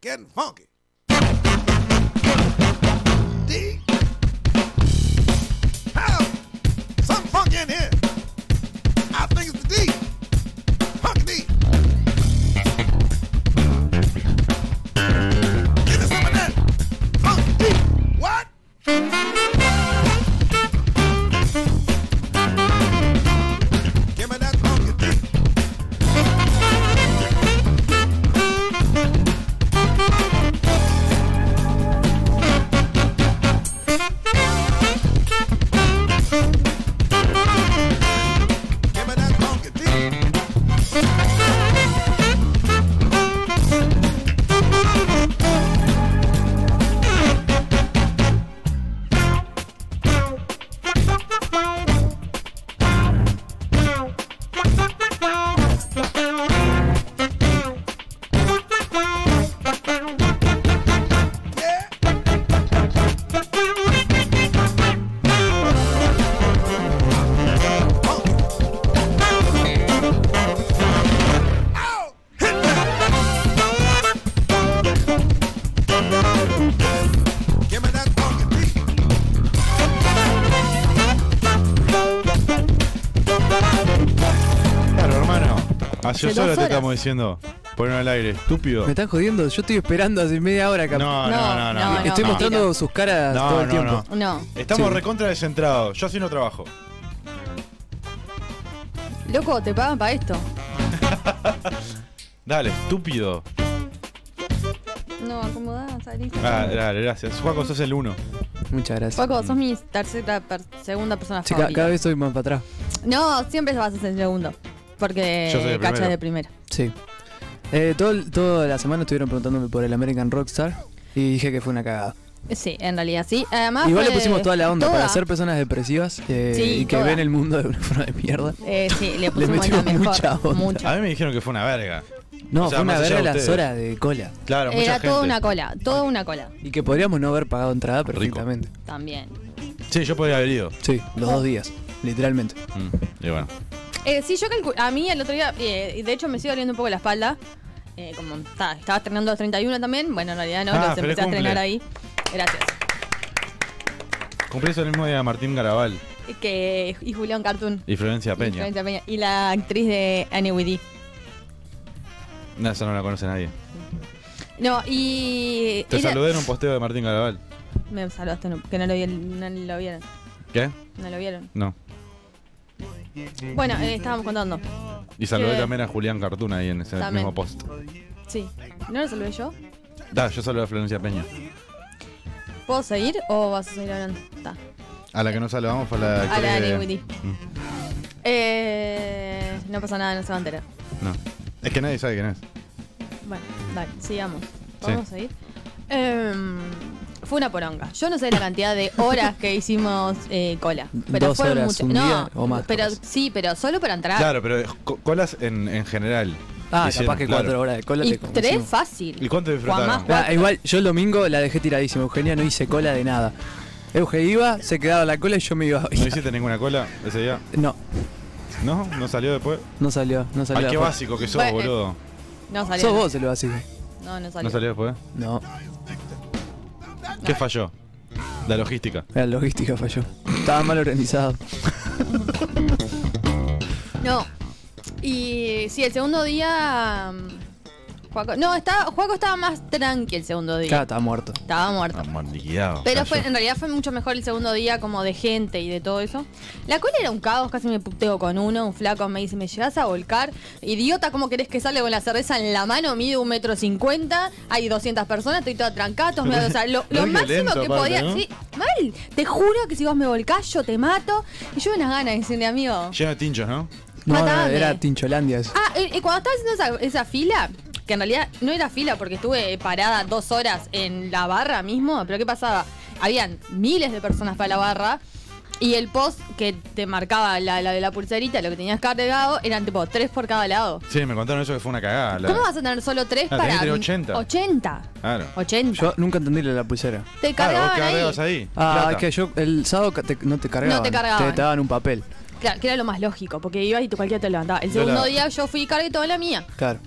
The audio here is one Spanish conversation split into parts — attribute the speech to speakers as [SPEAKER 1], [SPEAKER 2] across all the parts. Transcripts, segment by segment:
[SPEAKER 1] Getting funky. D. How? Something funky in here. I think it's the D. Funky D. Give me some of that. Funky D. What? Give me that funky D. Give me that funky D. Yeah. Funky. Ow! Hit that. Give me that funky D.
[SPEAKER 2] Claro, hermano. Hace
[SPEAKER 3] Hace
[SPEAKER 2] dos
[SPEAKER 3] dos
[SPEAKER 2] horas te
[SPEAKER 3] horas.
[SPEAKER 2] estamos diciendo. Ponlo al aire, estúpido.
[SPEAKER 4] Me están jodiendo, yo estoy esperando hace media hora
[SPEAKER 2] No,
[SPEAKER 4] capaz.
[SPEAKER 2] no, no, no.
[SPEAKER 3] No,
[SPEAKER 2] no.
[SPEAKER 4] Estoy
[SPEAKER 3] no.
[SPEAKER 4] mostrando sus caras
[SPEAKER 2] No,
[SPEAKER 4] todo el
[SPEAKER 2] no,
[SPEAKER 4] tiempo.
[SPEAKER 2] no.
[SPEAKER 3] No.
[SPEAKER 2] Estamos
[SPEAKER 4] Sí.
[SPEAKER 2] recontra descentrados. Yo así no trabajo.
[SPEAKER 3] Loco, te pagan para esto.
[SPEAKER 2] Dale, estúpido.
[SPEAKER 3] No, acomodá, salí.
[SPEAKER 2] Ah, dale, gracias. Juaco, sos el uno.
[SPEAKER 4] Muchas gracias.
[SPEAKER 3] Paco, sos mi tercera, per- segunda persona
[SPEAKER 4] Che, ca-
[SPEAKER 3] favorita.
[SPEAKER 4] cada vez soy más para atrás.
[SPEAKER 3] No, siempre vas a ser segundo. Porque
[SPEAKER 2] Yo soy el
[SPEAKER 3] cachas
[SPEAKER 2] primero.
[SPEAKER 3] de primera.
[SPEAKER 4] Sí. Eh, todo, el- toda la semana estuvieron preguntándome por el American Rockstar y dije que fue una cagada.
[SPEAKER 3] Sí, en realidad sí. Además,
[SPEAKER 4] Igual
[SPEAKER 3] Ah, fue-
[SPEAKER 4] le pusimos toda la onda para
[SPEAKER 3] toda.
[SPEAKER 4] ser personas depresivas eh,
[SPEAKER 3] Sí,
[SPEAKER 4] y que
[SPEAKER 3] toda.
[SPEAKER 4] ven el mundo de una forma de mierda.
[SPEAKER 3] Eh, sí, le pusimos la
[SPEAKER 4] metimos
[SPEAKER 3] mejor.
[SPEAKER 4] mucha onda.
[SPEAKER 3] mucho.
[SPEAKER 2] A mí me dijeron que fue una verga.
[SPEAKER 4] No,
[SPEAKER 2] O sea,
[SPEAKER 4] fue una
[SPEAKER 2] más allá
[SPEAKER 4] verga
[SPEAKER 2] de
[SPEAKER 4] las
[SPEAKER 2] ustedes.
[SPEAKER 4] horas de cola.
[SPEAKER 2] Claro, mucha
[SPEAKER 3] Era
[SPEAKER 2] gente.
[SPEAKER 3] toda una cola, toda una cola
[SPEAKER 4] Y que podríamos no haber pagado entrada perfectamente.
[SPEAKER 3] también.
[SPEAKER 2] Sí, yo podría haber ido.
[SPEAKER 4] Sí, los dos días, literalmente.
[SPEAKER 2] Mm, Y bueno.
[SPEAKER 3] Eh, sí, yo calculo. A mí el otro día, eh, y de hecho me sigue doliendo un poco la espalda. Eh, como está, estaba estrenando los 31 también. Bueno, en realidad no,
[SPEAKER 2] Ah,
[SPEAKER 3] los
[SPEAKER 2] feliz
[SPEAKER 3] empecé a
[SPEAKER 2] cumple.
[SPEAKER 3] estrenar ahí. Gracias.
[SPEAKER 2] Cumplí eso el mismo día de Martín Garabal
[SPEAKER 3] Y Que, y Julián Cartoon.
[SPEAKER 2] y Florencia
[SPEAKER 3] Y,
[SPEAKER 2] Peña.
[SPEAKER 3] Florencia Peña. Y la actriz de Annie with D.
[SPEAKER 2] No, esa no la conoce nadie.
[SPEAKER 3] No, y.
[SPEAKER 2] Te pues.
[SPEAKER 3] era-
[SPEAKER 2] saludé en un posteo de Martín Garabal.
[SPEAKER 3] Me saludaste, no, que no lo, vi- no lo vieron.
[SPEAKER 2] ¿Qué?
[SPEAKER 3] No lo vieron.
[SPEAKER 2] No.
[SPEAKER 3] Bueno, eh, estábamos contando.
[SPEAKER 2] Y saludé
[SPEAKER 3] ¿Qué?
[SPEAKER 2] también a Julián Cartún ahí en ese
[SPEAKER 3] También.
[SPEAKER 2] mismo post.
[SPEAKER 3] Sí. ¿No lo saludé yo?
[SPEAKER 2] Da, yo saludé a Florencia Peña.
[SPEAKER 3] ¿Puedo seguir o vas a seguir hablando? Está.
[SPEAKER 2] A la que no saludamos fue a la.
[SPEAKER 3] A la
[SPEAKER 2] actriz de-
[SPEAKER 3] Annie with D.
[SPEAKER 2] Mm.
[SPEAKER 3] Eh, no pasa nada, no se va a enterar.
[SPEAKER 2] No. Es que nadie sabe quién es.
[SPEAKER 3] Bueno, dale, sigamos. ¿Podemos seguir? Em, fue una poronga. Yo no sé la cantidad de horas que hicimos eh, cola. Pero
[SPEAKER 4] Dos
[SPEAKER 3] fueron
[SPEAKER 4] horas,
[SPEAKER 3] muchas.
[SPEAKER 4] un
[SPEAKER 3] no,
[SPEAKER 4] día o más,
[SPEAKER 3] Pero,
[SPEAKER 4] capaz.
[SPEAKER 3] sí, pero solo para entrar.
[SPEAKER 2] Claro, pero es co- colas en, en general.
[SPEAKER 4] Ah,
[SPEAKER 2] Hicieron,
[SPEAKER 4] capaz que
[SPEAKER 2] claro.
[SPEAKER 4] cuatro horas de cola
[SPEAKER 3] y
[SPEAKER 4] te
[SPEAKER 3] tres
[SPEAKER 4] consumo.
[SPEAKER 3] fácil.
[SPEAKER 2] ¿Y cuánto disfrutaron?
[SPEAKER 3] Juan, más
[SPEAKER 4] Ah, igual, yo el domingo la dejé tiradísima. Eugenia no hice cola de nada. Euge iba, se quedaba la cola y yo me iba a
[SPEAKER 2] ¿No hiciste ninguna cola ese día?
[SPEAKER 4] No,
[SPEAKER 2] ¿No? ¿No salió después?
[SPEAKER 4] no salió, no salió.
[SPEAKER 2] Ay, qué
[SPEAKER 4] afuera.
[SPEAKER 2] básico que sos,
[SPEAKER 3] Bueno.
[SPEAKER 2] boludo.
[SPEAKER 3] No salió.
[SPEAKER 4] Sos vos el básico.
[SPEAKER 3] No, no salió.
[SPEAKER 2] ¿No salió después?
[SPEAKER 4] No,
[SPEAKER 2] ¿Qué falló? La logística.
[SPEAKER 4] la logística falló. Estaba mal organizado.
[SPEAKER 3] No. Y sí, el segundo día. mm, Juaco. No, estaba, Juaco estaba más tranqui el segundo día.
[SPEAKER 4] Claro, estaba muerto.
[SPEAKER 3] Estaba muerto.
[SPEAKER 2] Estamos liquidados.
[SPEAKER 3] Pero
[SPEAKER 2] cayó.
[SPEAKER 3] fue, en realidad fue mucho mejor el segundo día, como de gente y de todo eso. La cola era un caos, casi me puteo con uno, un flaco me dice, me llegas a volcar. Idiota, ¿cómo querés que salga con la cerveza en la mano? Mide un metro cincuenta, hay 200 personas, estoy toda trancatos. o sea, lo, lo
[SPEAKER 2] Re
[SPEAKER 3] máximo
[SPEAKER 2] violento
[SPEAKER 3] que
[SPEAKER 2] aparte,
[SPEAKER 3] podía...
[SPEAKER 2] ¿no?
[SPEAKER 3] Sí, mal, te juro que si vos me volcás yo te mato. Y yo unas ganas de decirle, amigo...
[SPEAKER 2] Lleno de tinchos, ¿no?
[SPEAKER 4] No, no,
[SPEAKER 3] Matame.
[SPEAKER 4] era Tincholandia eso.
[SPEAKER 3] Ah, y, y cuando estaba haciendo esa, esa fila, que en realidad no era fila porque estuve parada dos horas en la barra mismo, pero ¿qué pasaba? Habían miles de personas para la barra. Y el post que te marcaba la, la de la pulserita, lo que tenías cargado, eran tipo tres por cada lado.
[SPEAKER 2] Sí, me contaron eso que fue una cagada. la-
[SPEAKER 3] ¿Cómo vas a tener solo tres
[SPEAKER 2] Ah, tenés
[SPEAKER 3] para
[SPEAKER 2] que tener 80.
[SPEAKER 3] 80.
[SPEAKER 2] Claro.
[SPEAKER 3] 80.
[SPEAKER 4] Yo nunca entendí la pulsera.
[SPEAKER 3] te
[SPEAKER 2] Claro, Ah, vos
[SPEAKER 3] cargaban
[SPEAKER 2] cargabas
[SPEAKER 3] ahí.
[SPEAKER 2] ahí.
[SPEAKER 4] Ah,
[SPEAKER 2] plata.
[SPEAKER 4] es que yo el sábado ca- te- no te cargaban.
[SPEAKER 3] No te cargaban.
[SPEAKER 4] Te daban un papel.
[SPEAKER 3] Claro, que era lo más lógico, porque ibas y tú cualquiera te levantaba. El
[SPEAKER 2] Yo
[SPEAKER 3] segundo
[SPEAKER 2] la-
[SPEAKER 3] día yo fui y cargué toda la mía.
[SPEAKER 4] Claro.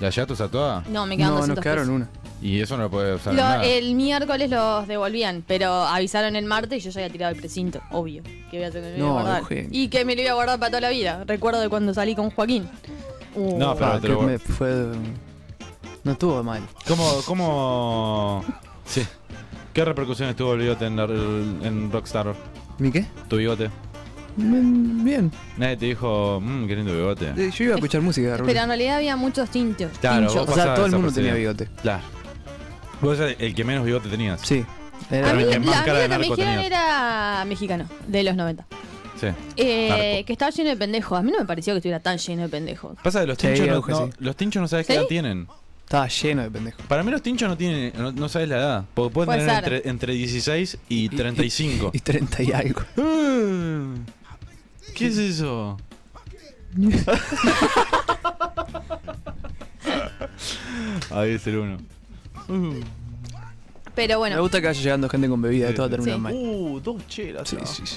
[SPEAKER 2] ¿Y allá tu tatuada?
[SPEAKER 3] No, me quedan
[SPEAKER 4] No,
[SPEAKER 3] 200
[SPEAKER 4] nos quedaron
[SPEAKER 3] pesos.
[SPEAKER 4] una.
[SPEAKER 2] Y eso no lo puedes usar. en
[SPEAKER 3] Lo-
[SPEAKER 2] nada.
[SPEAKER 3] el miércoles los devolvían, pero avisaron el martes y yo ya había tirado el precinto, obvio. Que voy a tener que
[SPEAKER 4] No,
[SPEAKER 3] guardar.
[SPEAKER 4] Eugenio.
[SPEAKER 3] Y que me lo iba a guardar para toda la vida. Recuerdo de cuando salí con Joaquín. Uh,
[SPEAKER 2] No, pero
[SPEAKER 4] Ah,
[SPEAKER 2] te
[SPEAKER 4] que
[SPEAKER 2] lo-
[SPEAKER 4] me fue. No estuvo mal.
[SPEAKER 2] ¿Cómo, cómo... Sí. ¿Qué repercusiones tuvo el bigote en, la- en Rockstar?
[SPEAKER 4] ¿Mi qué?
[SPEAKER 2] Tu bigote.
[SPEAKER 4] Mm, Bien.
[SPEAKER 2] Nadie te dijo, mmm, qué lindo bigote.
[SPEAKER 4] Eh, Yo iba a escuchar música, Rubén.
[SPEAKER 3] pero en realidad había muchos tintos.
[SPEAKER 2] Claro,
[SPEAKER 3] tinchos.
[SPEAKER 2] vos
[SPEAKER 4] O sea,
[SPEAKER 2] pasabas
[SPEAKER 4] todo el mundo
[SPEAKER 2] desapercibido.
[SPEAKER 4] tenía bigote.
[SPEAKER 2] Claro. Vos eras el que menos bigote tenías.
[SPEAKER 4] Sí.
[SPEAKER 3] A
[SPEAKER 4] Era
[SPEAKER 3] mí
[SPEAKER 2] el
[SPEAKER 3] la
[SPEAKER 2] que más
[SPEAKER 3] amiga
[SPEAKER 2] cara de
[SPEAKER 3] que me
[SPEAKER 2] narco
[SPEAKER 3] dijeron
[SPEAKER 2] tenías.
[SPEAKER 3] era mexicano, de los 90.
[SPEAKER 2] Sí.
[SPEAKER 3] Eh,
[SPEAKER 2] Narco.
[SPEAKER 3] que estaba lleno de pendejos. A mí no me pareció que estuviera tan lleno de pendejos.
[SPEAKER 2] Pasa que los
[SPEAKER 4] Sí,
[SPEAKER 2] tinchos, no,
[SPEAKER 4] creo que
[SPEAKER 2] no-
[SPEAKER 4] sí.
[SPEAKER 2] los tinchos no sabes qué
[SPEAKER 3] ¿Sí?
[SPEAKER 2] edad tienen.
[SPEAKER 4] Estaba lleno de pendejos.
[SPEAKER 2] Para mí los tinchos no tienen, no, no sabes la edad. Porque pueden
[SPEAKER 3] Puede
[SPEAKER 2] tener
[SPEAKER 3] ser.
[SPEAKER 2] entre, entre 16 y 35.
[SPEAKER 4] Y 30 y algo.
[SPEAKER 2] Ah, ¿Qué es eso? Ahí es el uno.
[SPEAKER 3] Pero
[SPEAKER 4] Me
[SPEAKER 3] bueno,
[SPEAKER 4] gusta que vaya llegando gente con bebida,
[SPEAKER 2] Sí,
[SPEAKER 4] todo
[SPEAKER 2] sí.
[SPEAKER 4] termina
[SPEAKER 3] Sí.
[SPEAKER 4] mal.
[SPEAKER 2] Uh, dos chelas.
[SPEAKER 4] Sí,
[SPEAKER 2] ya.
[SPEAKER 4] sí, sí.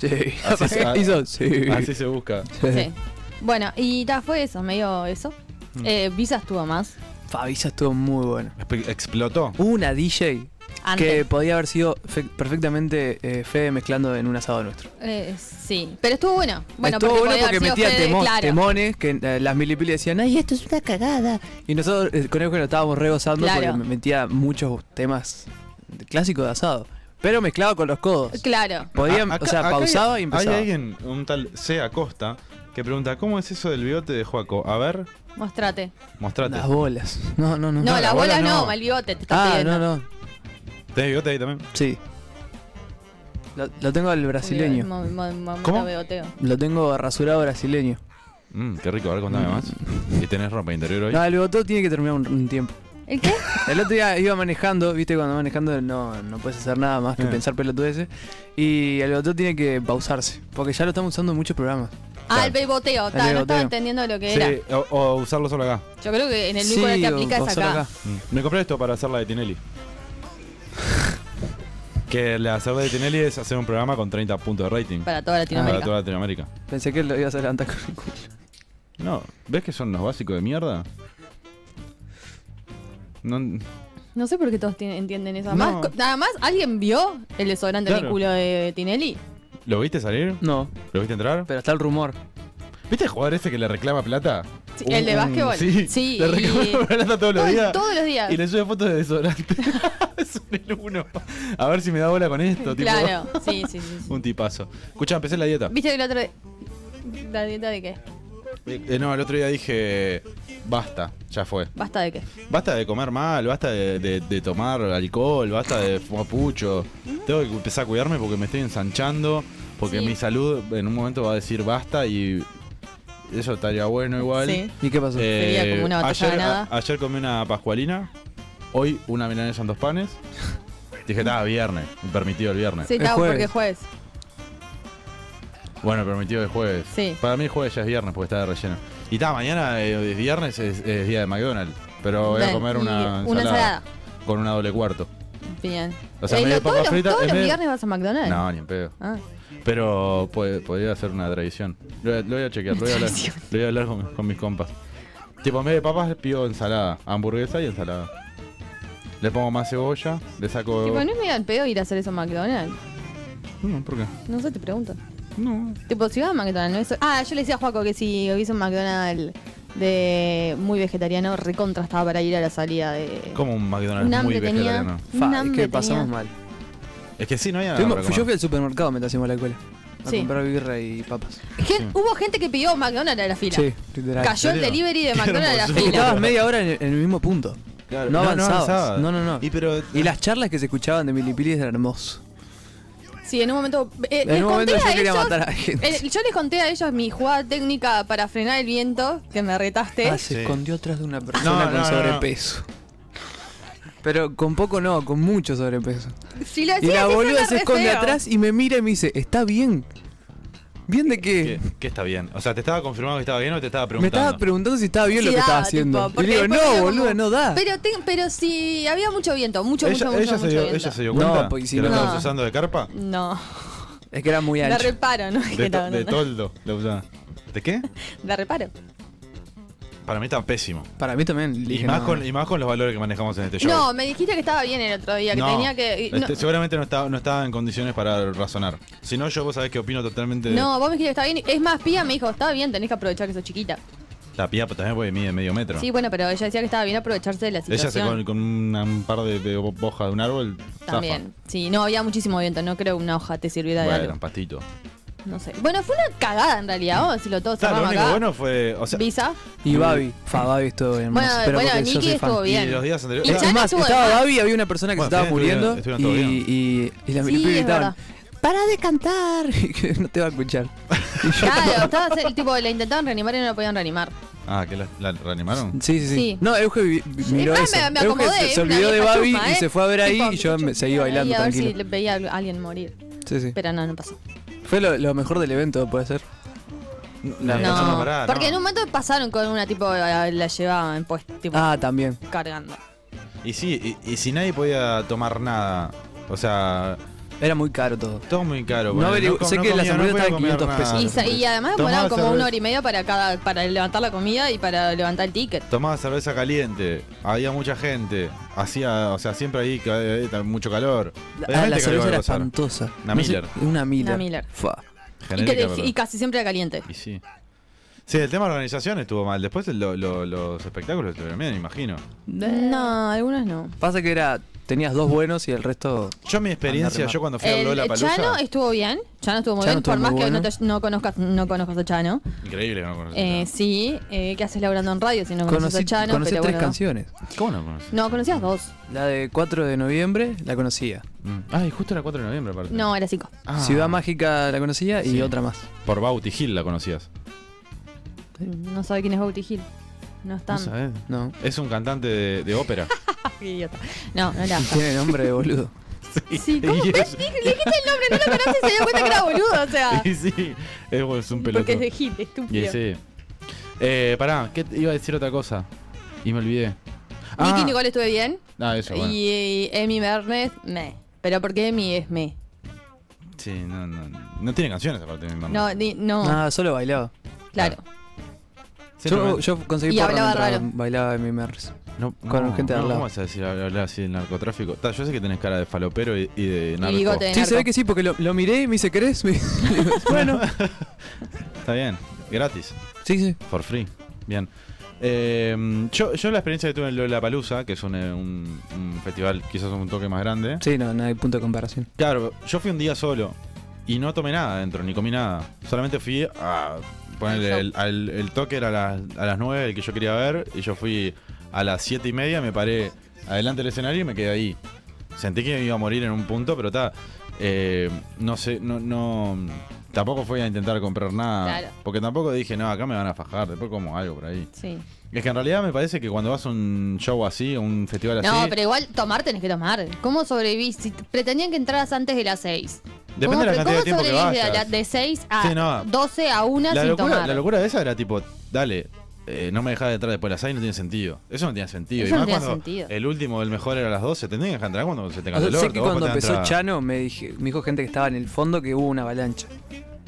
[SPEAKER 4] Sí.
[SPEAKER 2] Así se-
[SPEAKER 4] Hizo, sí.
[SPEAKER 2] Así se busca.
[SPEAKER 3] sí. Bueno, y ta, fue eso, medio eso.
[SPEAKER 2] Mm.
[SPEAKER 3] Eh, Visa estuvo más.
[SPEAKER 4] Fabisa estuvo muy bueno.
[SPEAKER 2] Espe- Explotó.
[SPEAKER 4] Hubo una DJ que
[SPEAKER 3] Antes.
[SPEAKER 4] podía haber sido fe- perfectamente eh, Fede mezclando en un asado nuestro.
[SPEAKER 3] Eh, sí, pero estuvo bueno. Bueno,
[SPEAKER 4] Estuvo
[SPEAKER 3] porque
[SPEAKER 4] bueno
[SPEAKER 3] podía
[SPEAKER 4] porque
[SPEAKER 3] haber sido
[SPEAKER 4] metía
[SPEAKER 3] Fede,
[SPEAKER 4] temo-
[SPEAKER 3] claro.
[SPEAKER 4] temones que eh, las milipilis decían, ay, esto es una cagada. Y nosotros eh, con Eugenio estábamos regozando
[SPEAKER 3] Claro.
[SPEAKER 4] porque metía muchos temas de- clásicos de asado. Pero mezclado con los codos.
[SPEAKER 3] Claro.
[SPEAKER 4] Podía,
[SPEAKER 2] A- Ah, acá-
[SPEAKER 4] o sea,
[SPEAKER 2] acá hay-
[SPEAKER 4] pausaba y empezaba.
[SPEAKER 2] Hay alguien, un tal C. Acosta, que pregunta: ¿Cómo es eso del bigote de Joaco? A ver,
[SPEAKER 3] Mostrate.
[SPEAKER 2] mostrate.
[SPEAKER 4] Las bolas. No, no, no.
[SPEAKER 3] No,
[SPEAKER 2] la
[SPEAKER 3] la
[SPEAKER 2] bola
[SPEAKER 3] bola
[SPEAKER 2] no.
[SPEAKER 3] no, mal bigote, te está
[SPEAKER 4] ah,
[SPEAKER 3] pidiendo.
[SPEAKER 4] no, no.
[SPEAKER 2] ¿Tenés bigote ahí también?
[SPEAKER 4] Sí. Lo, lo tengo al brasileño.
[SPEAKER 3] Mo- mo- mo-
[SPEAKER 2] ¿Cómo?
[SPEAKER 3] mo- bigoteo.
[SPEAKER 4] Lo tengo rasurado brasileño.
[SPEAKER 2] Mm, qué rico, a ver, contame más. ¿Y tenés ropa interior hoy?
[SPEAKER 4] No, el botón tiene que terminar un, un tiempo.
[SPEAKER 3] ¿El qué?
[SPEAKER 4] El otro día iba manejando, viste, cuando manejando no, no puedes hacer nada más que
[SPEAKER 2] Eh.
[SPEAKER 4] pensar pelotudeces. Y el botón tiene que pausarse, porque ya lo estamos usando en muchos programas.
[SPEAKER 3] Ah,
[SPEAKER 2] Claro.
[SPEAKER 3] el bigoteo.
[SPEAKER 4] El
[SPEAKER 3] ta, no
[SPEAKER 4] bigoteo.
[SPEAKER 3] estaba entendiendo lo que era.
[SPEAKER 2] Sí, o, o usarlo solo acá.
[SPEAKER 3] Yo creo que en el único que
[SPEAKER 4] o-
[SPEAKER 3] aplica
[SPEAKER 4] o
[SPEAKER 3] es
[SPEAKER 4] solo
[SPEAKER 3] acá.
[SPEAKER 2] Mm. Me compré esto para hacer la de Tinelli. que la hacer de Tinelli es hacer un programa con 30 puntos de rating.
[SPEAKER 3] Para
[SPEAKER 2] Ah,
[SPEAKER 3] toda
[SPEAKER 2] Para
[SPEAKER 3] Latinoamérica.
[SPEAKER 2] toda Latinoamérica.
[SPEAKER 4] Pensé que lo ibas a levantar con el culo.
[SPEAKER 2] No, ¿ves que son los básicos de mierda? No,
[SPEAKER 3] No sé por qué todos tienen- entienden eso.
[SPEAKER 2] No.
[SPEAKER 3] Más co- nada más, ¿alguien vio el desodorante en
[SPEAKER 2] Claro.
[SPEAKER 3] el culo de Tinelli?
[SPEAKER 2] ¿Lo viste salir?
[SPEAKER 4] No,
[SPEAKER 2] ¿Lo viste entrar?
[SPEAKER 4] pero está el rumor.
[SPEAKER 2] ¿Viste el jugador ese que le reclama plata?
[SPEAKER 3] Sí, el de básquetbol.
[SPEAKER 2] Sí,
[SPEAKER 3] Sí,
[SPEAKER 2] le
[SPEAKER 3] y-
[SPEAKER 2] reclama plata todos los
[SPEAKER 3] Todo-
[SPEAKER 2] días.
[SPEAKER 3] todos los días.
[SPEAKER 2] Y le sube fotos de desodorante. es un el uno. A ver si me da bola con esto, tipo.
[SPEAKER 3] Claro, sí, sí, sí. sí.
[SPEAKER 2] Un tipazo. Escucha, empecé la dieta.
[SPEAKER 3] ¿Viste que el otro día- ¿La dieta de qué?
[SPEAKER 2] Eh, no, el otro día dije, basta, ya fue.
[SPEAKER 3] ¿Basta de qué?
[SPEAKER 2] Basta de comer mal, basta de, de- de tomar alcohol, basta de fumar pucho. Tengo que empezar a cuidarme porque me estoy ensanchando, porque
[SPEAKER 3] Sí.
[SPEAKER 2] mi salud en un momento va a decir basta y eso estaría bueno igual.
[SPEAKER 3] Sí.
[SPEAKER 4] ¿Y qué pasó?
[SPEAKER 2] Eh,
[SPEAKER 3] Sería como una batalla
[SPEAKER 2] ayer,
[SPEAKER 3] ganada.
[SPEAKER 2] a- ayer comí una pascualina, hoy una milanesa en dos panes. Dije, estaba viernes, permitido el viernes.
[SPEAKER 3] Sí,
[SPEAKER 4] Es
[SPEAKER 3] está,
[SPEAKER 4] jueves.
[SPEAKER 3] porque es jueves.
[SPEAKER 2] Bueno, permitido el jueves.
[SPEAKER 3] Sí.
[SPEAKER 2] Para mí el jueves ya es viernes porque está de relleno. Y está, mañana eh, es viernes, es, es día de McDonald's. Pero voy a
[SPEAKER 3] Bien,
[SPEAKER 2] comer
[SPEAKER 3] y
[SPEAKER 2] una,
[SPEAKER 3] una ensalada.
[SPEAKER 2] Con una doble cuarto.
[SPEAKER 3] Bien.
[SPEAKER 2] O sea,
[SPEAKER 3] Eh,
[SPEAKER 2] medio
[SPEAKER 3] lo- todos
[SPEAKER 2] papa
[SPEAKER 3] los,
[SPEAKER 2] frita,
[SPEAKER 3] todos
[SPEAKER 2] en
[SPEAKER 3] los
[SPEAKER 2] vez de-
[SPEAKER 3] viernes vas a McDonald's.
[SPEAKER 2] No, ni en pedo.
[SPEAKER 3] Ah.
[SPEAKER 2] Pero puede- podría ser una tradición. Lo, lo voy a chequear, lo voy a hablar,
[SPEAKER 3] Tradición.
[SPEAKER 2] lo voy a hablar con, con mis compas. Tipo, en vez de papas pido ensalada, hamburguesa y ensalada. Le pongo más cebolla, le saco...
[SPEAKER 3] Tipo, no es medio al pedo ir a hacer eso a McDonald's.
[SPEAKER 2] No, ¿Por qué?
[SPEAKER 3] No sé, te pregunto.
[SPEAKER 2] No.
[SPEAKER 3] Tipo, si vas a McDonald's, no es... Ah, yo le decía a Juaco que si hubiese un McDonald's de muy vegetariano, recontra estaba para ir a la salida de...
[SPEAKER 2] Como un McDonald's
[SPEAKER 3] Un
[SPEAKER 2] muy
[SPEAKER 3] hambre tenía.
[SPEAKER 2] vegetariano.
[SPEAKER 4] Fa,
[SPEAKER 3] un
[SPEAKER 4] es
[SPEAKER 3] hambre
[SPEAKER 4] que pasamos
[SPEAKER 3] tenía.
[SPEAKER 4] mal.
[SPEAKER 2] Es que sí, no hay nada
[SPEAKER 4] Tuvimos-
[SPEAKER 2] para
[SPEAKER 4] fui- yo
[SPEAKER 2] comer.
[SPEAKER 4] fui al supermercado mientras hacíamos la escuela. A
[SPEAKER 3] Sí.
[SPEAKER 4] comprar birra y papas.
[SPEAKER 3] Gen- Hubo gente que pidió McDonald's a la fila.
[SPEAKER 4] Sí, literal.
[SPEAKER 3] Cayó el
[SPEAKER 2] ¿En serio?
[SPEAKER 3] delivery de
[SPEAKER 2] Qué
[SPEAKER 3] McDonald's a la
[SPEAKER 2] hermosura.
[SPEAKER 3] fila.
[SPEAKER 4] Estabas media hora en el, en el mismo punto.
[SPEAKER 2] Claro,
[SPEAKER 4] No
[SPEAKER 2] no, no
[SPEAKER 4] avanzabas.
[SPEAKER 2] avanzabas.
[SPEAKER 4] No, no, no.
[SPEAKER 2] Y pero-
[SPEAKER 4] Y las charlas que se escuchaban de Milipilis eran hermosas.
[SPEAKER 3] Sí, en un momento. eh,
[SPEAKER 4] En
[SPEAKER 3] les
[SPEAKER 4] un momento
[SPEAKER 3] conté
[SPEAKER 4] yo
[SPEAKER 3] a
[SPEAKER 4] quería
[SPEAKER 3] ellos-
[SPEAKER 4] matar a la gente.
[SPEAKER 3] eh, yo les conté a ellos mi jugada técnica para frenar el viento, que me retaste.
[SPEAKER 4] Ah, se
[SPEAKER 2] Sí.
[SPEAKER 4] escondió atrás de una
[SPEAKER 2] No,
[SPEAKER 4] persona
[SPEAKER 2] no, no,
[SPEAKER 4] con
[SPEAKER 2] no.
[SPEAKER 4] sobrepeso. Pero con poco no, con mucho sobrepeso.
[SPEAKER 3] Si lo
[SPEAKER 4] Y
[SPEAKER 3] hacía
[SPEAKER 4] la
[SPEAKER 3] así,
[SPEAKER 4] boluda
[SPEAKER 3] suena
[SPEAKER 4] se
[SPEAKER 3] re
[SPEAKER 4] esconde
[SPEAKER 3] feo.
[SPEAKER 4] atrás y me mira y me dice, ¿está bien? ¿Bien de
[SPEAKER 2] ¿Qué,
[SPEAKER 4] qué?
[SPEAKER 2] qué está bien? O sea, ¿te estaba confirmando que estaba bien o te eh, estaba
[SPEAKER 4] Me
[SPEAKER 2] preguntando?
[SPEAKER 4] estaba preguntando si estaba bien
[SPEAKER 3] Sí
[SPEAKER 4] lo que
[SPEAKER 3] da,
[SPEAKER 4] estaba
[SPEAKER 3] tipo,
[SPEAKER 4] haciendo. y
[SPEAKER 3] porque
[SPEAKER 4] le digo,
[SPEAKER 3] después
[SPEAKER 4] no,
[SPEAKER 3] digo como,
[SPEAKER 4] boluda, no da.
[SPEAKER 3] Pero, te- pero si había mucho viento, mucho,
[SPEAKER 2] ¿Ella, ella
[SPEAKER 3] mucho, mucho,
[SPEAKER 2] se
[SPEAKER 3] mucho
[SPEAKER 2] dio,
[SPEAKER 3] viento.
[SPEAKER 2] ¿Ella se dio
[SPEAKER 4] No,
[SPEAKER 2] cuenta?
[SPEAKER 4] porque si
[SPEAKER 2] ¿Que lo
[SPEAKER 3] no-
[SPEAKER 2] estabas usando de carpa?
[SPEAKER 3] No,
[SPEAKER 4] Es que era muy
[SPEAKER 3] de
[SPEAKER 4] ancho.
[SPEAKER 3] reparo, ¿no? Es
[SPEAKER 2] De,
[SPEAKER 3] que
[SPEAKER 2] to-
[SPEAKER 3] no, no,
[SPEAKER 2] de
[SPEAKER 3] no.
[SPEAKER 2] toldo. lo usaba. ¿De qué?
[SPEAKER 3] De reparo.
[SPEAKER 2] Para mí está pésimo.
[SPEAKER 4] Para mí también. le
[SPEAKER 2] Y
[SPEAKER 4] dije,
[SPEAKER 2] más,
[SPEAKER 4] no.
[SPEAKER 2] con, y más con los valores que manejamos en este show.
[SPEAKER 3] No, me dijiste que estaba bien el otro día, que
[SPEAKER 2] No,
[SPEAKER 3] tenía que... y- no,
[SPEAKER 2] este, seguramente no estaba, no estaba en condiciones para razonar. Si no, yo vos sabés que opino totalmente. de-
[SPEAKER 3] no, vos me dijiste que estaba bien. Es más, Pía me dijo, estaba bien, tenés que aprovechar que sos chiquita.
[SPEAKER 2] La pía también porque mide medio metro.
[SPEAKER 3] Sí, bueno, pero ella decía que estaba bien aprovecharse de la
[SPEAKER 2] Ella se
[SPEAKER 3] situación.
[SPEAKER 2] con, con una- un par de, de bo- hojas de un árbol. zafa.
[SPEAKER 3] También. Sí, no, había muchísimo viento, no creo una hoja te sirviera de
[SPEAKER 2] Bueno,
[SPEAKER 3] algo.
[SPEAKER 2] un pastito.
[SPEAKER 3] No sé. Bueno, fue una cagada en realidad, vamos a decirlo todo.
[SPEAKER 2] Está, lo
[SPEAKER 3] cerramos
[SPEAKER 2] único
[SPEAKER 3] acá.
[SPEAKER 2] bueno fue. O sea,
[SPEAKER 3] Visa.
[SPEAKER 4] Y Babi. Fa, Babi estuvo bien.
[SPEAKER 3] Bueno,
[SPEAKER 4] hermoso, pero
[SPEAKER 3] bueno,
[SPEAKER 4] porque yo
[SPEAKER 3] Nicky
[SPEAKER 4] soy fan.
[SPEAKER 3] estuvo
[SPEAKER 2] y
[SPEAKER 3] bien.
[SPEAKER 2] los días
[SPEAKER 3] Y
[SPEAKER 4] Es
[SPEAKER 2] anteriores.
[SPEAKER 3] Chana
[SPEAKER 4] más,
[SPEAKER 3] estuvo de
[SPEAKER 4] estaba
[SPEAKER 3] más.
[SPEAKER 4] Babi, había una persona que
[SPEAKER 2] Bueno,
[SPEAKER 4] se estaba
[SPEAKER 2] ustedes
[SPEAKER 4] muriendo
[SPEAKER 2] estuvieron-
[SPEAKER 4] y,
[SPEAKER 2] estuvieron
[SPEAKER 4] y, y las
[SPEAKER 3] Sí,
[SPEAKER 4] los pibes
[SPEAKER 3] es
[SPEAKER 4] gritaban,
[SPEAKER 3] verdad.
[SPEAKER 4] ¡Para de cantar! que no te va a escuchar. Y yo-
[SPEAKER 3] Claro, estaba el tipo, la intentaban reanimar y no la podían reanimar.
[SPEAKER 2] Ah, que la, la reanimaron.
[SPEAKER 4] Sí, sí, sí,
[SPEAKER 3] Sí.
[SPEAKER 4] No, Euge vi- miró
[SPEAKER 3] Igual
[SPEAKER 4] eso.
[SPEAKER 3] me- me
[SPEAKER 4] Euge
[SPEAKER 3] acomodé,
[SPEAKER 4] se, se
[SPEAKER 3] una
[SPEAKER 4] olvidó de
[SPEAKER 3] vieja
[SPEAKER 4] Babi
[SPEAKER 3] chusma,
[SPEAKER 4] y
[SPEAKER 3] ¿eh?
[SPEAKER 4] se fue a ver ahí
[SPEAKER 3] Tipo,
[SPEAKER 4] y yo me seguí
[SPEAKER 3] ahí
[SPEAKER 4] bailando
[SPEAKER 3] a ver si
[SPEAKER 4] tranquilo.
[SPEAKER 3] le veía a alguien morir.
[SPEAKER 4] Sí, sí.
[SPEAKER 3] Pero no, no pasó.
[SPEAKER 4] Fue lo, lo mejor del evento, puede ser. La-
[SPEAKER 2] Eh,
[SPEAKER 3] No,
[SPEAKER 2] no, pará,
[SPEAKER 3] porque
[SPEAKER 2] no.
[SPEAKER 3] en un momento pasaron con una tipo, la la llevaban pues, tipo,
[SPEAKER 4] Ah, también.
[SPEAKER 3] cargando.
[SPEAKER 2] Y sí, y, y si nadie podía tomar nada. O sea,
[SPEAKER 4] Era muy caro todo.
[SPEAKER 2] todo muy caro.
[SPEAKER 4] No
[SPEAKER 2] ponele,
[SPEAKER 4] averigüe-
[SPEAKER 2] com-
[SPEAKER 4] sé que las
[SPEAKER 2] comía-
[SPEAKER 4] hamburguesas
[SPEAKER 2] podía
[SPEAKER 4] estaban
[SPEAKER 2] comer
[SPEAKER 4] 500 pesos.
[SPEAKER 2] nada.
[SPEAKER 3] Y, sa- y además
[SPEAKER 2] Tomaba
[SPEAKER 3] demoraron como una
[SPEAKER 2] cerveza-
[SPEAKER 3] hora y media para cada para levantar la comida y para levantar el ticket.
[SPEAKER 2] Tomaba cerveza caliente, había mucha gente, hacía, o sea, siempre ahí ca- eh, mucho calor.
[SPEAKER 4] Ah,
[SPEAKER 2] Obviamente
[SPEAKER 4] la
[SPEAKER 2] que algo
[SPEAKER 4] cerveza
[SPEAKER 2] iba a
[SPEAKER 4] era
[SPEAKER 2] pasar.
[SPEAKER 4] espantosa.
[SPEAKER 2] Una
[SPEAKER 4] No sé-
[SPEAKER 2] Miller.
[SPEAKER 4] una Miller.
[SPEAKER 3] Una Miller.
[SPEAKER 4] Fa.
[SPEAKER 3] Y, que
[SPEAKER 2] Genérica,
[SPEAKER 3] dej-
[SPEAKER 2] pero-
[SPEAKER 3] y casi siempre era caliente.
[SPEAKER 2] y sí. Sí, el tema de organización estuvo mal. Después el- lo- lo- los espectáculos estuvieron bien, imagino.
[SPEAKER 3] No, algunos no.
[SPEAKER 4] Pasa que era. Tenías dos buenos y el resto.
[SPEAKER 2] Yo mi experiencia,
[SPEAKER 4] remar.
[SPEAKER 2] yo cuando fui a
[SPEAKER 3] El-
[SPEAKER 2] Lola
[SPEAKER 3] Chano
[SPEAKER 2] Palusa,
[SPEAKER 3] estuvo bien. Chano estuvo muy
[SPEAKER 4] Chano
[SPEAKER 3] bien,
[SPEAKER 4] estuvo
[SPEAKER 3] por más
[SPEAKER 4] muy
[SPEAKER 3] que no,
[SPEAKER 4] bueno.
[SPEAKER 3] te- no conozcas, no conozcas a Chano.
[SPEAKER 2] increíble que no conocí.
[SPEAKER 3] Eh, sí, eh, ¿qué haces laburando en radio si no conoces
[SPEAKER 4] Pues Conocí,
[SPEAKER 3] a Chano?
[SPEAKER 4] conocí tres
[SPEAKER 3] Pero bueno.
[SPEAKER 4] canciones.
[SPEAKER 2] ¿Cómo no conocí?
[SPEAKER 3] No, conocías dos.
[SPEAKER 4] La de 4 de noviembre la conocía.
[SPEAKER 2] Mm. Ay, justo era 4 de noviembre aparte.
[SPEAKER 3] No, era cinco.
[SPEAKER 2] Ah,
[SPEAKER 4] Ciudad Mágica la conocía y
[SPEAKER 2] Sí.
[SPEAKER 4] otra más.
[SPEAKER 2] Por Bauti Hill la conocías.
[SPEAKER 3] No sabe quién es Bauti Gil. No
[SPEAKER 2] ¿No
[SPEAKER 3] están.
[SPEAKER 2] sabés?
[SPEAKER 4] No.
[SPEAKER 2] Es un cantante de, de ópera.
[SPEAKER 3] Idiota. No, no era.
[SPEAKER 4] Tiene nombre de boludo.
[SPEAKER 3] Sí, ¿cómo?
[SPEAKER 2] Y
[SPEAKER 3] ¿Ves?
[SPEAKER 2] es-
[SPEAKER 3] Dije- Le dijiste el nombre, no lo conoces y se dio cuenta que era boludo, o sea.
[SPEAKER 2] Y sí, es, es un pelotudo.
[SPEAKER 3] Ah. Porque es de Gil, estúpido.
[SPEAKER 2] Y sí. Eh, pará, ¿qué te- iba a decir otra cosa? Y me olvidé.
[SPEAKER 4] Ah.
[SPEAKER 3] Nicky Nicole estuve bien.
[SPEAKER 2] Ah, eso, bueno.
[SPEAKER 3] Y eh, Emi Bernes, me. Pero porque Emi es me.
[SPEAKER 2] Sí, no, no, no tiene canciones aparte de mi mamá.
[SPEAKER 3] No, ni- no,
[SPEAKER 4] Ah, solo bailaba.
[SPEAKER 3] claro.
[SPEAKER 4] Yo, yo conseguí
[SPEAKER 3] Y
[SPEAKER 4] porro
[SPEAKER 3] hablaba
[SPEAKER 4] mientras
[SPEAKER 3] raro.
[SPEAKER 4] bailaba en mi MERS.
[SPEAKER 2] no,
[SPEAKER 4] con gente de al
[SPEAKER 2] no,
[SPEAKER 4] lado.
[SPEAKER 2] ¿Cómo vas a decir hablar hablar así del narcotráfico? Ta, yo sé que tenés cara de falopero y, y de narco.
[SPEAKER 3] bigote. De
[SPEAKER 4] Sí, se
[SPEAKER 3] narco.
[SPEAKER 4] ve que sí, porque lo, lo miré y me dice, ¿querés? Me- le digo, bueno.
[SPEAKER 2] Está bien, gratis,
[SPEAKER 4] Sí, sí.
[SPEAKER 2] for free. Bien. Eh, yo, yo la experiencia que tuve en Lola Palusa, que es un, eh, un- un festival quizás un toque más grande.
[SPEAKER 4] Sí, no, no hay punto de comparación.
[SPEAKER 2] Claro, yo fui un día solo y no tomé nada adentro, ni comí nada. Solamente fui a ponerle
[SPEAKER 3] Al
[SPEAKER 2] el, al- el toque era a las, a las 9, el que yo quería ver, y yo fui a las 7 y media, me paré adelante del escenario y me quedé ahí. Sentí que me iba a morir en un punto, pero está. eh, no sé, no, no. Tampoco fui a intentar comprar nada.
[SPEAKER 3] Claro.
[SPEAKER 2] Porque tampoco dije, no, acá me van a fajar, después como algo por ahí.
[SPEAKER 3] Sí.
[SPEAKER 2] Es que en realidad me parece que cuando vas a un show así, a un festival así.
[SPEAKER 3] No, pero igual tomar tenés que tomar. ¿Cómo sobrevivís? Si t- pretendían que entraras antes de las 6.
[SPEAKER 2] Depende
[SPEAKER 3] ¿Cómo,
[SPEAKER 2] de la
[SPEAKER 3] pre-
[SPEAKER 2] cantidad de
[SPEAKER 3] ¿cómo
[SPEAKER 2] tiempo que
[SPEAKER 3] sobrevivís de,
[SPEAKER 2] vayas?
[SPEAKER 3] la- de 6 a
[SPEAKER 2] Sí, no.
[SPEAKER 3] 12 a 1
[SPEAKER 2] La
[SPEAKER 3] sin
[SPEAKER 2] locura,
[SPEAKER 3] tomar?
[SPEAKER 2] la locura de esa era tipo, dale, eh, no me dejás de entrar después de las 6, no tiene sentido. Eso no tenía sentido. y
[SPEAKER 3] Eso no
[SPEAKER 2] más
[SPEAKER 3] tenía
[SPEAKER 2] cuando
[SPEAKER 3] sentido.
[SPEAKER 2] el último, el mejor era a las 12, tendrían que dejar entrar cuando se tenga
[SPEAKER 4] O sea,
[SPEAKER 2] el
[SPEAKER 4] sé
[SPEAKER 2] orto,
[SPEAKER 4] que
[SPEAKER 2] vos
[SPEAKER 4] cuando
[SPEAKER 2] ponte a
[SPEAKER 4] empezó
[SPEAKER 2] entrar.
[SPEAKER 4] Chano me, dije, me dijo gente que estaba en el fondo que hubo una avalancha.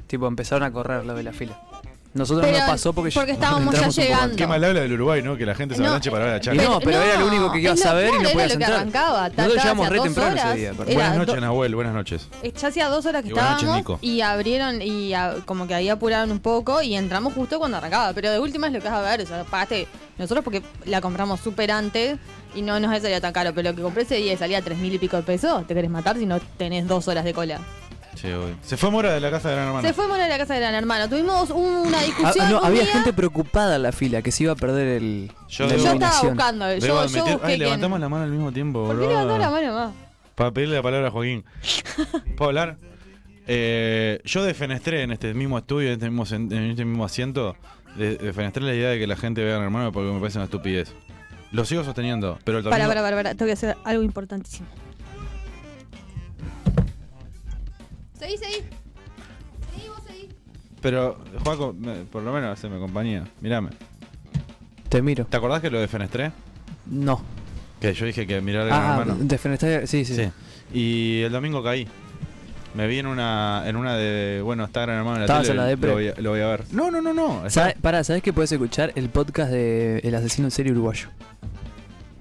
[SPEAKER 4] Tipo, empezaron a correr lo de la fila. Nosotros
[SPEAKER 3] Pero
[SPEAKER 4] no pasó porque,
[SPEAKER 3] porque estábamos ya
[SPEAKER 4] entramos un poco
[SPEAKER 3] llegando.
[SPEAKER 2] Qué mal habla del Uruguay, ¿no? Que la gente se
[SPEAKER 3] No,
[SPEAKER 2] avalanche para ver a
[SPEAKER 4] Y
[SPEAKER 2] Chano.
[SPEAKER 4] no, pero era lo único que ibas
[SPEAKER 3] es
[SPEAKER 4] a ver y no
[SPEAKER 3] claro,
[SPEAKER 4] podías
[SPEAKER 3] era lo que
[SPEAKER 4] entrar.
[SPEAKER 3] arrancaba.
[SPEAKER 4] Nosotros
[SPEAKER 3] Tardabas
[SPEAKER 4] llegamos re
[SPEAKER 3] dos
[SPEAKER 4] temprano ese
[SPEAKER 3] horas,
[SPEAKER 4] día, perdón.
[SPEAKER 3] era
[SPEAKER 2] Buenas
[SPEAKER 3] do-
[SPEAKER 2] noches, Nahuel, buenas noches.
[SPEAKER 3] Eh, Ya hacía dos horas que
[SPEAKER 2] Y buenas noches,
[SPEAKER 3] estábamos
[SPEAKER 2] Nico.
[SPEAKER 3] y abrieron y a- como que ahí apuraron un poco y entramos justo cuando arrancaba. Pero de última es lo que vas a ver, o sea, pagaste nosotros porque la compramos súper antes y no nos salía tan caro. Pero lo que compré ese día y salía tres mil y pico de pesos, te querés matar si no tenés dos horas de cola.
[SPEAKER 2] Sí, hoy. Se fue Mora de la casa de Gran Hermano.
[SPEAKER 3] Se fue a morir a la casa de gran hermano. Tuvimos una
[SPEAKER 4] Ah,
[SPEAKER 3] discusión.
[SPEAKER 4] no,
[SPEAKER 3] un
[SPEAKER 4] había
[SPEAKER 3] día.
[SPEAKER 4] gente preocupada en la fila que se iba a perder el.
[SPEAKER 2] Yo-
[SPEAKER 4] la
[SPEAKER 2] Yo
[SPEAKER 3] Yo estaba
[SPEAKER 4] iluminación.
[SPEAKER 3] buscando, yo,
[SPEAKER 2] Debo
[SPEAKER 3] yo
[SPEAKER 2] admitir-
[SPEAKER 3] busqué.
[SPEAKER 2] Ay,
[SPEAKER 3] quién-
[SPEAKER 2] levantamos la mano al mismo tiempo,
[SPEAKER 3] ¿Por
[SPEAKER 2] bro.
[SPEAKER 3] qué levantó la mano más?
[SPEAKER 2] Para pedirle la palabra a Joaquín. ¿Puedo hablar? Eh, yo defenestré en este mismo estudio, en este mismo, sen- en este mismo asiento, de- defenestré la idea de que la gente vea a Gran Hermano porque me parece una estupidez. Lo sigo sosteniendo, pero el
[SPEAKER 3] Para,
[SPEAKER 2] domingo-
[SPEAKER 3] para, para, para, tengo que hacer algo importantísimo. Seguí, seguí. Seguí, vos seguí.
[SPEAKER 2] Pero, Juaco, me- por lo menos haceme compañía. Mírame.
[SPEAKER 4] Te miro.
[SPEAKER 2] ¿Te acordás que lo defenestré?
[SPEAKER 4] No.
[SPEAKER 2] Que yo dije que mirar a
[SPEAKER 4] Ah,
[SPEAKER 2] mi hermano.
[SPEAKER 4] defenestar- Sí, sí.
[SPEAKER 2] Sí. Y el domingo caí. Me vi en una, en una de. Bueno, está Gran Hermano en la
[SPEAKER 4] Estabas
[SPEAKER 2] tele,
[SPEAKER 4] en la depre.
[SPEAKER 2] lo, voy a, lo voy a ver. No, no, no, no. Está-
[SPEAKER 4] ¿Sabe- pará, ¿sabes que puedes escuchar el podcast de El asesino en serie uruguayo?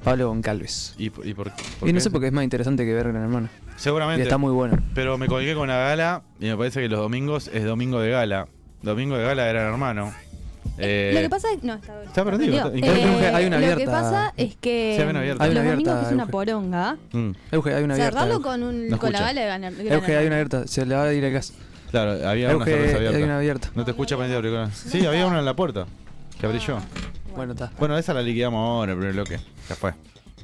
[SPEAKER 4] Pablo Goncalves.
[SPEAKER 2] ¿Y, por- y por, por
[SPEAKER 4] Y no
[SPEAKER 2] qué?
[SPEAKER 4] sé por qué es más interesante que ver Gran Hermano. Y
[SPEAKER 2] Seguramente.
[SPEAKER 4] está muy bueno.
[SPEAKER 2] Pero me colgué con la gala y me parece que los domingos es domingo de gala. Domingo de gala de Gran Hermano. Eh,
[SPEAKER 3] Lo que pasa es. No, está,
[SPEAKER 2] Está perdido, está-
[SPEAKER 3] Eh,
[SPEAKER 2] increíble.
[SPEAKER 4] Hay una
[SPEAKER 3] Lo que
[SPEAKER 4] abierta.
[SPEAKER 3] pasa es que.
[SPEAKER 2] Sí, hay una abierta.
[SPEAKER 4] Hay
[SPEAKER 3] Los
[SPEAKER 4] una
[SPEAKER 3] domingos
[SPEAKER 4] abierta,
[SPEAKER 3] es una
[SPEAKER 4] Euge.
[SPEAKER 3] poronga.
[SPEAKER 2] mm,
[SPEAKER 4] Euge, hay una abierta.
[SPEAKER 3] Cerrarlo
[SPEAKER 4] Euge.
[SPEAKER 3] con, un,
[SPEAKER 2] No
[SPEAKER 3] con la
[SPEAKER 2] escucha.
[SPEAKER 3] bala de ganar.
[SPEAKER 4] Euge, hay una abierta. Se le va a ir el gas.
[SPEAKER 2] claro, había una
[SPEAKER 4] Euge,
[SPEAKER 2] cerveza abierta.
[SPEAKER 4] hay una abierta.
[SPEAKER 2] No te escucha prendida la auricular. Sí, había una en la puerta que abrí yo.
[SPEAKER 4] Bueno, está.
[SPEAKER 2] Bueno, esa la liquidamos ahora, el primer bloque. Ya fue.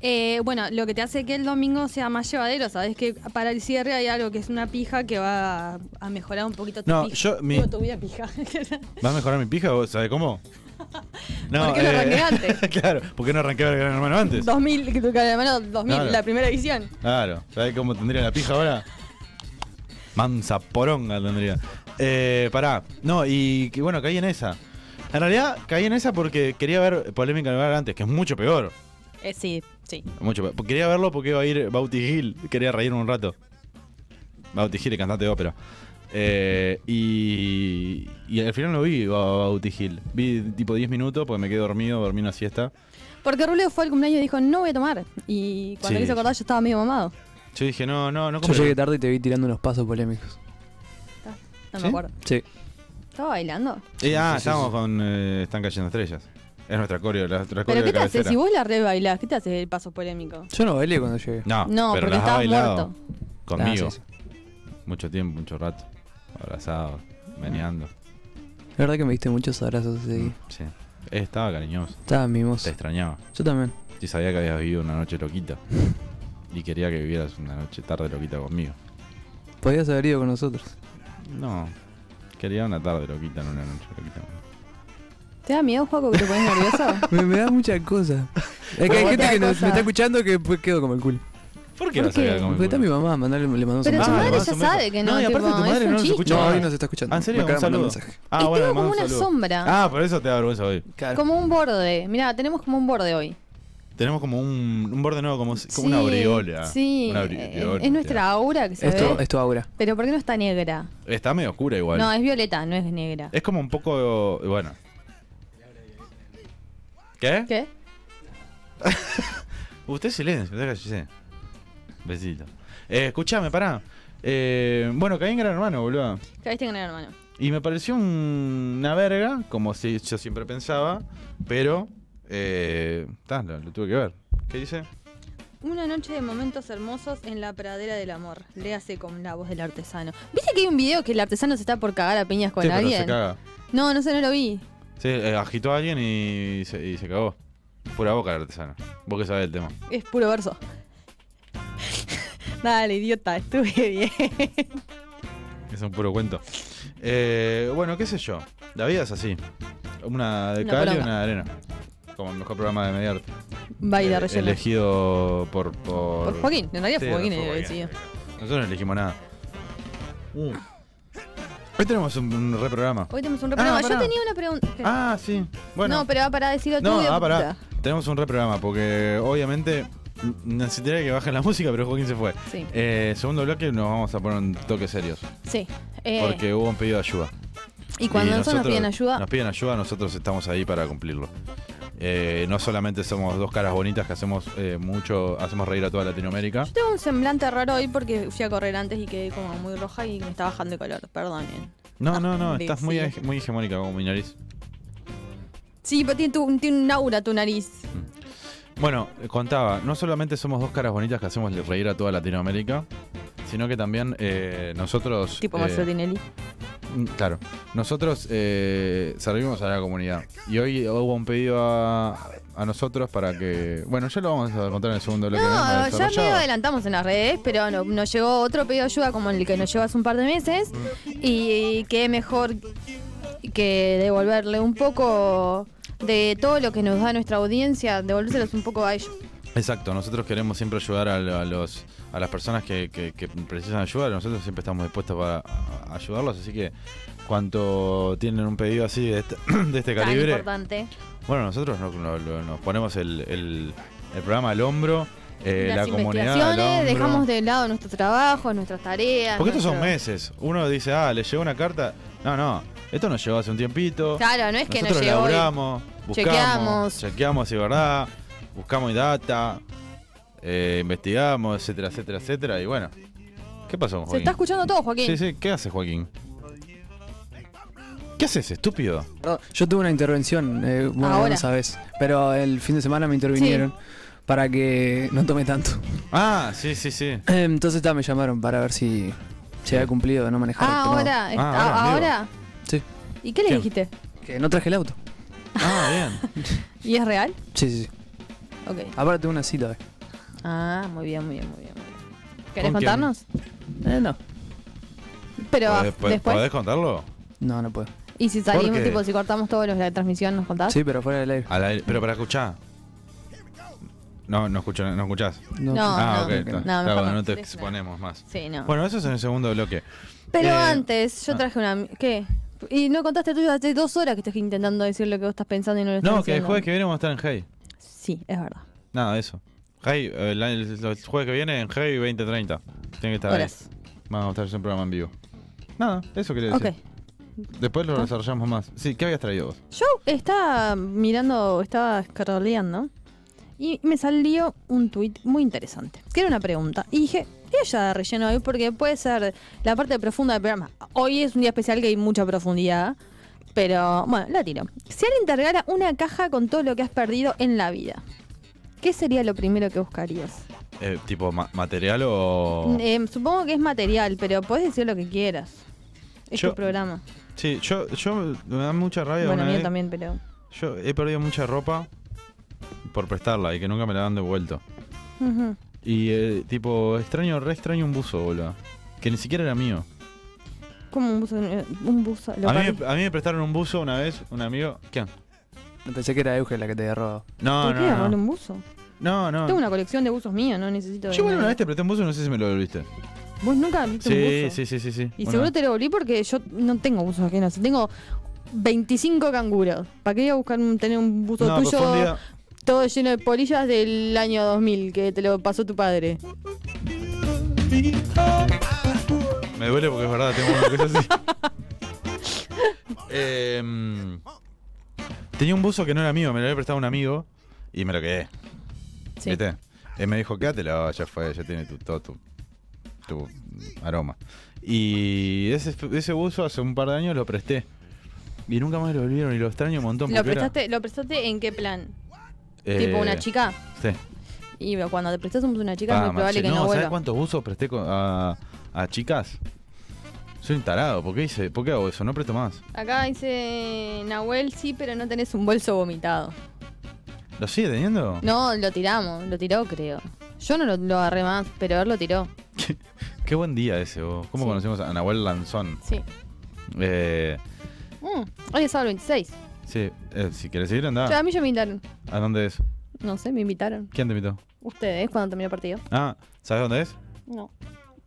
[SPEAKER 3] Eh, bueno, lo que te hace que el domingo sea más llevadero, ¿sabes? Que para el cierre hay algo que es una pija que va a- a mejorar un poquito tu
[SPEAKER 2] No,
[SPEAKER 3] pija.
[SPEAKER 2] yo- mi-
[SPEAKER 3] Digo, tu vida pija.
[SPEAKER 2] ¿Vas a mejorar mi pija o sabes cómo? eh,
[SPEAKER 3] ¿Por qué no arranqué antes?
[SPEAKER 2] claro, ¿por qué no arranqué a ver Gran Hermano antes?
[SPEAKER 3] 2000, que tu cara de mano, 2000,
[SPEAKER 2] Claro.
[SPEAKER 3] la primera edición.
[SPEAKER 2] Claro, ¿sabés cómo tendría la pija ahora? Mansa poronga tendría. Eh, pará, no, y que bueno, caí en esa. En realidad caí en esa porque quería ver Polémica Lugar antes, que es mucho peor.
[SPEAKER 3] Eh, sí, sí.
[SPEAKER 2] Mucho peor. Quería verlo porque iba a ir Bauti Gil, quería reírme un rato. Bauti Gil, el cantante de ópera. Eh, y, y al final no vi a Bauti Gil. Vi tipo 10 minutos porque me quedé dormido, dormí una siesta.
[SPEAKER 3] Porque Rulio fue al cumpleaños y dijo, no voy a tomar. Y cuando
[SPEAKER 2] Sí,
[SPEAKER 3] quiso acordar, yo estaba medio mamado.
[SPEAKER 2] Yo dije, no, no, no
[SPEAKER 4] Yo
[SPEAKER 2] compré.
[SPEAKER 4] llegué tarde y te vi tirando unos pasos polémicos.
[SPEAKER 3] No
[SPEAKER 2] ¿Sí?
[SPEAKER 3] me acuerdo.
[SPEAKER 4] Sí.
[SPEAKER 3] ¿Estaba bailando?
[SPEAKER 2] Eh, ah,
[SPEAKER 4] Sí, sí,
[SPEAKER 2] estábamos
[SPEAKER 4] sí.
[SPEAKER 2] con eh, Están cayendo estrellas. Es nuestra coreo, la nuestra coreo
[SPEAKER 3] ¿Pero
[SPEAKER 2] de
[SPEAKER 3] qué te hace?
[SPEAKER 2] cabecera.
[SPEAKER 3] Si vos la re bailás, ¿qué te hace el paso polémico?
[SPEAKER 4] Yo no bailé cuando llegué.
[SPEAKER 2] No,
[SPEAKER 3] No,
[SPEAKER 2] Ah, pero
[SPEAKER 3] porque
[SPEAKER 2] las ha
[SPEAKER 3] estabas
[SPEAKER 2] bailado
[SPEAKER 3] muerto.
[SPEAKER 2] conmigo.
[SPEAKER 4] Ah, sí, sí.
[SPEAKER 2] Mucho tiempo, mucho rato. Abrazado, meneando.
[SPEAKER 4] La verdad que me diste muchos abrazos así.
[SPEAKER 2] Sí. Eh, Estaba cariñoso,
[SPEAKER 4] Estaba
[SPEAKER 2] te
[SPEAKER 4] mimoso.
[SPEAKER 2] extrañaba.
[SPEAKER 4] Yo también.
[SPEAKER 2] Y sabía que habías vivido una noche loquita. Y quería que vivieras una noche tarde loquita conmigo.
[SPEAKER 4] Podías haber ido con nosotros.
[SPEAKER 2] No, quería una tarde loquita, no una noche loquita.
[SPEAKER 3] ¿Te da miedo, Juaco, que te pones nervioso?
[SPEAKER 4] Me, me da mucha cosa. Es que hay
[SPEAKER 3] ¿Cómo te
[SPEAKER 4] gente
[SPEAKER 3] da
[SPEAKER 4] que nos-
[SPEAKER 3] cosa?
[SPEAKER 4] me está escuchando que pues, quedo como el culo.
[SPEAKER 2] ¿Por qué
[SPEAKER 3] ¿Por
[SPEAKER 2] no sabía
[SPEAKER 3] qué?
[SPEAKER 2] cómo
[SPEAKER 4] Porque está mi mamá, mandale, le mandamos
[SPEAKER 3] Pero
[SPEAKER 4] un
[SPEAKER 3] tu
[SPEAKER 2] Ah,
[SPEAKER 3] madre
[SPEAKER 2] además
[SPEAKER 3] ya
[SPEAKER 2] un beso.
[SPEAKER 3] sabe que no,
[SPEAKER 2] No, y aparte
[SPEAKER 3] tipo,
[SPEAKER 2] tu madre
[SPEAKER 3] es un
[SPEAKER 2] no se
[SPEAKER 3] chiste.
[SPEAKER 2] escucha
[SPEAKER 4] No,
[SPEAKER 2] nada.
[SPEAKER 4] hoy nos está escuchando.
[SPEAKER 2] Ah, ¿En serio?
[SPEAKER 4] Me
[SPEAKER 2] Un
[SPEAKER 4] acaba de mandar
[SPEAKER 2] saludo.
[SPEAKER 4] un mensaje.
[SPEAKER 2] Ah,
[SPEAKER 3] Y
[SPEAKER 2] bueno, le
[SPEAKER 3] tengo
[SPEAKER 2] mando
[SPEAKER 3] como
[SPEAKER 2] un
[SPEAKER 3] una
[SPEAKER 2] saludo.
[SPEAKER 3] sombra.
[SPEAKER 2] Ah, por eso te da vergüenza hoy.
[SPEAKER 3] Como un borde. Mirá, tenemos como un borde hoy.
[SPEAKER 2] Tenemos como un, un borde nuevo, como, si- como una
[SPEAKER 3] Sí,
[SPEAKER 2] aureola.
[SPEAKER 3] Sí,
[SPEAKER 2] Una
[SPEAKER 3] eh,
[SPEAKER 2] aureola.
[SPEAKER 3] es nuestra aura que se
[SPEAKER 4] Esto,
[SPEAKER 3] ve.
[SPEAKER 4] esto aura.
[SPEAKER 3] Pero ¿por qué no está negra?
[SPEAKER 2] Está medio oscura igual.
[SPEAKER 3] No,
[SPEAKER 2] es...
[SPEAKER 3] es violeta, no es negra.
[SPEAKER 2] como un poco. Bueno. ¿Qué?
[SPEAKER 3] ¿Qué?
[SPEAKER 2] Usted silencio, usted cállese. Besito. Eh, escuchame, pará. Eh, bueno, caí en Gran Hermano, boludo.
[SPEAKER 3] Caíste en el hermano.
[SPEAKER 2] Y me pareció un- una verga, como si yo siempre pensaba, pero. Eh, tá, lo, lo tuve que ver. ¿Qué dice?
[SPEAKER 3] Una noche de momentos hermosos en la pradera del amor. Léase con la voz del artesano. ¿Viste que hay un video que el artesano se está por cagar a piñas con
[SPEAKER 2] Sí, pero
[SPEAKER 3] alguien?
[SPEAKER 2] se caga.
[SPEAKER 3] No, no sé, no lo vi.
[SPEAKER 2] Sí, eh, agitó a alguien y se, y se cagó. Pura boca el artesano. Vos que sabés del tema.
[SPEAKER 3] Es puro verso. Dale, idiota, estuve bien.
[SPEAKER 2] Es un puro cuento. Eh, bueno, qué sé yo. La vida es así. Una de
[SPEAKER 3] Una
[SPEAKER 2] cal y
[SPEAKER 3] poronga.
[SPEAKER 2] una de arena. Como el mejor programa de Mediarte.
[SPEAKER 3] Baila
[SPEAKER 2] Eh,
[SPEAKER 3] relleno.
[SPEAKER 2] elegido por, por...
[SPEAKER 3] Por Joaquín, en realidad fue
[SPEAKER 2] Sí,
[SPEAKER 3] Joaquín
[SPEAKER 2] fue
[SPEAKER 3] el
[SPEAKER 2] Joaquín.
[SPEAKER 3] elegido.
[SPEAKER 2] Nosotros no elegimos nada. Uh. Hoy tenemos un, un reprograma.
[SPEAKER 3] Hoy tenemos un reprograma.
[SPEAKER 2] Ah,
[SPEAKER 3] Yo
[SPEAKER 2] pará.
[SPEAKER 3] tenía una pregunta.
[SPEAKER 2] Ah, sí. Bueno.
[SPEAKER 3] No, pero va para decirlo
[SPEAKER 2] No,
[SPEAKER 3] tú.
[SPEAKER 2] ah, pará. Tenemos un reprograma porque obviamente n- necesitaría que bajen la música, pero Joaquín se fue.
[SPEAKER 3] Sí.
[SPEAKER 2] Eh, segundo bloque nos vamos a poner un toque serios.
[SPEAKER 3] Sí. Eh,
[SPEAKER 2] Porque hubo un pedido de ayuda.
[SPEAKER 3] y cuando
[SPEAKER 2] Y
[SPEAKER 3] nosotros, nos piden ayuda,
[SPEAKER 2] Nos piden ayuda, nosotros estamos ahí para cumplirlo. Eh, no solamente somos dos caras bonitas que hacemos eh, mucho, hacemos reír a toda Latinoamérica.
[SPEAKER 3] yo tengo un semblante raro hoy porque fui a correr antes y quedé como muy roja y me está bajando el color. Perdonen.
[SPEAKER 2] No, no, no, estás muy,
[SPEAKER 3] Ah, Sí.
[SPEAKER 2] hege- muy hegemónica como mi nariz.
[SPEAKER 3] Sí, pero tiene, tu, tiene un aura tu nariz.
[SPEAKER 2] Bueno, eh, contaba, no solamente somos dos caras bonitas que hacemos reír a toda Latinoamérica, sino que también eh, nosotros.
[SPEAKER 3] Tipo
[SPEAKER 2] eh,
[SPEAKER 3] Marcelo Tinelli.
[SPEAKER 2] Mm, Claro, nosotros eh, servimos a la comunidad y hoy hubo un pedido a, a nosotros para que... Bueno, ya lo vamos a contar en el segundo bloque.
[SPEAKER 3] No, ya medio
[SPEAKER 2] desarrollado.
[SPEAKER 3] adelantamos en las redes, pero no- nos llegó otro pedido de ayuda como el que nos llevó hace un par de meses.
[SPEAKER 2] Mm.
[SPEAKER 3] Y qué mejor que devolverle un poco de todo lo que nos da nuestra audiencia, devolvérselos un poco a ellos.
[SPEAKER 2] Exacto, nosotros queremos siempre ayudar a, lo- a los, a las personas que, que- que precisan ayuda, nosotros siempre estamos dispuestos para a- a ayudarlos, así que cuanto tienen un pedido así de este, de este
[SPEAKER 3] Tan
[SPEAKER 2] calibre,
[SPEAKER 3] importante.
[SPEAKER 2] bueno, nosotros nos, nos- nos ponemos el, el- el programa al hombro, eh,
[SPEAKER 3] Las
[SPEAKER 2] la comunidad al
[SPEAKER 3] investigaciones,
[SPEAKER 2] hombro.
[SPEAKER 3] dejamos de lado nuestros trabajos, nuestras tareas.
[SPEAKER 2] Porque estos son
[SPEAKER 3] nuestro-
[SPEAKER 2] meses, uno dice, ah, le llegó una carta, no, no, esto nos llegó hace un tiempito,
[SPEAKER 3] Claro, no es que
[SPEAKER 2] nosotros
[SPEAKER 3] nos llegó. y-
[SPEAKER 2] laburamos, buscamos,
[SPEAKER 3] chequeamos.
[SPEAKER 2] chequeamos, si es verdad, buscamos data, eh, investigamos, etcétera, etcétera, etcétera. Y bueno, ¿qué pasó con
[SPEAKER 3] Se
[SPEAKER 2] Joaquín?
[SPEAKER 3] está escuchando todo, Joaquín.
[SPEAKER 2] sí, sí, ¿qué haces, Joaquín? ¿Qué haces, estúpido?
[SPEAKER 4] Perdón, Yo tuve una intervención, eh, bueno,
[SPEAKER 3] Ahora.
[SPEAKER 4] no sabes, pero el fin de semana me intervinieron para que no tome tanto.
[SPEAKER 2] Ah, sí, sí, sí.
[SPEAKER 4] Eh, Entonces ta, me llamaron para ver si se había cumplido de no manejar.
[SPEAKER 3] Ah,
[SPEAKER 4] tomado.
[SPEAKER 3] ahora, está-
[SPEAKER 2] Ah, ahora,
[SPEAKER 3] ahora.
[SPEAKER 4] Sí,
[SPEAKER 3] ¿Y qué le
[SPEAKER 2] ¿Qué?
[SPEAKER 3] dijiste?
[SPEAKER 4] que no traje el auto.
[SPEAKER 2] Ah, bien.
[SPEAKER 3] ¿Y es real?
[SPEAKER 4] Sí, sí, sí.
[SPEAKER 3] Ok.
[SPEAKER 4] Aparte tengo una cita. hoy.
[SPEAKER 3] Ah, muy bien, muy bien, muy bien. muy bien. ¿Querés
[SPEAKER 2] quién?
[SPEAKER 3] contarnos?
[SPEAKER 4] Eh, no.
[SPEAKER 3] Pero ah,
[SPEAKER 2] ¿Podés, po-
[SPEAKER 3] después.
[SPEAKER 2] Pues, podés contarlo?
[SPEAKER 4] No, no puedo.
[SPEAKER 3] Y si salimos,
[SPEAKER 2] qué?
[SPEAKER 3] tipo, si cortamos todos los de la transmisión, ¿nos contás?
[SPEAKER 4] Sí, pero fuera del aire.
[SPEAKER 2] Al aire- pero para escuchar. No, no, escucho, no escuchás.
[SPEAKER 3] No,
[SPEAKER 2] ah,
[SPEAKER 3] no,
[SPEAKER 2] ok. No,
[SPEAKER 3] no, no,
[SPEAKER 2] está
[SPEAKER 3] mejor
[SPEAKER 2] bueno,
[SPEAKER 3] no.
[SPEAKER 2] no te
[SPEAKER 3] Sí,
[SPEAKER 2] exponemos más.
[SPEAKER 3] Sí, no.
[SPEAKER 2] Bueno, eso es en el segundo bloque.
[SPEAKER 3] Pero
[SPEAKER 2] eh,
[SPEAKER 3] antes, yo traje una. ¿Qué? Y no contaste tú hace dos horas que estás intentando decir lo que vos estás pensando y no lo estás
[SPEAKER 2] No, que el
[SPEAKER 3] haciendo.
[SPEAKER 2] jueves que viene vamos a estar en Hey.
[SPEAKER 3] Sí, es verdad.
[SPEAKER 2] Nada, eso. Hey, el, el- el jueves que viene en Hey 2030. Tiene que estar
[SPEAKER 3] Horas.
[SPEAKER 2] ahí. Vamos a estar haciendo un programa en vivo. Nada, eso quería
[SPEAKER 3] Ok. Ah.
[SPEAKER 2] decir. Después lo desarrollamos más. Sí, ¿qué habías traído vos?
[SPEAKER 3] Yo estaba mirando, estaba escroleando y me salió un tuit muy interesante, que era una pregunta. Y dije, ¿qué haya de relleno hoy? Porque puede ser la parte profunda del programa. Hoy es un día especial que hay mucha profundidad, pero bueno, la tiro. Si alguien te regala una caja con todo lo que has perdido en la vida, ¿qué sería lo primero que buscarías?
[SPEAKER 2] Eh, ¿Tipo ma- material o...?
[SPEAKER 3] Eh, supongo que es material, pero puedes decir lo que quieras. Es
[SPEAKER 2] Yo-
[SPEAKER 3] tu programa.
[SPEAKER 2] Sí, yo, yo me da mucha rabia una
[SPEAKER 3] Bueno, mío
[SPEAKER 2] vez.
[SPEAKER 3] también, pero...
[SPEAKER 2] Yo he perdido mucha ropa por prestarla y que nunca me la han devuelto.
[SPEAKER 3] Ujú.
[SPEAKER 2] Y eh, tipo, extraño, re extraño un buzo, boludo. Que ni siquiera era mío.
[SPEAKER 3] Como un buzo... eh, Un buzo lo
[SPEAKER 2] A mí,
[SPEAKER 3] perdí.
[SPEAKER 2] me- a mí me prestaron un buzo una vez, un amigo. ¿Quién?
[SPEAKER 4] No pensé que era Euge la que te había robado.
[SPEAKER 2] No,
[SPEAKER 3] ¿Por qué
[SPEAKER 2] no,
[SPEAKER 3] robarle
[SPEAKER 2] no.
[SPEAKER 3] un buzo?
[SPEAKER 2] No, no.
[SPEAKER 3] Tengo una colección de buzos míos, no necesito. de
[SPEAKER 2] Yo igual
[SPEAKER 3] nadie.
[SPEAKER 2] una vez te presté un buzo y no sé si me lo devolviste.
[SPEAKER 3] Vos nunca viste un
[SPEAKER 2] Sí,
[SPEAKER 3] buzo.
[SPEAKER 2] sí, sí, sí, sí.
[SPEAKER 3] Y
[SPEAKER 2] Una
[SPEAKER 3] seguro
[SPEAKER 2] vez.
[SPEAKER 3] te lo volví porque yo no tengo buzos aquí, no sé. Tengo 25 canguros. ¿Para qué voy a buscar un- tener un buzo
[SPEAKER 2] No,
[SPEAKER 3] tuyo
[SPEAKER 2] pero fue un día-
[SPEAKER 3] todo lleno de polillas del año 2000 que te lo pasó tu padre?
[SPEAKER 2] Me duele porque es verdad, tengo uno que es así. Em, tenía un buzo que no era mío, me lo había prestado un amigo y me lo quedé.
[SPEAKER 3] Sí.
[SPEAKER 2] ¿Viste? Él me dijo, quédatelo, ya fue, ya tiene tu, todo tu, tu aroma. Y ese, ese buzo hace un par de años lo presté. Y nunca más lo volvieron y lo extraño un montón.
[SPEAKER 3] ¿Lo
[SPEAKER 2] porque era,
[SPEAKER 3] prestaste, ¿Lo prestaste en qué plan?
[SPEAKER 2] eh,
[SPEAKER 3] Tipo una chica.
[SPEAKER 2] Sí.
[SPEAKER 3] Y cuando te prestas un buzo a una chica
[SPEAKER 2] Ah,
[SPEAKER 3] es muy probable
[SPEAKER 2] Marce,
[SPEAKER 3] que
[SPEAKER 2] no,
[SPEAKER 3] no,
[SPEAKER 2] ¿sabes
[SPEAKER 3] vuelva.
[SPEAKER 2] cuántos buzos presté con- a, a chicas? Soy un tarado, ¿por qué, hice, ¿por qué hago eso? No presto más.
[SPEAKER 3] Acá dice Nahuel, sí, pero no tenés un bolso vomitado.
[SPEAKER 2] ¿Lo sigue teniendo?
[SPEAKER 3] No, lo tiramos, lo tiró, creo. Yo no lo, lo agarré más, pero él lo tiró.
[SPEAKER 2] Qué buen día ese, vos. ¿Cómo
[SPEAKER 3] Sí.
[SPEAKER 2] conocimos a Nahuel Lanzón?
[SPEAKER 3] Sí.
[SPEAKER 2] Eh,
[SPEAKER 3] Mm, hoy es sábado 26.
[SPEAKER 2] sí, eh, si querés seguir,
[SPEAKER 3] O sea,
[SPEAKER 2] anda.
[SPEAKER 3] a mí ya me invitaron.
[SPEAKER 2] ¿A dónde es?
[SPEAKER 3] No sé, me invitaron.
[SPEAKER 2] ¿Quién te invitó?
[SPEAKER 3] ¿Ustedes cuando terminó el partido?
[SPEAKER 2] Ah, ¿sabes dónde es?
[SPEAKER 3] No.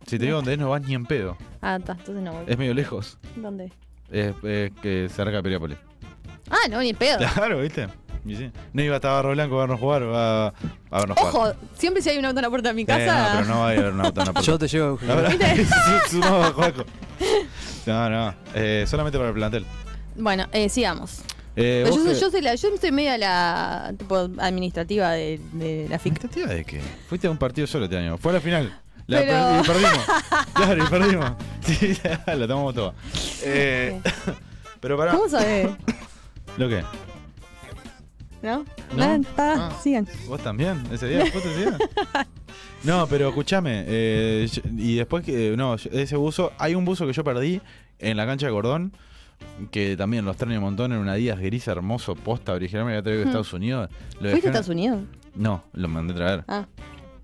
[SPEAKER 2] Si te digo dónde es, no vas ni en pedo.
[SPEAKER 3] Ah, está, entonces no voy.
[SPEAKER 2] Es medio lejos.
[SPEAKER 3] ¿Dónde?
[SPEAKER 2] Es, es que cerca de Periápolis.
[SPEAKER 3] Ah, no, ni pedo.
[SPEAKER 2] Claro, ¿viste? Y sí. No iba a estar Barro Blanco a vernos jugar, va a a vernos jugar.
[SPEAKER 3] Ojo, siempre si hay un auto en la puerta de mi
[SPEAKER 2] Eh, no,
[SPEAKER 3] casa.
[SPEAKER 2] pero no va a haber un auto en la puerta.
[SPEAKER 4] Yo te llevo Euge.
[SPEAKER 2] Ah, La verdad, sí, sumaba Juaco. No, no. eh, solamente para el plantel.
[SPEAKER 3] Bueno, eh, sigamos.
[SPEAKER 2] Eh,
[SPEAKER 3] Pero
[SPEAKER 2] vos
[SPEAKER 3] yo, soy,
[SPEAKER 2] que-
[SPEAKER 3] yo soy la, yo soy media la tipo administrativa de, de la FIC.
[SPEAKER 2] ¿Expectativa de qué? Fuiste a un partido solo este año. Fue a la final. La
[SPEAKER 3] Pero-
[SPEAKER 2] per- y perdimos. claro, y perdimos. Sí, la tomamos toda. Eh, pero pará.
[SPEAKER 3] ¿Cómo sabés?
[SPEAKER 2] ¿Lo qué?
[SPEAKER 3] ¿No?
[SPEAKER 2] No.
[SPEAKER 3] Ah, está,
[SPEAKER 2] Ah.
[SPEAKER 3] sigan.
[SPEAKER 2] ¿Vos también? ¿Ese día? ¿Vos ese día? No, pero escúchame. eh, yo- y después que. No, yo- ese buzo. Hay un buzo que yo perdí en la cancha de Gordón. Que también lo extraño un montón. En una Díaz gris hermoso, posta, originalmente había traído de
[SPEAKER 3] Hmm.
[SPEAKER 2] Estados Unidos. Lo
[SPEAKER 3] ¿Fuiste a
[SPEAKER 2] dejé en-
[SPEAKER 3] Estados Unidos?
[SPEAKER 2] No, lo mandé traer.
[SPEAKER 3] Ah,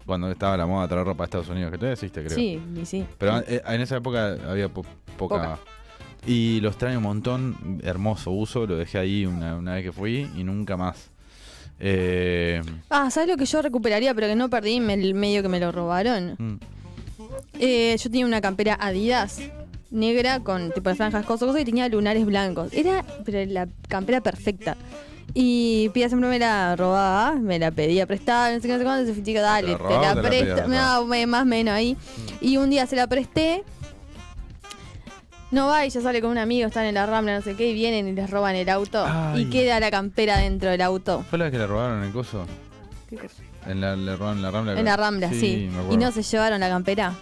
[SPEAKER 2] Cuando estaba la moda traer ropa de Estados Unidos. Que todavía existe, creo.
[SPEAKER 3] sí, y sí.
[SPEAKER 2] Pero eh, en esa época había po- poca.
[SPEAKER 3] Poca.
[SPEAKER 2] Y lo extraño un montón, hermoso uso, lo dejé ahí una, una vez que fui y nunca más. Eh,
[SPEAKER 3] Ah, ¿sabes lo que yo recuperaría pero que no perdí? Me- el medio que me lo robaron.
[SPEAKER 2] mm,
[SPEAKER 3] Eh, yo tenía una campera Adidas negra con tipo de franjas, cosas, cosas y tenía lunares blancos. Era pero la campera perfecta. Y Pía siempre me la robaba, me la pedía prestada, no sé qué, no sé cuándo, y se chica, dale,
[SPEAKER 2] la
[SPEAKER 3] te
[SPEAKER 2] robaba
[SPEAKER 3] la,
[SPEAKER 2] o te la pedía
[SPEAKER 3] presto.
[SPEAKER 2] prestada?
[SPEAKER 3] No, me- más o menos ahí. Y un día se la presté. No va y ya sale con un amigo, están en la rambla, no sé qué, y vienen y les roban el auto.
[SPEAKER 2] Ay.
[SPEAKER 3] Y queda la campera dentro del auto.
[SPEAKER 2] ¿Fue la vez que le robaron el coso? En la, le robaron la rambla.
[SPEAKER 3] En la rambla, sí.
[SPEAKER 2] me
[SPEAKER 3] y
[SPEAKER 2] acuerdo.
[SPEAKER 3] no se llevaron la campera.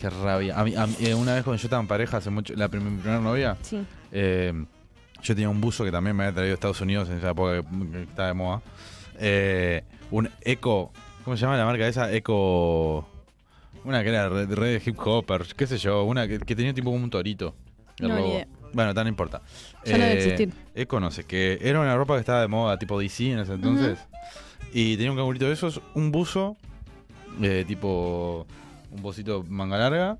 [SPEAKER 2] Qué rabia. A mí- a mí, eh, una vez cuando yo estaba en pareja, hace mucho, la prim- mi primera novia,
[SPEAKER 3] Sí.
[SPEAKER 2] eh, yo tenía un buzo que también me había traído de Estados Unidos en esa época que, que estaba de moda. Eh, un Eco. ¿Cómo se llama la marca esa? Eco. Una que era re, re de hip hopper, qué sé yo, una que, que tenía tipo como un torito. el
[SPEAKER 3] No, ni
[SPEAKER 2] logo.
[SPEAKER 3] idea.
[SPEAKER 2] Bueno, tan importa. Eh,
[SPEAKER 3] Ya no debe existir.
[SPEAKER 2] Eco no sé qué. Era una ropa que estaba de moda, tipo DC en ese entonces. Y tenía un cangurito de esos, un buzo, eh, tipo un bocito manga larga.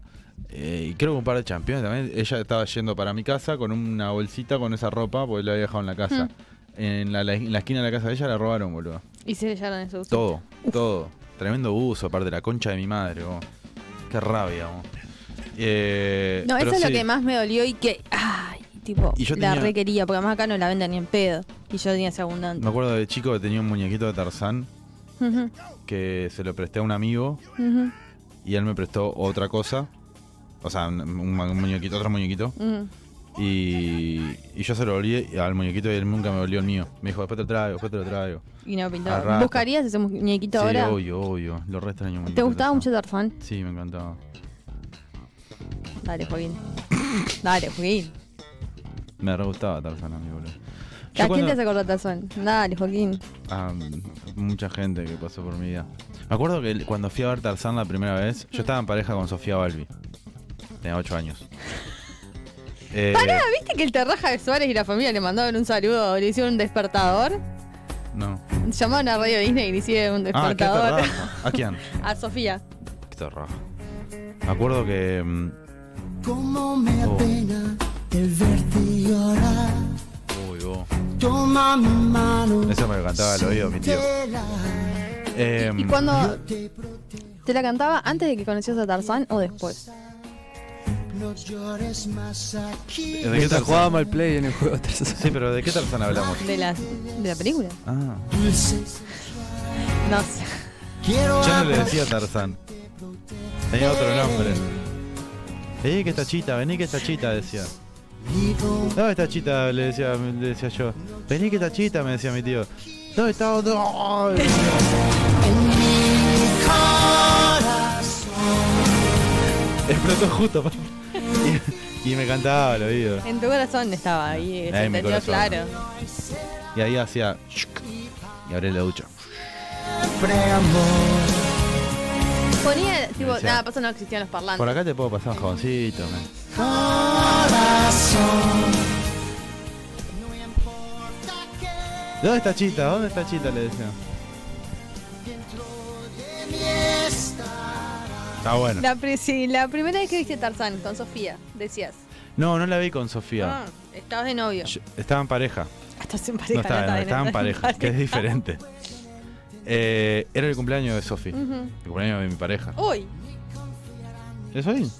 [SPEAKER 2] eh, y creo que un par de campeones también. Ella estaba yendo para mi casa con una bolsita con esa ropa, porque la había dejado en la casa. En, la, la- en la esquina de la casa de ella la robaron, boludo.
[SPEAKER 3] Y se llevaron ese auto.
[SPEAKER 2] Todo, todo. Tremendo buzo, aparte la concha de mi madre, vos. Qué rabia, vos. Eh,
[SPEAKER 3] No,
[SPEAKER 2] pero
[SPEAKER 3] eso es lo
[SPEAKER 2] sí.
[SPEAKER 3] que más me dolió y que. Ay, tipo,
[SPEAKER 2] Y yo
[SPEAKER 3] la
[SPEAKER 2] tenía-
[SPEAKER 3] requería, porque además acá no la venden ni en pedo. Y yo tenía ese abundante.
[SPEAKER 2] Me acuerdo de chico que tenía un muñequito de Tarzán
[SPEAKER 3] Ujú,
[SPEAKER 2] que se lo presté a un amigo
[SPEAKER 3] ujú,
[SPEAKER 2] y él me prestó otra cosa. O sea, un, un ma- un muñequito, otro muñequito.
[SPEAKER 3] ujú.
[SPEAKER 2] Y, y yo se lo olí al muñequito y él nunca me volvió el mío. Me dijo, después te lo traigo, después te lo traigo.
[SPEAKER 3] Y no
[SPEAKER 2] Al
[SPEAKER 3] pintaba.
[SPEAKER 2] rato.
[SPEAKER 3] ¿Buscarías ese muñequito
[SPEAKER 2] sí,
[SPEAKER 3] ahora?
[SPEAKER 2] obvio, obvio. Lo re extraño mucho.
[SPEAKER 3] ¿Te gustaba mucho Tarzán?
[SPEAKER 2] Sí, me encantaba.
[SPEAKER 3] Dale, Joaquín. Dale, Joaquín.
[SPEAKER 2] Me re gustaba Tarzán a mí, boludo. Yo
[SPEAKER 3] ¿A quién
[SPEAKER 2] cuando-
[SPEAKER 3] te hace acordar Tarzán? Dale, Joaquín.
[SPEAKER 2] a mucha gente que pasó por mi vida. Me acuerdo que el- cuando fui a ver Tarzán la primera vez, yo estaba en pareja con Sofía Balbi. Tenía 8 años. Eh,
[SPEAKER 3] Pará, Ah, ¿viste que el Terraja de Suárez y la familia le mandaban un saludo? Le hicieron un despertador.
[SPEAKER 2] No.
[SPEAKER 3] Llamaron a Radio Disney y le hicieron un
[SPEAKER 2] Ah, ¿qué
[SPEAKER 3] despertador.
[SPEAKER 2] terraja? ¿A quién?
[SPEAKER 3] a Sofía.
[SPEAKER 2] ¿Qué terraja? Me acuerdo que. mm,
[SPEAKER 5] Cómo me
[SPEAKER 2] Oh.
[SPEAKER 5] apena el verte llorar.
[SPEAKER 2] Uy, vos.
[SPEAKER 5] Toma mi mano.
[SPEAKER 2] Eso me lo cantaba al oído mi tío.
[SPEAKER 5] Tela,
[SPEAKER 2] Eh,
[SPEAKER 3] ¿Y cuando
[SPEAKER 5] te protejo,
[SPEAKER 3] te la cantaba antes de que conocías a Tarzán o después?
[SPEAKER 5] no llores más aquí.
[SPEAKER 2] ¿De qué
[SPEAKER 4] Mientras
[SPEAKER 2] Tarzán?
[SPEAKER 4] jugaba al play en el juego de Tarzán.
[SPEAKER 2] Sí, pero ¿de qué Tarzán hablamos?
[SPEAKER 3] De la, de la película.
[SPEAKER 2] Ah.
[SPEAKER 5] Dulces.
[SPEAKER 3] No sé.
[SPEAKER 5] Quiero
[SPEAKER 2] Yo no le
[SPEAKER 5] abrazar-
[SPEAKER 2] decía Tarzán. Tenía otro nombre. Vení que esta chita, vení que esta chita, decía. No, esta chita, le decía, le decía yo. Vení que esta chita, me decía mi tío. No, está otro. Ay. Explotó justo. pa. Y, y me cantaba al oído.
[SPEAKER 3] En tu corazón estaba ahí, se
[SPEAKER 2] en mi
[SPEAKER 3] entendió
[SPEAKER 2] corazón.
[SPEAKER 3] claro.
[SPEAKER 2] Y ahí hacía. Y abrí la ducha.
[SPEAKER 3] Ponía, tipo,
[SPEAKER 2] Decía,
[SPEAKER 3] nada, pasa no existían los parlantes.
[SPEAKER 2] Por acá te puedo pasar un jaboncito, man. ¿Dónde está Chita? ¿Dónde está Chita? Le decía. Está bueno.
[SPEAKER 3] La, pri- sí, la primera vez que viste Tarzán con Sofía, decías.
[SPEAKER 2] No, no la vi con Sofía.
[SPEAKER 3] Ah, estabas de novio.
[SPEAKER 2] Yo- estaba en pareja.
[SPEAKER 3] Estás en
[SPEAKER 2] No
[SPEAKER 3] pareja.
[SPEAKER 2] estaba, no,
[SPEAKER 3] estás
[SPEAKER 2] estaba en pareja, que es diferente. Eh, era el cumpleaños de Sofi.
[SPEAKER 3] Ujú. Oh.
[SPEAKER 2] El cumpleaños de mi pareja.
[SPEAKER 3] Hoy.
[SPEAKER 2] ¿Es hoy?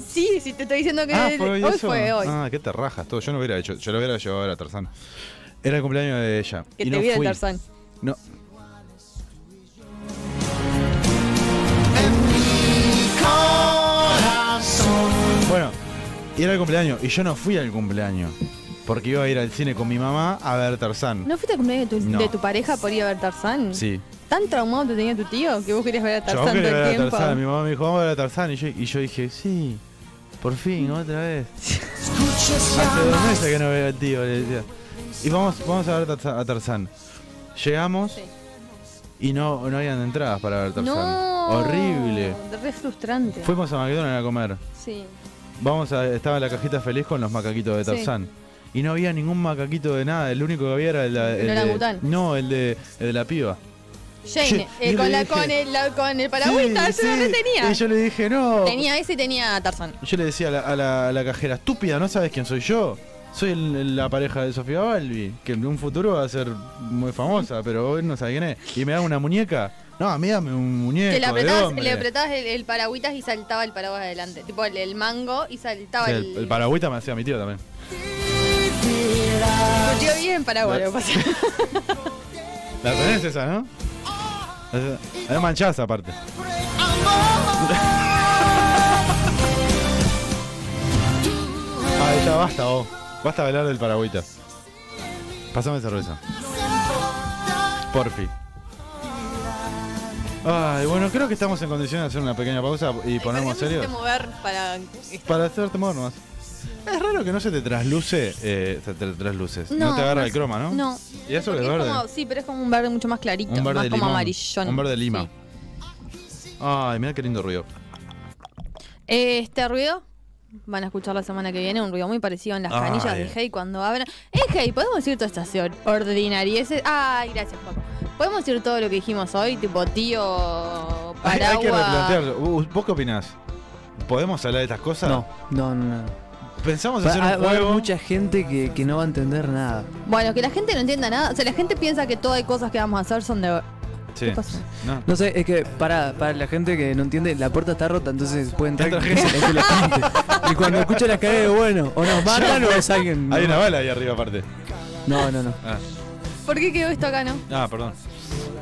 [SPEAKER 3] Sí, sí, te estoy diciendo que
[SPEAKER 2] Ah,
[SPEAKER 3] el-
[SPEAKER 2] fue hoy, eso?
[SPEAKER 3] fue hoy.
[SPEAKER 2] Ah, qué terrajas. Todo. Yo no hubiera hecho, yo lo hubiera llevado a ver a Tarzán. Era el cumpleaños de ella.
[SPEAKER 3] que
[SPEAKER 2] y
[SPEAKER 3] te
[SPEAKER 2] no
[SPEAKER 3] viera el
[SPEAKER 2] fui.
[SPEAKER 3] Tarzán.
[SPEAKER 2] No. Bueno, y era el cumpleaños. Y yo no fui al cumpleaños. Porque iba a ir al cine con mi mamá a ver Tarzán.
[SPEAKER 3] ¿No fuiste al cumpleaños de tu,
[SPEAKER 2] No.
[SPEAKER 3] de tu pareja por ir a ver Tarzán?
[SPEAKER 2] Sí.
[SPEAKER 3] ¿Tan traumado te tenía tu tío que vos querías ver a
[SPEAKER 2] Yo
[SPEAKER 3] Tarzán todo
[SPEAKER 2] quería ver a
[SPEAKER 3] el tiempo?
[SPEAKER 2] Tarzán. Mi mamá me dijo, vamos a ver a Tarzán. Y yo, y yo dije, sí, por fin, otra vez. Hace dos meses que no veo al tío, le decía. Y vamos, vamos a ver a Tarza- a Tarzán. Llegamos
[SPEAKER 3] Sí.
[SPEAKER 2] y no, no habían entradas para ver Tarzán.
[SPEAKER 3] No.
[SPEAKER 2] Horrible.
[SPEAKER 3] Re frustrante.
[SPEAKER 2] Fuimos a McDonald's a comer.
[SPEAKER 3] Sí.
[SPEAKER 2] Vamos a, estaba la cajita feliz con los macaquitos de
[SPEAKER 3] Sí.
[SPEAKER 2] Tarzán. Y no había ningún macaquito de nada, el único que había era el, el
[SPEAKER 3] El orangután.
[SPEAKER 2] de, No, el de, el de la piba.
[SPEAKER 3] Jane,
[SPEAKER 2] Ye-
[SPEAKER 3] eh,
[SPEAKER 2] yo
[SPEAKER 3] con,
[SPEAKER 2] le
[SPEAKER 3] la,
[SPEAKER 2] dije-
[SPEAKER 3] con, el, la- con el paragüita,
[SPEAKER 2] Sí,
[SPEAKER 3] yo no
[SPEAKER 2] sí.
[SPEAKER 3] lo tenía.
[SPEAKER 2] Y yo le dije, no.
[SPEAKER 3] Tenía ese y tenía a Tarzan.
[SPEAKER 2] Yo le decía a la, a la- a la cajera, estúpida, ¿no sabes quién soy yo? Soy el- la pareja de Sofía Balbi, que en un futuro va a ser muy famosa, pero hoy no sabe quién es. Y me da una muñeca. No, a mí dame un muñeco.
[SPEAKER 3] Que le
[SPEAKER 2] de
[SPEAKER 3] apretabas,
[SPEAKER 2] hombre.
[SPEAKER 3] le apretabas el, el paragüitas y saltaba el paraguas adelante. Tipo el, el mango y saltaba
[SPEAKER 2] Sí,
[SPEAKER 3] el.
[SPEAKER 2] el, el paragüita me hacía mi tío también.
[SPEAKER 3] Tu tío vive en Paraguay, lo que pasa.
[SPEAKER 2] La tenés esa, ¿no? Es- Es manchaza aparte. Ah, ya basta vos. Basta de hablar del paragüita. Pasame cerveza. Porfi. Ay, bueno, creo que estamos en condiciones de hacer una pequeña pausa y ponernos serios.
[SPEAKER 3] mover para.
[SPEAKER 2] Para hacerte mover nomás. Es raro que no se te trasluce, eh, se te trasluces. No, te agarra el croma, ¿no?
[SPEAKER 3] No.
[SPEAKER 2] Y eso que
[SPEAKER 3] Porque
[SPEAKER 2] es
[SPEAKER 3] es
[SPEAKER 2] verde.
[SPEAKER 3] como- sí, pero es como un verde mucho más clarito.
[SPEAKER 2] Un verde
[SPEAKER 3] más como
[SPEAKER 2] limón.
[SPEAKER 3] amarillón.
[SPEAKER 2] Un verde lima.
[SPEAKER 3] Sí.
[SPEAKER 2] Ay, mira qué lindo ruido.
[SPEAKER 3] Eh, Este ruido van a escuchar la semana que viene. Un ruido muy parecido en las
[SPEAKER 2] Ay.
[SPEAKER 3] canillas de Hey cuando abran. En Hey, podemos decir todas estas or- ordinarieces. Ay, gracias, Paco. Podemos decir todo lo que dijimos hoy, tipo tío,
[SPEAKER 2] Hay,
[SPEAKER 3] paraguas.
[SPEAKER 2] hay que replantearlo. Uh, ¿Vos qué opinás? ¿Podemos hablar de estas cosas?
[SPEAKER 4] No, no, no. no.
[SPEAKER 2] Pensamos
[SPEAKER 4] Va,
[SPEAKER 2] hacer un
[SPEAKER 4] a- va a haber
[SPEAKER 2] juego.
[SPEAKER 4] mucha gente que, que no va a entender nada.
[SPEAKER 3] Bueno, que la gente no entienda nada. O sea, la gente piensa que todas las cosas que vamos a hacer son de.
[SPEAKER 2] Sí.
[SPEAKER 3] ¿Qué pasó?
[SPEAKER 2] No.
[SPEAKER 4] No sé, es que para, para la gente que no entiende, la puerta está rota, entonces pueden entrar
[SPEAKER 2] Entra gente.
[SPEAKER 4] tranquila la gente. Y cuando escucha la caída, bueno, o nos matan o es alguien.
[SPEAKER 2] Hay una
[SPEAKER 4] No,
[SPEAKER 2] bala ahí arriba aparte.
[SPEAKER 4] no, no. no.
[SPEAKER 2] Ah,
[SPEAKER 3] ¿Por qué quedó esto acá, no?
[SPEAKER 2] ah, perdón.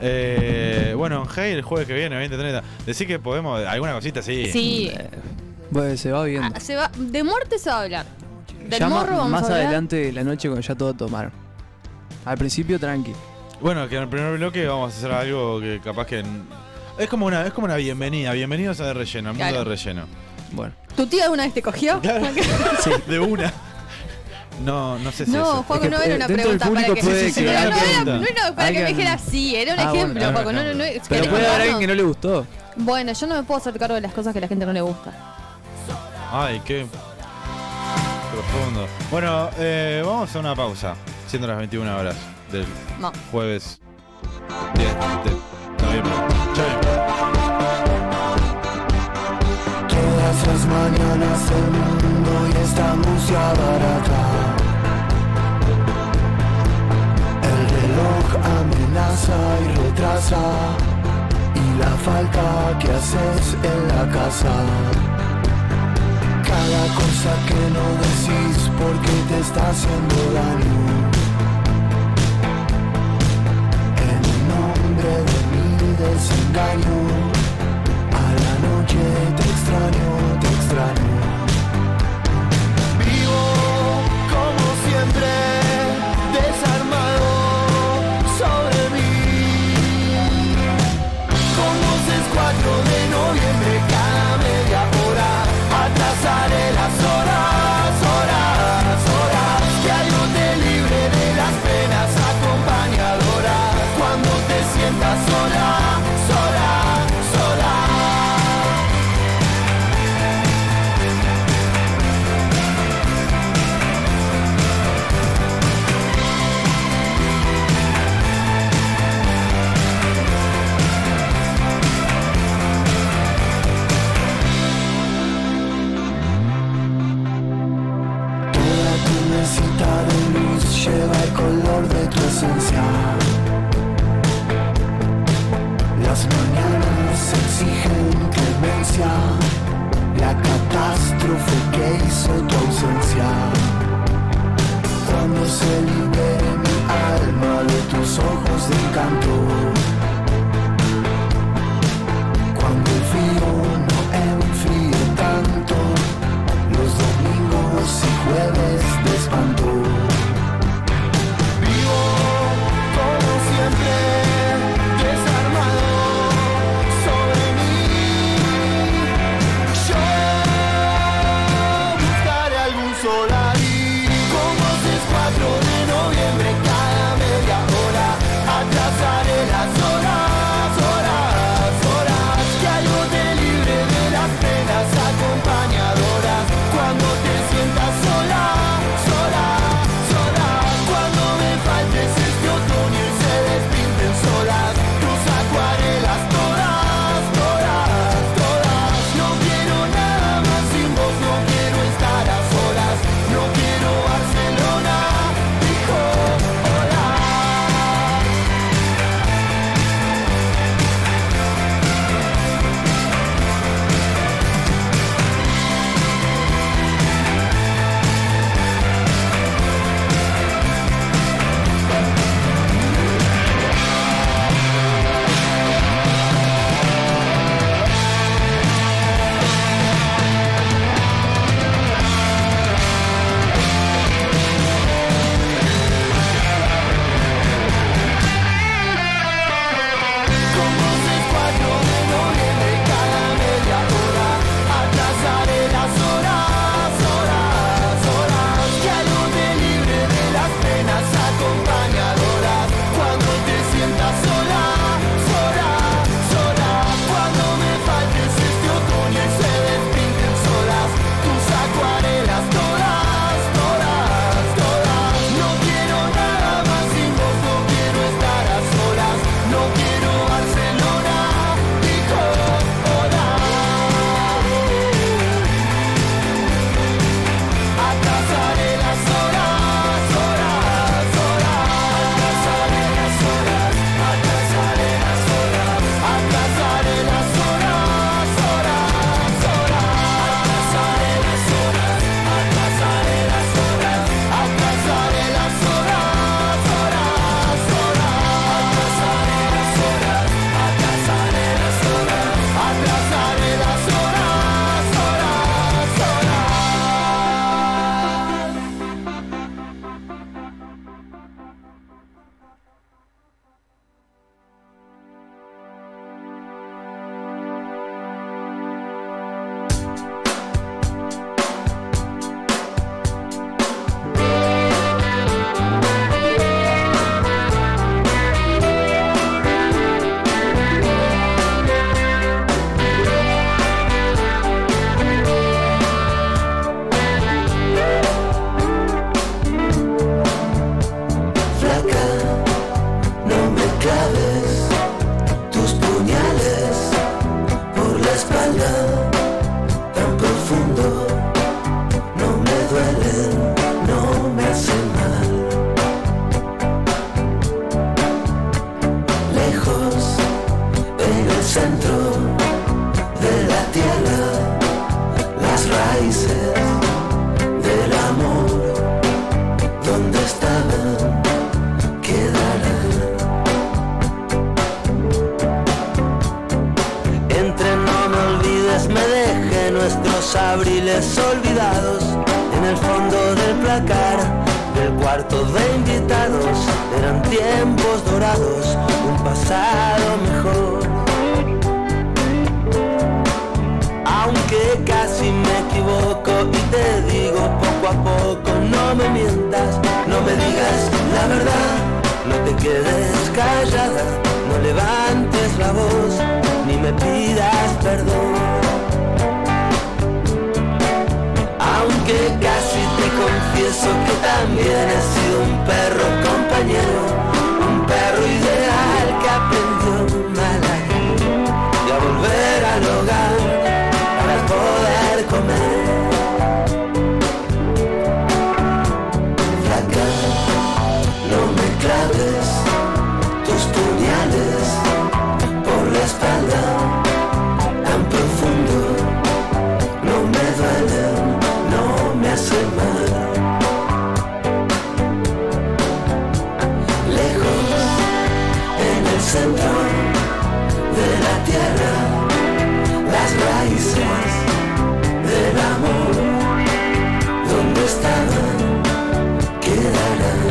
[SPEAKER 2] Eh, bueno, hey, el jueves que viene, 2030. Decí que podemos. ¿Alguna cosita? Sí.
[SPEAKER 3] Sí.
[SPEAKER 4] Bueno, se va viendo.
[SPEAKER 3] Ah, se va, de muerte se va a hablar. Del
[SPEAKER 4] Ya más,
[SPEAKER 3] morro vamos
[SPEAKER 4] más
[SPEAKER 3] a hablar.
[SPEAKER 4] adelante de la noche cuando ya todo tomaron. Al principio tranqui.
[SPEAKER 2] Bueno, que en el primer bloque vamos a hacer algo que capaz que. n- Es como una, es como una bienvenida. Bienvenidos a De Relleno, al mundo
[SPEAKER 3] Claro.
[SPEAKER 2] de relleno.
[SPEAKER 4] Bueno.
[SPEAKER 3] ¿Tu tío alguna vez te cogió?
[SPEAKER 2] De una. No, no sé si
[SPEAKER 3] No,
[SPEAKER 2] eso.
[SPEAKER 3] Juaco,
[SPEAKER 4] Es que,
[SPEAKER 3] no era
[SPEAKER 4] eh,
[SPEAKER 3] una
[SPEAKER 4] dentro del
[SPEAKER 3] pregunta para
[SPEAKER 4] público
[SPEAKER 3] que.
[SPEAKER 4] puede
[SPEAKER 2] que
[SPEAKER 3] no, no,
[SPEAKER 2] alguien-
[SPEAKER 3] era- no era para que me
[SPEAKER 4] alguien-
[SPEAKER 3] dijera sí, era un
[SPEAKER 4] Ah, bueno,
[SPEAKER 3] ejemplo,
[SPEAKER 2] era un
[SPEAKER 3] Juaco, No, no,
[SPEAKER 2] ejemplo.
[SPEAKER 3] no, es que
[SPEAKER 4] Pero
[SPEAKER 3] no
[SPEAKER 4] puede haber alguien
[SPEAKER 3] contarnos.
[SPEAKER 4] que no le gustó.
[SPEAKER 3] Bueno, yo no me puedo hacer cargo de las cosas que a la gente no le gusta.
[SPEAKER 2] Ay, qué profundo. Bueno, eh, vamos a una pausa. Siendo las 21 horas del
[SPEAKER 3] No.
[SPEAKER 2] jueves 10 de noviembre. Chau.
[SPEAKER 6] Todas las mañanas el mundo y esta música barata. El reloj amenaza y retrasa. Y la falta que haces en la casa. Cada cosa que no decís porque te está haciendo daño. En nombre de mi desengaño. A la noche te extraño, te extraño. Vivo como siempre, desarmado sobre mí. Como es 4 de noviembre, cada media hora atrasaré las horas, horas, horas. Que algo te libre de las penas acompañadora. Cuando te sientas sola, sola, sola. Toda tu mesita de luz lleva el color de tu esencia. Las mañanas exigen clemencia, la catástrofe que hizo tu ausencia. Cuando se libere mi alma de tus ojos de encanto. Cuando el frío no enfríe tanto los domingos y jueves de espanto. Vivo como siempre, desarmado sobre mí. Yo buscaré algún solar y como si es 4 de noviembre, cada media hora atrasaré las este este
[SPEAKER 7] quedarán, quedarán. Entre no me olvides, me deje nuestros abriles olvidados en el fondo del placar del cuarto de invitados. Eran tiempos dorados, un pasado mejor. Aunque casi me equivoco y te digo poco a poco, no me mientas, no me digas la verdad, no te quedes callada, no levantes la voz, ni me pidas perdón. Aunque casi te confieso que también he sido un perro compañero, un perro ideal que aprendió mal y a volver al hogar para poder comer. Flaca, no me claves tus puñales por la espalda tan profundo. No me duelen, no me hacen mal. Lejos, en el centro de la tierra, las raíces del amor, donde estaban, quedarán.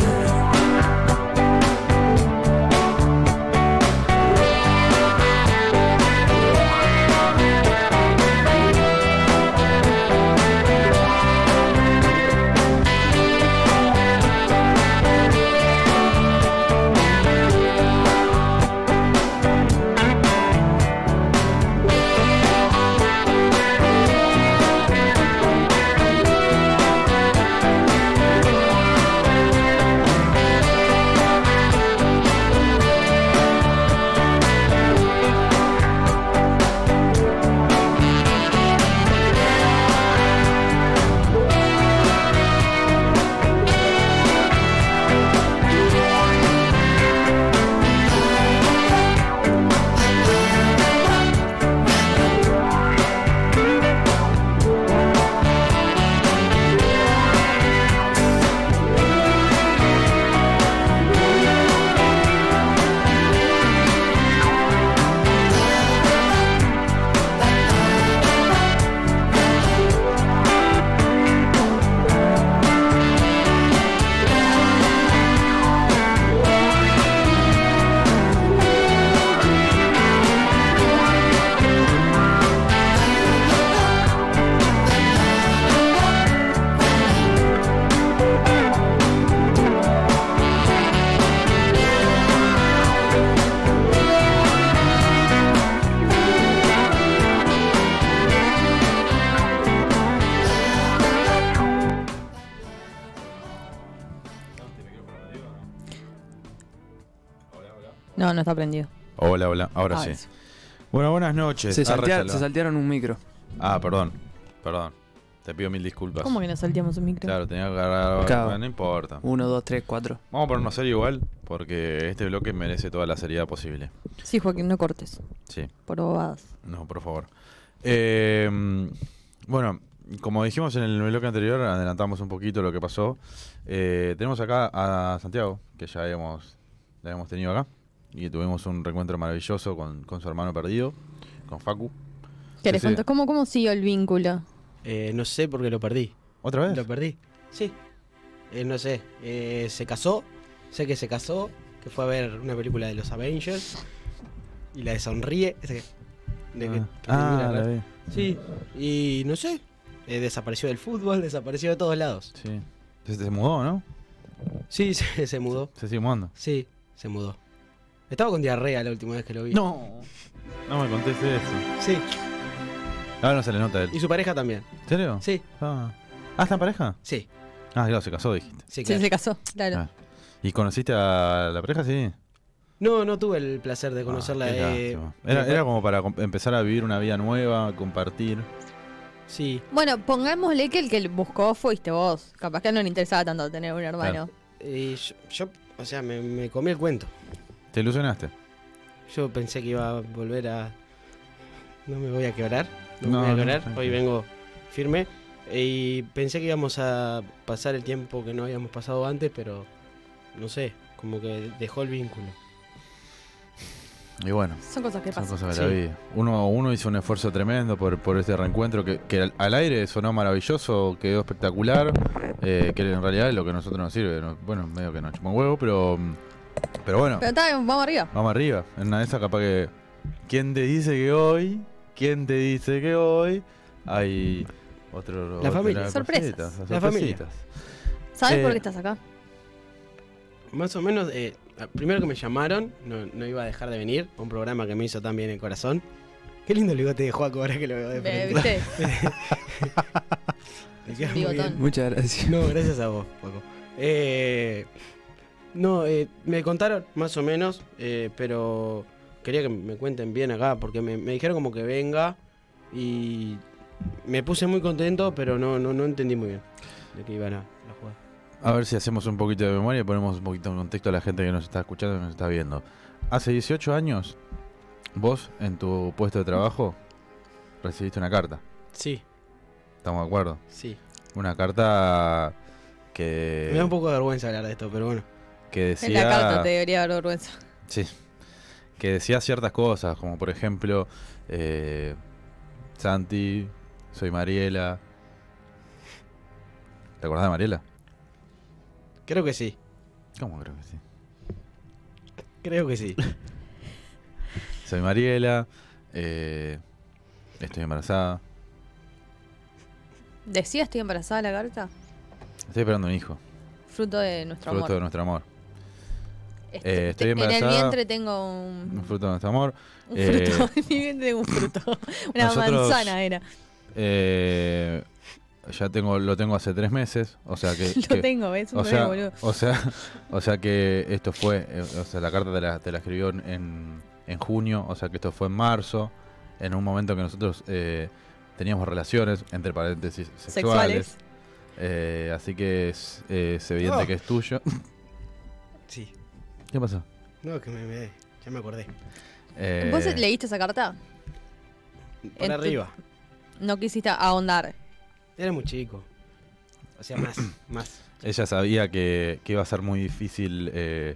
[SPEAKER 3] No, no está prendido.
[SPEAKER 2] Hola, hola. Ahora
[SPEAKER 3] Ah,
[SPEAKER 2] sí.
[SPEAKER 3] eso.
[SPEAKER 2] Bueno, buenas noches.
[SPEAKER 4] Se,
[SPEAKER 2] Ah,
[SPEAKER 4] saltea-
[SPEAKER 2] resalva.
[SPEAKER 4] se saltearon un micro.
[SPEAKER 2] Ah, perdón. Perdón. Te pido mil disculpas.
[SPEAKER 3] ¿Cómo que no salteamos un micro?
[SPEAKER 2] Claro, tenía que agarrar.
[SPEAKER 4] Claro.
[SPEAKER 2] Bueno, no importa.
[SPEAKER 4] Uno, dos, tres, cuatro.
[SPEAKER 2] Vamos a ponernos serio igual, porque este bloque merece toda la seriedad posible.
[SPEAKER 3] Sí, Joaquín, no cortes.
[SPEAKER 2] Sí.
[SPEAKER 3] Por bobadas.
[SPEAKER 2] No, por favor. Eh, bueno, como dijimos en el bloque anterior, adelantamos un poquito lo que pasó. Eh, tenemos acá a Santiago, que ya habíamos, ya habíamos tenido acá. Y tuvimos un reencuentro maravilloso con, con su hermano perdido, con Facu.
[SPEAKER 3] ¿Querés
[SPEAKER 2] sí.
[SPEAKER 3] contar? ¿Cómo, ¿Cómo siguió el vínculo?
[SPEAKER 8] Eh, no sé porque lo perdí.
[SPEAKER 2] ¿Otra vez?
[SPEAKER 8] ¿Lo perdí? Sí. Eh, no sé. Eh, se casó. Sé que se casó. Que fue a ver una película de los Avengers. Y la de Sonríe. esa que- de que- que
[SPEAKER 2] Ah,
[SPEAKER 8] mira,
[SPEAKER 2] la
[SPEAKER 8] ¿no?
[SPEAKER 2] vi.
[SPEAKER 8] Sí. Y no sé. eh, desapareció del fútbol, desapareció de todos lados.
[SPEAKER 2] Sí. Se, se mudó, ¿no?
[SPEAKER 8] Sí, se, se mudó.
[SPEAKER 2] Se sigue mudando.
[SPEAKER 8] Sí, se mudó. Estaba con diarrea la última vez que lo vi.
[SPEAKER 2] No. No me conteste eso.
[SPEAKER 8] Sí.
[SPEAKER 2] Ahora no se le nota a él.
[SPEAKER 8] Y su pareja también.
[SPEAKER 2] ¿En serio?
[SPEAKER 8] Sí,
[SPEAKER 2] Ah. Ah, ¿está en pareja?
[SPEAKER 8] sí.
[SPEAKER 2] Ah, claro, se casó, dijiste.
[SPEAKER 8] Sí,
[SPEAKER 3] Sí,
[SPEAKER 8] claro.
[SPEAKER 3] se casó, claro.
[SPEAKER 2] Ah. ¿Y conociste a la pareja? Sí.
[SPEAKER 8] No, no tuve el placer de conocerla.
[SPEAKER 2] Ah, qué
[SPEAKER 8] eh,
[SPEAKER 2] lástima. era, era como para com- empezar a vivir una vida nueva, compartir.
[SPEAKER 8] Sí,
[SPEAKER 3] Bueno, pongámosle que el que buscó fuiste vos. Capaz que no le interesaba tanto tener un hermano.
[SPEAKER 8] Y yo, yo, o sea, me, me comí el cuento.
[SPEAKER 2] ¿Te ilusionaste?
[SPEAKER 8] Yo pensé que iba a volver a. No me voy a quebrar. No,
[SPEAKER 2] No,
[SPEAKER 8] me voy
[SPEAKER 2] no,
[SPEAKER 8] a quebrar.
[SPEAKER 2] tranquilo.
[SPEAKER 8] Hoy vengo firme. Y pensé que íbamos a pasar el tiempo que no habíamos pasado antes, pero no sé, como que dejó el vínculo.
[SPEAKER 2] Y bueno,
[SPEAKER 3] Son cosas que
[SPEAKER 2] son
[SPEAKER 3] pasan.
[SPEAKER 2] cosas de la
[SPEAKER 8] Sí.
[SPEAKER 2] vida. Uno, uno hizo un esfuerzo tremendo por, por este reencuentro que, que al, al aire sonó maravilloso, quedó espectacular, eh, que en realidad es lo que a nosotros nos sirve. no- bueno, medio que nos chupa un huevo, pero, pero bueno,
[SPEAKER 3] Pero está, vamos arriba.
[SPEAKER 2] vamos arriba. En una de esas capaz que... ¿Quién te dice que hoy? ¿Quién te dice que hoy? Hay otro...
[SPEAKER 8] La familia.
[SPEAKER 2] otra
[SPEAKER 3] Sorpresas.
[SPEAKER 2] cosita, las
[SPEAKER 8] La familia.
[SPEAKER 2] sorpresitas.
[SPEAKER 3] ¿Sabes
[SPEAKER 2] Eh,
[SPEAKER 3] por qué estás acá?
[SPEAKER 8] Más o menos, eh, primero que me llamaron, no, no iba a dejar de venir, a un programa que me hizo tan bien el corazón. Qué lindo el bigote de Joaco ahora que lo veo de
[SPEAKER 3] Ve,
[SPEAKER 8] frente.
[SPEAKER 3] ¿Viste?
[SPEAKER 8] Te queda
[SPEAKER 3] un
[SPEAKER 8] muy bien.
[SPEAKER 3] bigotón.
[SPEAKER 4] Muchas gracias.
[SPEAKER 8] No, gracias a vos, Joaco. Eh, no, eh, me contaron más o menos, eh, pero quería que me cuenten bien acá, porque me, me dijeron como que venga y me puse muy contento, pero no, no, no entendí muy bien de qué iban a, a jugar.
[SPEAKER 2] A ver si hacemos un poquito de memoria y ponemos un poquito en contexto a la gente que nos está escuchando y nos está viendo. Hace 18 años, vos en tu puesto de trabajo recibiste una carta.
[SPEAKER 8] Sí,
[SPEAKER 2] ¿Estamos de acuerdo?
[SPEAKER 8] sí.
[SPEAKER 2] Una carta
[SPEAKER 8] Me da un
[SPEAKER 2] que,
[SPEAKER 8] poco de vergüenza hablar de esto, pero bueno.
[SPEAKER 2] que
[SPEAKER 3] En la
[SPEAKER 4] ah.
[SPEAKER 3] carta te
[SPEAKER 2] decía,
[SPEAKER 3] debería dar vergüenza.
[SPEAKER 2] sí, que decía ciertas cosas, como por ejemplo, eh, Santi, soy Mariela. ¿Te acordás de Mariela?
[SPEAKER 8] Creo que sí,
[SPEAKER 2] ¿Cómo creo que sí?
[SPEAKER 8] creo que sí.
[SPEAKER 2] Soy Mariela, eh, estoy embarazada.
[SPEAKER 3] ¿Decía estoy embarazada la carta?
[SPEAKER 2] Estoy esperando un hijo,
[SPEAKER 3] Fruto de nuestro
[SPEAKER 2] fruto de
[SPEAKER 3] amor.
[SPEAKER 2] nuestro amor.
[SPEAKER 3] Este-
[SPEAKER 2] eh, estoy
[SPEAKER 3] te- En el
[SPEAKER 2] embarazada.
[SPEAKER 3] vientre tengo un,
[SPEAKER 2] Un fruto de nuestro amor.
[SPEAKER 3] un
[SPEAKER 2] eh,
[SPEAKER 3] fruto. En mi vientre tengo un fruto. Una
[SPEAKER 2] nosotros-
[SPEAKER 3] manzana era.
[SPEAKER 2] Eh, ya tengo, lo tengo hace tres meses. O sea que.
[SPEAKER 3] Lo
[SPEAKER 2] que-
[SPEAKER 3] tengo, ¿ves? Un
[SPEAKER 2] o
[SPEAKER 3] bebé,
[SPEAKER 2] sea,
[SPEAKER 3] boludo.
[SPEAKER 2] o sea, o sea que esto fue, eh, o sea, la carta te la, te la escribió en- en, en junio, o sea que esto fue en marzo, en un momento que nosotros eh, teníamos relaciones, entre paréntesis, sexuales.
[SPEAKER 3] Sexuales.
[SPEAKER 2] Eh, así que es, eh, es evidente
[SPEAKER 8] Oh.
[SPEAKER 2] que es tuyo.
[SPEAKER 8] Sí.
[SPEAKER 2] ¿Qué pasó?
[SPEAKER 8] No, que me, me- ya me acordé.
[SPEAKER 2] Eh,
[SPEAKER 3] ¿Vos leíste esa carta?
[SPEAKER 8] Por
[SPEAKER 3] En tu-
[SPEAKER 8] arriba.
[SPEAKER 3] No quisiste ahondar.
[SPEAKER 8] Era muy chico. O sea, más, más.
[SPEAKER 2] Ella sabía que, que iba a ser muy difícil eh,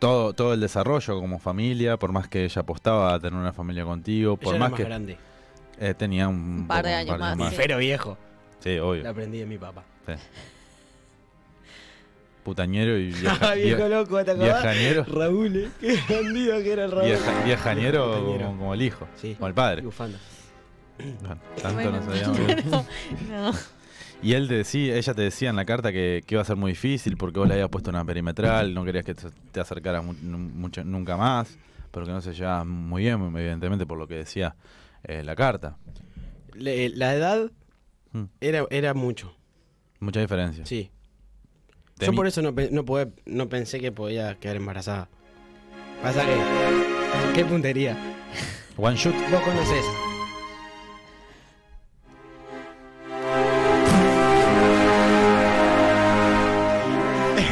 [SPEAKER 2] todo, todo el desarrollo como familia, por más que ella apostaba a tener una familia contigo, por más
[SPEAKER 8] Ella era más
[SPEAKER 2] que
[SPEAKER 8] grande.
[SPEAKER 2] eh, tenía un,
[SPEAKER 3] Un par de
[SPEAKER 2] poco-
[SPEAKER 3] años más,
[SPEAKER 8] Y Fero viejo.
[SPEAKER 2] Sí,
[SPEAKER 8] La
[SPEAKER 2] obvio.
[SPEAKER 8] aprendí de mi papá.
[SPEAKER 2] Putañero y
[SPEAKER 8] Ah,
[SPEAKER 2] viaja,
[SPEAKER 8] viejo
[SPEAKER 2] via-
[SPEAKER 8] loco, ¿te acordás?
[SPEAKER 2] viajañero.
[SPEAKER 8] Raúl, eh, qué bandido que era el Raúl.
[SPEAKER 2] viaja- viajañero
[SPEAKER 8] Putañero.
[SPEAKER 2] como, como el hijo,
[SPEAKER 8] Sí.
[SPEAKER 2] como el
[SPEAKER 8] Y
[SPEAKER 2] padre.
[SPEAKER 8] bufanda.
[SPEAKER 2] Bueno, tanto
[SPEAKER 3] Bueno,
[SPEAKER 2] no sabíamos.
[SPEAKER 3] claro. No.
[SPEAKER 2] Y él te decía, ella te decía en la carta que, que iba a ser muy difícil porque vos le habías puesto una perimetral, no querías que te te acercaras mu- nu- mucho, nunca más, pero que no se llevaba muy bien, evidentemente, por lo que decía eh, la carta.
[SPEAKER 8] Le- eh, la edad
[SPEAKER 2] Mm.
[SPEAKER 8] era, era mucho,
[SPEAKER 2] Mucha diferencia.
[SPEAKER 8] sí.
[SPEAKER 2] Teni-
[SPEAKER 8] Yo por eso no, pe- no, podé- no pensé que podía quedar embarazada. Pasa que... ¡Qué puntería!
[SPEAKER 2] One shot.
[SPEAKER 8] Vos conocés.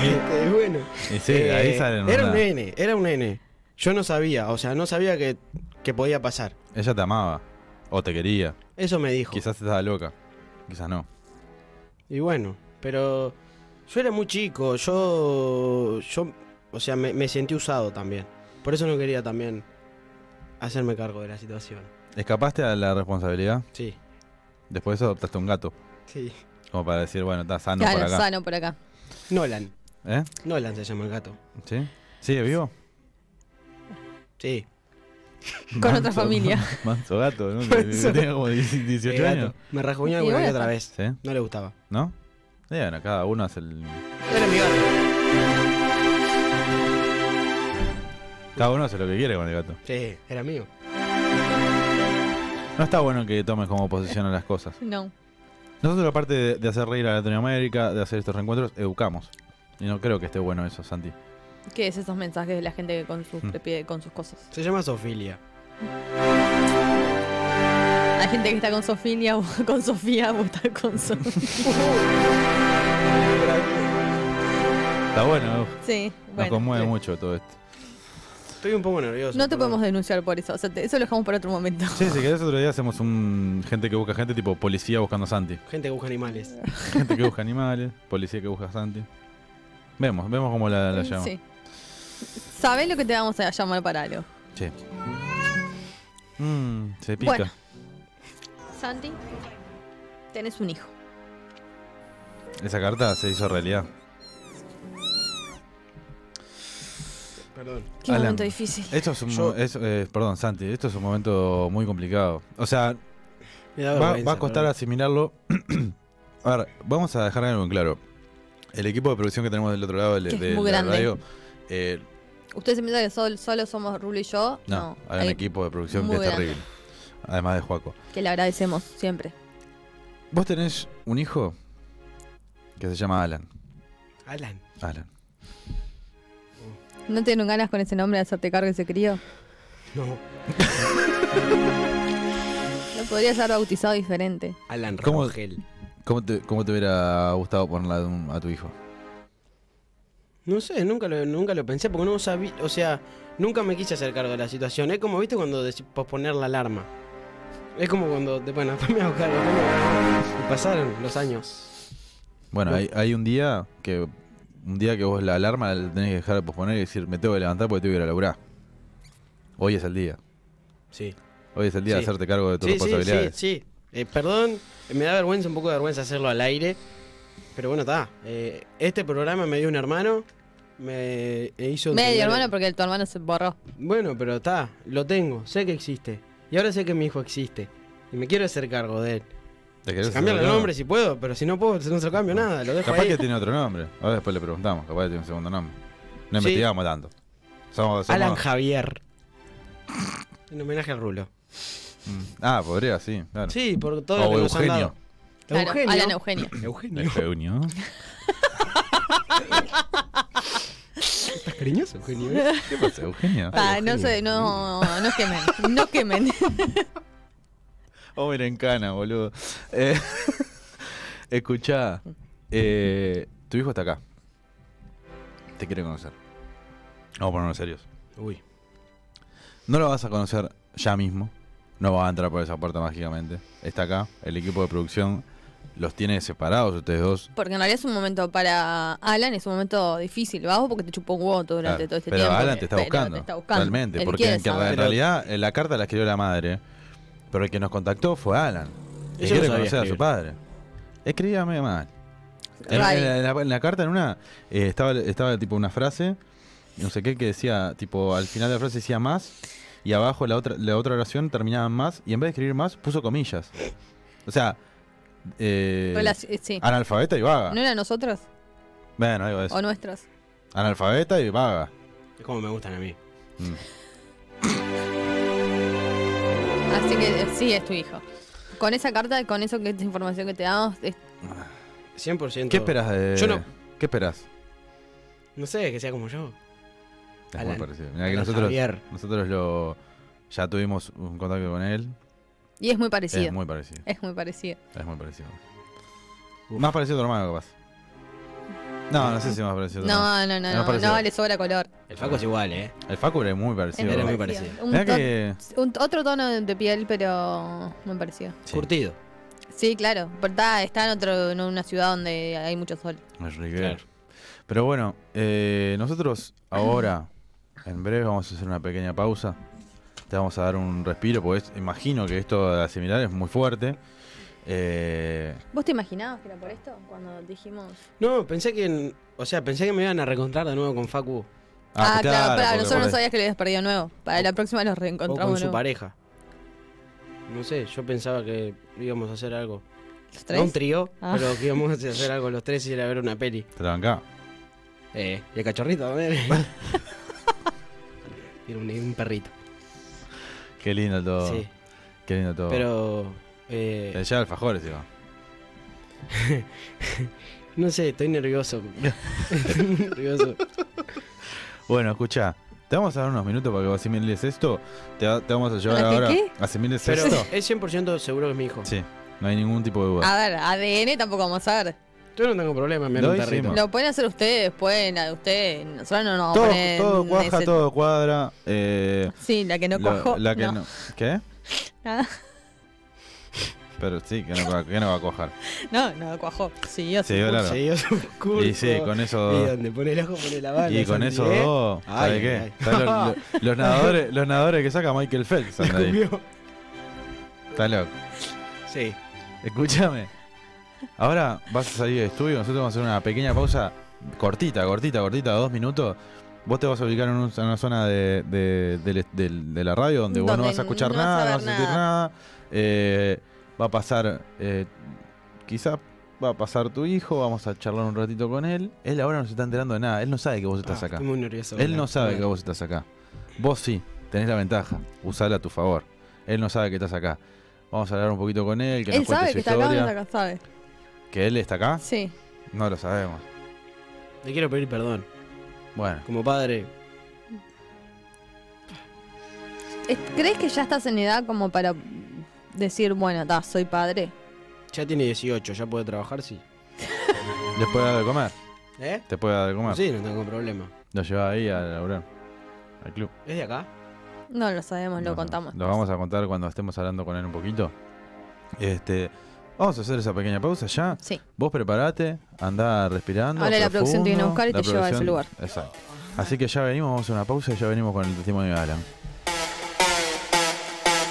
[SPEAKER 8] Este, bueno.
[SPEAKER 2] Y sí,
[SPEAKER 8] Eh,
[SPEAKER 2] ahí salen
[SPEAKER 8] era un
[SPEAKER 2] una-
[SPEAKER 8] nene, era un nene. Yo no sabía, o sea, no sabía que, que podía pasar.
[SPEAKER 2] Ella te amaba, o te quería,
[SPEAKER 8] Eso me dijo.
[SPEAKER 2] quizás estaba loca, quizás no.
[SPEAKER 8] Y bueno, pero yo era muy chico, yo, yo o sea, me, me sentí usado también. Por eso no quería también hacerme cargo de la situación.
[SPEAKER 2] Escapaste a la responsabilidad,
[SPEAKER 8] Sí,
[SPEAKER 2] después de eso adoptaste un gato,
[SPEAKER 8] sí.
[SPEAKER 2] como para decir, bueno, está sano
[SPEAKER 3] Claro,
[SPEAKER 2] por acá.
[SPEAKER 3] sano por acá.
[SPEAKER 8] Nolan,
[SPEAKER 2] ¿Eh?
[SPEAKER 8] Nolan se llama el gato.
[SPEAKER 2] ¿Sí? ¿Sigue vivo?
[SPEAKER 8] Sí.
[SPEAKER 3] Con otra familia.
[SPEAKER 2] Manso gato, ¿no?
[SPEAKER 8] Manso.
[SPEAKER 2] Tenía como 18
[SPEAKER 8] El
[SPEAKER 2] años.
[SPEAKER 8] gato. Me
[SPEAKER 3] Y
[SPEAKER 8] rasguñó alguna
[SPEAKER 3] bueno,
[SPEAKER 8] vez otra vez.
[SPEAKER 2] ¿Sí?
[SPEAKER 8] No le gustaba.
[SPEAKER 2] ¿No? Y bueno, cada uno hace el.
[SPEAKER 8] Era mi gato.
[SPEAKER 2] Cada uno hace lo que quiere con el gato.
[SPEAKER 8] Sí, era mío.
[SPEAKER 2] No está bueno que tomes como posición a las cosas.
[SPEAKER 3] No.
[SPEAKER 2] Nosotros, aparte de, de hacer reír a Latinoamérica, de hacer estos reencuentros, educamos. Y no creo que esté bueno eso, Santi.
[SPEAKER 3] ¿Qué es esos mensajes de la gente que con sus,
[SPEAKER 2] Mm.
[SPEAKER 3] propi- con sus cosas?
[SPEAKER 8] Se llama Sofilia.
[SPEAKER 3] Hay gente que está con Sofía, con Sofía, vos estás con Sofía.
[SPEAKER 2] Está bueno,
[SPEAKER 3] Sí,
[SPEAKER 2] nos
[SPEAKER 3] bueno.
[SPEAKER 2] conmueve
[SPEAKER 8] sí.
[SPEAKER 2] mucho todo esto.
[SPEAKER 8] Estoy un poco nervioso.
[SPEAKER 3] No te
[SPEAKER 8] perdón.
[SPEAKER 3] podemos denunciar por eso. O sea, te- eso lo dejamos para otro momento.
[SPEAKER 2] Sí, si querés otro día hacemos un gente que busca gente, tipo policía buscando a Santi.
[SPEAKER 8] Gente que busca animales.
[SPEAKER 2] Gente que busca animales, policía que busca a Santi. Vemos, vemos cómo la, la llama.
[SPEAKER 3] Sí. Sabés lo que te vamos a llamar para algo.
[SPEAKER 2] Sí. Mm, se pica.
[SPEAKER 3] Bueno. Santi, tenés un hijo.
[SPEAKER 2] Esa carta se hizo realidad.
[SPEAKER 8] Perdón.
[SPEAKER 3] Qué
[SPEAKER 2] Alan.
[SPEAKER 3] momento difícil.
[SPEAKER 2] Esto es un.
[SPEAKER 8] Yo-
[SPEAKER 2] es- eh, perdón, Santi, esto es un momento muy complicado. O sea,
[SPEAKER 8] Me da
[SPEAKER 2] va,
[SPEAKER 8] vergüenza,
[SPEAKER 2] va a costar
[SPEAKER 8] perdón.
[SPEAKER 2] asimilarlo. a ver, vamos a dejar algo en claro. El equipo de producción que tenemos del otro lado del-
[SPEAKER 3] Que es
[SPEAKER 2] de,
[SPEAKER 3] muy
[SPEAKER 2] la
[SPEAKER 3] grande.
[SPEAKER 2] radio. eh,
[SPEAKER 3] ¿Ustedes se piensan que sol- solo somos Rulo y yo?
[SPEAKER 2] no, hay un equipo de producción que
[SPEAKER 3] muy
[SPEAKER 2] es
[SPEAKER 3] grande.
[SPEAKER 2] terrible. Además de Juaco.
[SPEAKER 3] que le agradecemos siempre.
[SPEAKER 2] Vos tenés un hijo que se llama Alan.
[SPEAKER 8] Alan.
[SPEAKER 2] Alan.
[SPEAKER 3] ¿No tienen ganas con ese nombre de hacerte cargo de ese crío?
[SPEAKER 8] No.
[SPEAKER 3] Lo podrías haber bautizado diferente.
[SPEAKER 8] Alan
[SPEAKER 2] ¿Cómo?
[SPEAKER 8] Rogel.
[SPEAKER 2] ¿Cómo te, cómo te hubiera gustado ponerla a un- a tu hijo?
[SPEAKER 8] No sé, nunca lo, nunca lo pensé porque no sabía. O sea, nunca me quise hacer cargo de la situación. Es como, viste, cuando decís posponer la alarma. Es como cuando. de- Bueno, me hago cargo. ¿no? Y Pasaron los años.
[SPEAKER 2] Bueno,
[SPEAKER 8] Lo-
[SPEAKER 2] hay, hay un día que un día que vos la alarma la tenés que dejar de posponer y decir, me tengo que levantar porque tengo que ir a laburar. Hoy es el día.
[SPEAKER 8] Sí.
[SPEAKER 2] Hoy es el día de
[SPEAKER 8] Sí.
[SPEAKER 2] hacerte cargo de tus
[SPEAKER 8] Sí, sí, sí,
[SPEAKER 2] responsabilidades.
[SPEAKER 8] sí. Eh, perdón, me da vergüenza, un poco de vergüenza hacerlo al aire. Pero bueno, está. Eh, este programa me dio un hermano. Me hizo.
[SPEAKER 3] Medio
[SPEAKER 8] entender-
[SPEAKER 3] hermano, porque el- tu hermano se borró.
[SPEAKER 8] Bueno, pero está, lo tengo, sé que existe. Y ahora sé que mi hijo existe. Y me quiero hacer cargo de él.
[SPEAKER 2] ¿Te querés hacer
[SPEAKER 8] Cambiarle el
[SPEAKER 2] cargo?
[SPEAKER 8] nombre si puedo, pero si no puedo, no se lo cambio nada, lo dejo
[SPEAKER 2] Capaz
[SPEAKER 8] ahí.
[SPEAKER 2] que tiene otro nombre. Ahora después le preguntamos, capaz que tiene un segundo nombre. No
[SPEAKER 8] Sí.
[SPEAKER 2] investigamos tanto. Somos, somos-
[SPEAKER 8] Alan Javier. En homenaje al Rulo.
[SPEAKER 2] Mm. Ah, podría, sí, claro.
[SPEAKER 8] Sí, por todo
[SPEAKER 2] O
[SPEAKER 8] lo que nos han
[SPEAKER 2] Oh, Eugenio.
[SPEAKER 8] dado.
[SPEAKER 3] Claro,
[SPEAKER 8] Eugenio.
[SPEAKER 3] Alan Eugenio.
[SPEAKER 8] Eugenio.
[SPEAKER 2] Eugenio.
[SPEAKER 8] ¿Estás cariñoso, Eugenio? eh?
[SPEAKER 2] ¿Qué pasa, Ah, Eugenio?
[SPEAKER 3] Pa, Ah, no sé, no, no quemen. No quemen.
[SPEAKER 2] Homer Oh, en cana, boludo. Eh, escuchá, eh, tu hijo está acá. Te quiere conocer. Vamos a ponernos serios.
[SPEAKER 8] Uy.
[SPEAKER 2] No lo vas a conocer ya mismo. No vas a entrar por esa puerta mágicamente. Está acá. El equipo de producción los tiene separados ustedes dos.
[SPEAKER 3] Porque en realidad es un momento para Alan, es un momento difícil, bajo, porque te chupó un huevo durante
[SPEAKER 2] Claro,
[SPEAKER 3] todo este
[SPEAKER 2] pero
[SPEAKER 3] tiempo.
[SPEAKER 2] Alan te está,
[SPEAKER 3] Pero
[SPEAKER 2] buscando,
[SPEAKER 3] te está buscando.
[SPEAKER 2] Realmente.
[SPEAKER 3] Él
[SPEAKER 2] Porque
[SPEAKER 3] quiere
[SPEAKER 2] en, que- en
[SPEAKER 3] saber.
[SPEAKER 2] realidad eh, la carta la escribió la madre. Pero el que nos contactó fue Alan. Y
[SPEAKER 8] Ella
[SPEAKER 2] quiere
[SPEAKER 8] no sabía
[SPEAKER 2] conocer a su
[SPEAKER 8] escribir.
[SPEAKER 2] padre. Escribía medio mal. En,
[SPEAKER 3] Rari.
[SPEAKER 2] en la, en la- en la carta, en una, eh, estaba, estaba tipo una frase, no sé qué, que decía, tipo, al final de la frase decía más, y abajo la otra, la otra oración terminaba en más, y en vez de escribir más, puso comillas. O sea, eh,
[SPEAKER 3] Relaci- eh, sí.
[SPEAKER 2] analfabeta y vaga.
[SPEAKER 3] ¿No eran nosotros
[SPEAKER 2] Bueno, algo de eso.
[SPEAKER 3] o nuestros?
[SPEAKER 2] Analfabeta y vaga.
[SPEAKER 8] Es como me gustan a mí.
[SPEAKER 2] Mm.
[SPEAKER 3] Así que eh, sí, es tu hijo. Con esa carta, con eso que esta información que te damos, es-
[SPEAKER 8] 100%.
[SPEAKER 2] ¿Qué esperas de.?
[SPEAKER 8] Yo no-
[SPEAKER 2] ¿Qué esperas?
[SPEAKER 8] No sé, que sea como yo.
[SPEAKER 2] Es muy
[SPEAKER 8] Alan.
[SPEAKER 2] parecido. Mirá Ah, que
[SPEAKER 8] Alan
[SPEAKER 2] nosotros,
[SPEAKER 8] Javier.
[SPEAKER 2] nosotros lo. Ya tuvimos un contacto con él.
[SPEAKER 3] y es muy parecido.
[SPEAKER 2] Es muy parecido.
[SPEAKER 3] parecido.
[SPEAKER 2] Es muy parecido. Más parecido a tu hermano, capaz. No, no sé si más parecido a tu hermano.
[SPEAKER 3] No, no, no,
[SPEAKER 2] Es
[SPEAKER 3] no, no,
[SPEAKER 2] parecido.
[SPEAKER 3] le sobra color.
[SPEAKER 8] El Faco es igual, ¿eh?
[SPEAKER 2] El Facu es muy
[SPEAKER 3] Es
[SPEAKER 2] parecido.
[SPEAKER 8] Era
[SPEAKER 3] muy
[SPEAKER 8] muy
[SPEAKER 3] parecido.
[SPEAKER 8] parecido.
[SPEAKER 3] Un
[SPEAKER 2] Mirá
[SPEAKER 3] ton-
[SPEAKER 2] que.
[SPEAKER 3] un- otro tono de piel, pero muy parecido.
[SPEAKER 2] Sí,
[SPEAKER 8] Curtido.
[SPEAKER 3] Sí, claro. Pero está, está en, otro, en una ciudad donde hay mucho sol.
[SPEAKER 2] es Rivera.
[SPEAKER 8] Claro.
[SPEAKER 2] Pero bueno, eh, nosotros ahora, en breve, vamos a hacer una pequeña pausa. Te vamos a dar un respiro, porque es- imagino que esto de asimilar es muy fuerte. Eh,
[SPEAKER 3] ¿Vos te imaginabas que era por esto? Cuando dijimos.
[SPEAKER 8] No, pensé que. en- o sea, pensé que me iban a reencontrar de nuevo con Facu.
[SPEAKER 3] Ah, claro, claro.
[SPEAKER 2] porque
[SPEAKER 3] Nosotros no
[SPEAKER 2] por ahí-
[SPEAKER 3] sabías que lo habías perdido nuevo. Para la próxima los
[SPEAKER 8] O
[SPEAKER 3] reencontramos.
[SPEAKER 8] con su
[SPEAKER 3] nuevo.
[SPEAKER 8] pareja. No sé, yo pensaba que íbamos a hacer algo.
[SPEAKER 3] ¿Los
[SPEAKER 8] No un
[SPEAKER 3] tres?
[SPEAKER 8] trío,
[SPEAKER 3] Ah.
[SPEAKER 8] pero que íbamos a hacer algo los tres y ir a ver una peli.
[SPEAKER 2] Te la bancá.
[SPEAKER 8] Eh, y el cachorrito también. Era un, un perrito.
[SPEAKER 2] Qué lindo todo.
[SPEAKER 8] Sí.
[SPEAKER 2] Qué lindo todo.
[SPEAKER 8] Pero. eh,
[SPEAKER 2] Te lleva alfajores, tío.
[SPEAKER 8] no sé, estoy nervioso. estoy muy nervioso.
[SPEAKER 2] Bueno, escucha. Te vamos a dar unos minutos para que asimiles esto. Te, va- te vamos a llevar
[SPEAKER 3] ¿Para que
[SPEAKER 2] ahora.
[SPEAKER 3] qué?
[SPEAKER 2] ¿Asimiles
[SPEAKER 8] Pero
[SPEAKER 2] esto?
[SPEAKER 8] es 100% seguro que es mi hijo.
[SPEAKER 2] Sí, no hay ningún tipo de duda.
[SPEAKER 3] A ver, ADN tampoco vamos a ver.
[SPEAKER 8] Yo no tengo problema, me
[SPEAKER 2] Lo
[SPEAKER 8] un perrito.
[SPEAKER 2] hicimos.
[SPEAKER 3] Lo pueden hacer ustedes, pueden, a ustedes. Nosotros no nos vamos a
[SPEAKER 2] todo,
[SPEAKER 3] poner
[SPEAKER 2] todo
[SPEAKER 3] en
[SPEAKER 2] cuaja,
[SPEAKER 3] ese-
[SPEAKER 2] todo cuadra. eh,
[SPEAKER 3] Sí, la que no
[SPEAKER 2] la-
[SPEAKER 3] cuajó.
[SPEAKER 2] la que
[SPEAKER 3] no.
[SPEAKER 2] no- ¿Qué?
[SPEAKER 3] Nada.
[SPEAKER 2] Pero sí, que no, va- que no va a cojar.
[SPEAKER 3] No, no, cuajó. Siguió.
[SPEAKER 2] Sí, claro.
[SPEAKER 8] Se dio su curso.
[SPEAKER 2] Y sí, con
[SPEAKER 8] Y
[SPEAKER 2] esos dos.
[SPEAKER 8] donde pone el ojo, pone la bala.
[SPEAKER 2] Y con
[SPEAKER 8] Santi,
[SPEAKER 2] esos
[SPEAKER 8] ¿eh?
[SPEAKER 2] dos, ¿sabes
[SPEAKER 8] Ay,
[SPEAKER 2] qué?
[SPEAKER 8] ay,
[SPEAKER 2] Están Los, lo- los nadadores, los nadadores que saca Michael Phelps.
[SPEAKER 8] ay.
[SPEAKER 2] andan ahí.
[SPEAKER 8] Escupió.
[SPEAKER 2] Está loco.
[SPEAKER 8] Sí.
[SPEAKER 2] Escúchame. Ahora vas a salir del estudio, nosotros vamos a hacer una pequeña pausa cortita, cortita, cortita, dos minutos. Vos te vas a ubicar en, un- en una zona de, de- del- del- de la radio donde, vos no
[SPEAKER 3] Donde
[SPEAKER 2] vas a escuchar
[SPEAKER 3] no vas a
[SPEAKER 2] nada, no
[SPEAKER 3] ver
[SPEAKER 2] vas a sentir nada.
[SPEAKER 3] nada.
[SPEAKER 2] Eh, va a pasar, eh, quizá va a pasar tu hijo, vamos a charlar un ratito con él. Él ahora no se está enterando de nada, él no sabe que vos estás
[SPEAKER 8] Ah,
[SPEAKER 2] acá.
[SPEAKER 8] Estoy muy nervioso.
[SPEAKER 2] Él no
[SPEAKER 8] boludo.
[SPEAKER 2] sabe que
[SPEAKER 8] Bueno.
[SPEAKER 2] vos estás acá. Vos sí, tenés la ventaja. Usala a tu favor. Él no sabe que estás acá. Vamos a hablar un poquito con él, que
[SPEAKER 3] Él
[SPEAKER 2] nos cuente
[SPEAKER 3] sabe
[SPEAKER 2] su
[SPEAKER 3] que está acá
[SPEAKER 2] historia.
[SPEAKER 3] o no está acá, sabe.
[SPEAKER 2] ¿Que él está acá?
[SPEAKER 3] Sí.
[SPEAKER 2] No lo sabemos.
[SPEAKER 8] Le quiero pedir perdón.
[SPEAKER 2] Bueno,
[SPEAKER 8] Como padre,
[SPEAKER 3] Es- ¿Crees que ya estás en edad como para decir, bueno, ta, soy padre?
[SPEAKER 8] ya tiene 18, ya puede trabajar, sí.
[SPEAKER 2] ¿les puede dar de comer?
[SPEAKER 8] ¿Eh?
[SPEAKER 2] ¿Te puede dar de comer?
[SPEAKER 8] Sí, no tengo problema.
[SPEAKER 2] Lo lleva ahí a laburar. Al club.
[SPEAKER 8] ¿Es de acá?
[SPEAKER 3] No lo sabemos,
[SPEAKER 2] No,
[SPEAKER 3] lo
[SPEAKER 2] no,
[SPEAKER 3] contamos.
[SPEAKER 2] Lo vamos a contar cuando estemos hablando con él un poquito. Este. Vamos a hacer esa pequeña pausa ya.
[SPEAKER 3] Sí.
[SPEAKER 2] Vos preparate, andá respirando.
[SPEAKER 3] Ahora la producción te viene a
[SPEAKER 2] profundo.
[SPEAKER 3] buscar y
[SPEAKER 2] La
[SPEAKER 3] te lleva a ese
[SPEAKER 2] producción-
[SPEAKER 3] lugar.
[SPEAKER 2] Exacto. Así que ya venimos, vamos a una pausa y ya venimos con el testimonio de Alan.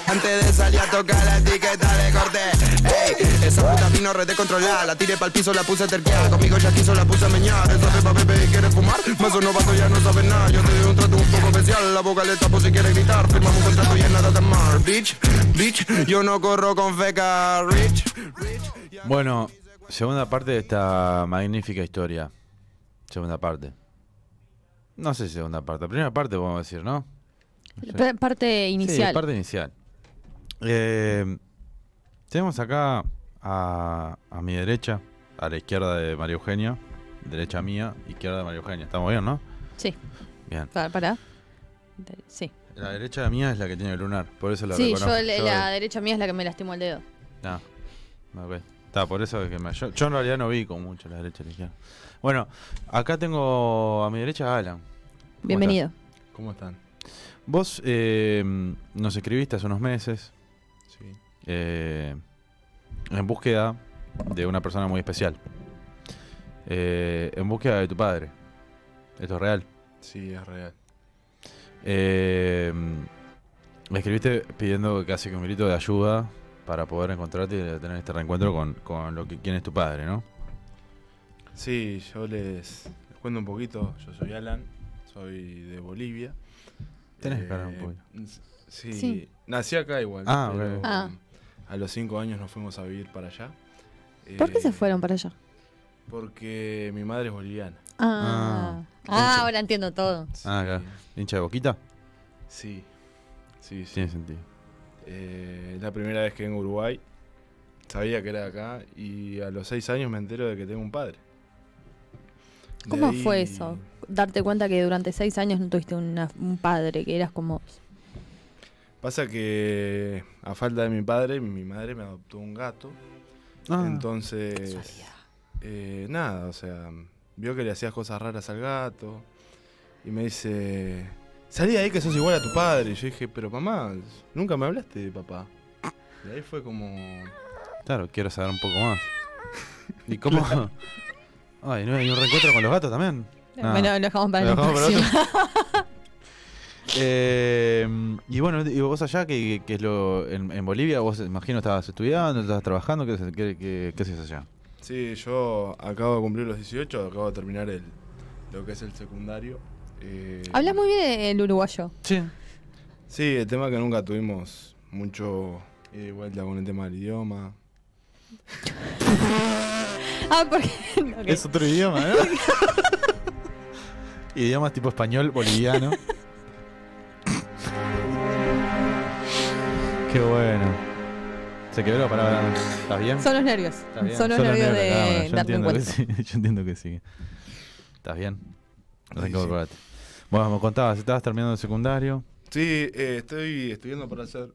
[SPEAKER 6] Antes de salir a tocar la etiqueta le corté Ey, esa puta vino re descontrolada La tiré pa'l piso, la puse terqueada Conmigo ya quiso, la puse a meñar Esa pepa bebé quiere fumar Más no vaso ya no sabe nada Yo te doy un trato un poco especial La boca le tapo si quiere gritar Firmamos un contrato y en nada tan mal Bitch, bitch, yo no corro con feca Rich, rich
[SPEAKER 2] Bueno, segunda parte de esta magnífica historia. Segunda parte. No sé si segunda parte. Primera parte, podemos decir, ¿no?
[SPEAKER 3] Pa- Parte inicial.
[SPEAKER 2] Sí, parte inicial. Eh, tenemos acá a, a mi derecha, a la izquierda de María Eugenia, derecha mía, izquierda de María Eugenia. Estamos bien, ¿no?
[SPEAKER 3] Sí,
[SPEAKER 2] Bien.
[SPEAKER 3] pa- para. De- Sí,
[SPEAKER 2] La derecha mía es la que tiene el lunar, por eso la
[SPEAKER 3] sí yo,
[SPEAKER 2] reconozco.
[SPEAKER 3] le- la derecha mía es la que me lastimó el dedo.
[SPEAKER 2] Ah, ok. Está, por eso es que me- yo, yo en realidad no vi con mucho la derecha y la izquierda. Bueno, acá tengo a mi derecha a Alan.
[SPEAKER 3] Bienvenido.
[SPEAKER 9] ¿Cómo están?
[SPEAKER 2] Vos eh, nos escribiste hace unos meses
[SPEAKER 9] Sí.
[SPEAKER 2] eh, en búsqueda de una persona muy especial. Eh, en búsqueda de tu padre. Esto es real.
[SPEAKER 9] Sí, es real.
[SPEAKER 2] Eh, me escribiste pidiendo casi que un grito de ayuda para poder encontrarte y tener este reencuentro con, con lo que, quién es tu padre, ¿no?
[SPEAKER 9] Sí, yo les, les cuento un poquito. Yo soy Alan, soy de Bolivia. Eh,
[SPEAKER 2] Tenés que parar un poquito.
[SPEAKER 9] s- Sí,
[SPEAKER 3] Sí.
[SPEAKER 9] nací acá igual.
[SPEAKER 2] Ah,
[SPEAKER 9] pero,
[SPEAKER 2] ok.
[SPEAKER 3] Ah.
[SPEAKER 9] A los cinco años nos fuimos a vivir para allá.
[SPEAKER 3] ¿Por qué
[SPEAKER 9] Eh,
[SPEAKER 3] se fueron para allá?
[SPEAKER 9] Porque mi madre es boliviana.
[SPEAKER 3] Ah, ah, ahora entiendo todo.
[SPEAKER 2] Ah, claro. ¿Hincha de boquita?
[SPEAKER 9] Sí, sí, sí.
[SPEAKER 2] Tiene sentido.
[SPEAKER 9] Eh, la primera vez que vengo a Uruguay, sabía que era de acá y a los seis años me entero de que tengo un padre. De
[SPEAKER 3] ¿Cómo
[SPEAKER 9] ahí-
[SPEAKER 3] fue eso? Darte cuenta que durante seis años no tuviste una- un padre, que eras como...
[SPEAKER 9] Pasa que a falta de mi padre, mi madre me adoptó un gato.
[SPEAKER 2] Ah.
[SPEAKER 9] Entonces, eh, nada, o sea, vio que le hacías cosas raras al gato y me dice, salí de ahí que sos igual a tu padre. Y yo dije, pero mamá, nunca me hablaste de papá. Y ahí fue como...
[SPEAKER 2] Claro, quiero saber un poco más. ¿Y cómo? Ay, ¿no hay un reencuentro con los gatos también? Ah.
[SPEAKER 3] Eh, Bueno, lo dejamos para
[SPEAKER 2] Lo
[SPEAKER 3] la
[SPEAKER 2] dejamos para
[SPEAKER 3] próxima.
[SPEAKER 2] Eh, y bueno, y vos allá, que, que es lo, en, en Bolivia, vos imagino estabas estudiando, estabas trabajando, ¿qué, qué, qué, qué haces allá?
[SPEAKER 9] Sí, yo acabo de cumplir los 18, acabo de terminar el, lo que es el secundario. Eh,
[SPEAKER 3] Hablas muy bien el uruguayo.
[SPEAKER 2] Sí.
[SPEAKER 9] Sí, el tema que nunca tuvimos mucho ida y vuelta con el tema del idioma.
[SPEAKER 3] Ah, porque... ok.
[SPEAKER 2] Es otro idioma, ¿no? Idiomas tipo español, boliviano. Qué bueno. Se quebró para. ¿Estás bien?
[SPEAKER 3] Son los nervios.
[SPEAKER 2] ¿Estás bien?
[SPEAKER 3] Son los
[SPEAKER 2] Ah,
[SPEAKER 3] nervios de
[SPEAKER 2] bueno, yo
[SPEAKER 3] darme
[SPEAKER 2] entiendo Que
[SPEAKER 3] cuenta.
[SPEAKER 2] sí, yo entiendo que sí. ¿Estás bien? Recuperate.
[SPEAKER 9] sí.
[SPEAKER 2] Bueno, me contabas, estabas terminando el secundario.
[SPEAKER 9] Sí, eh, estoy estudiando para hacer.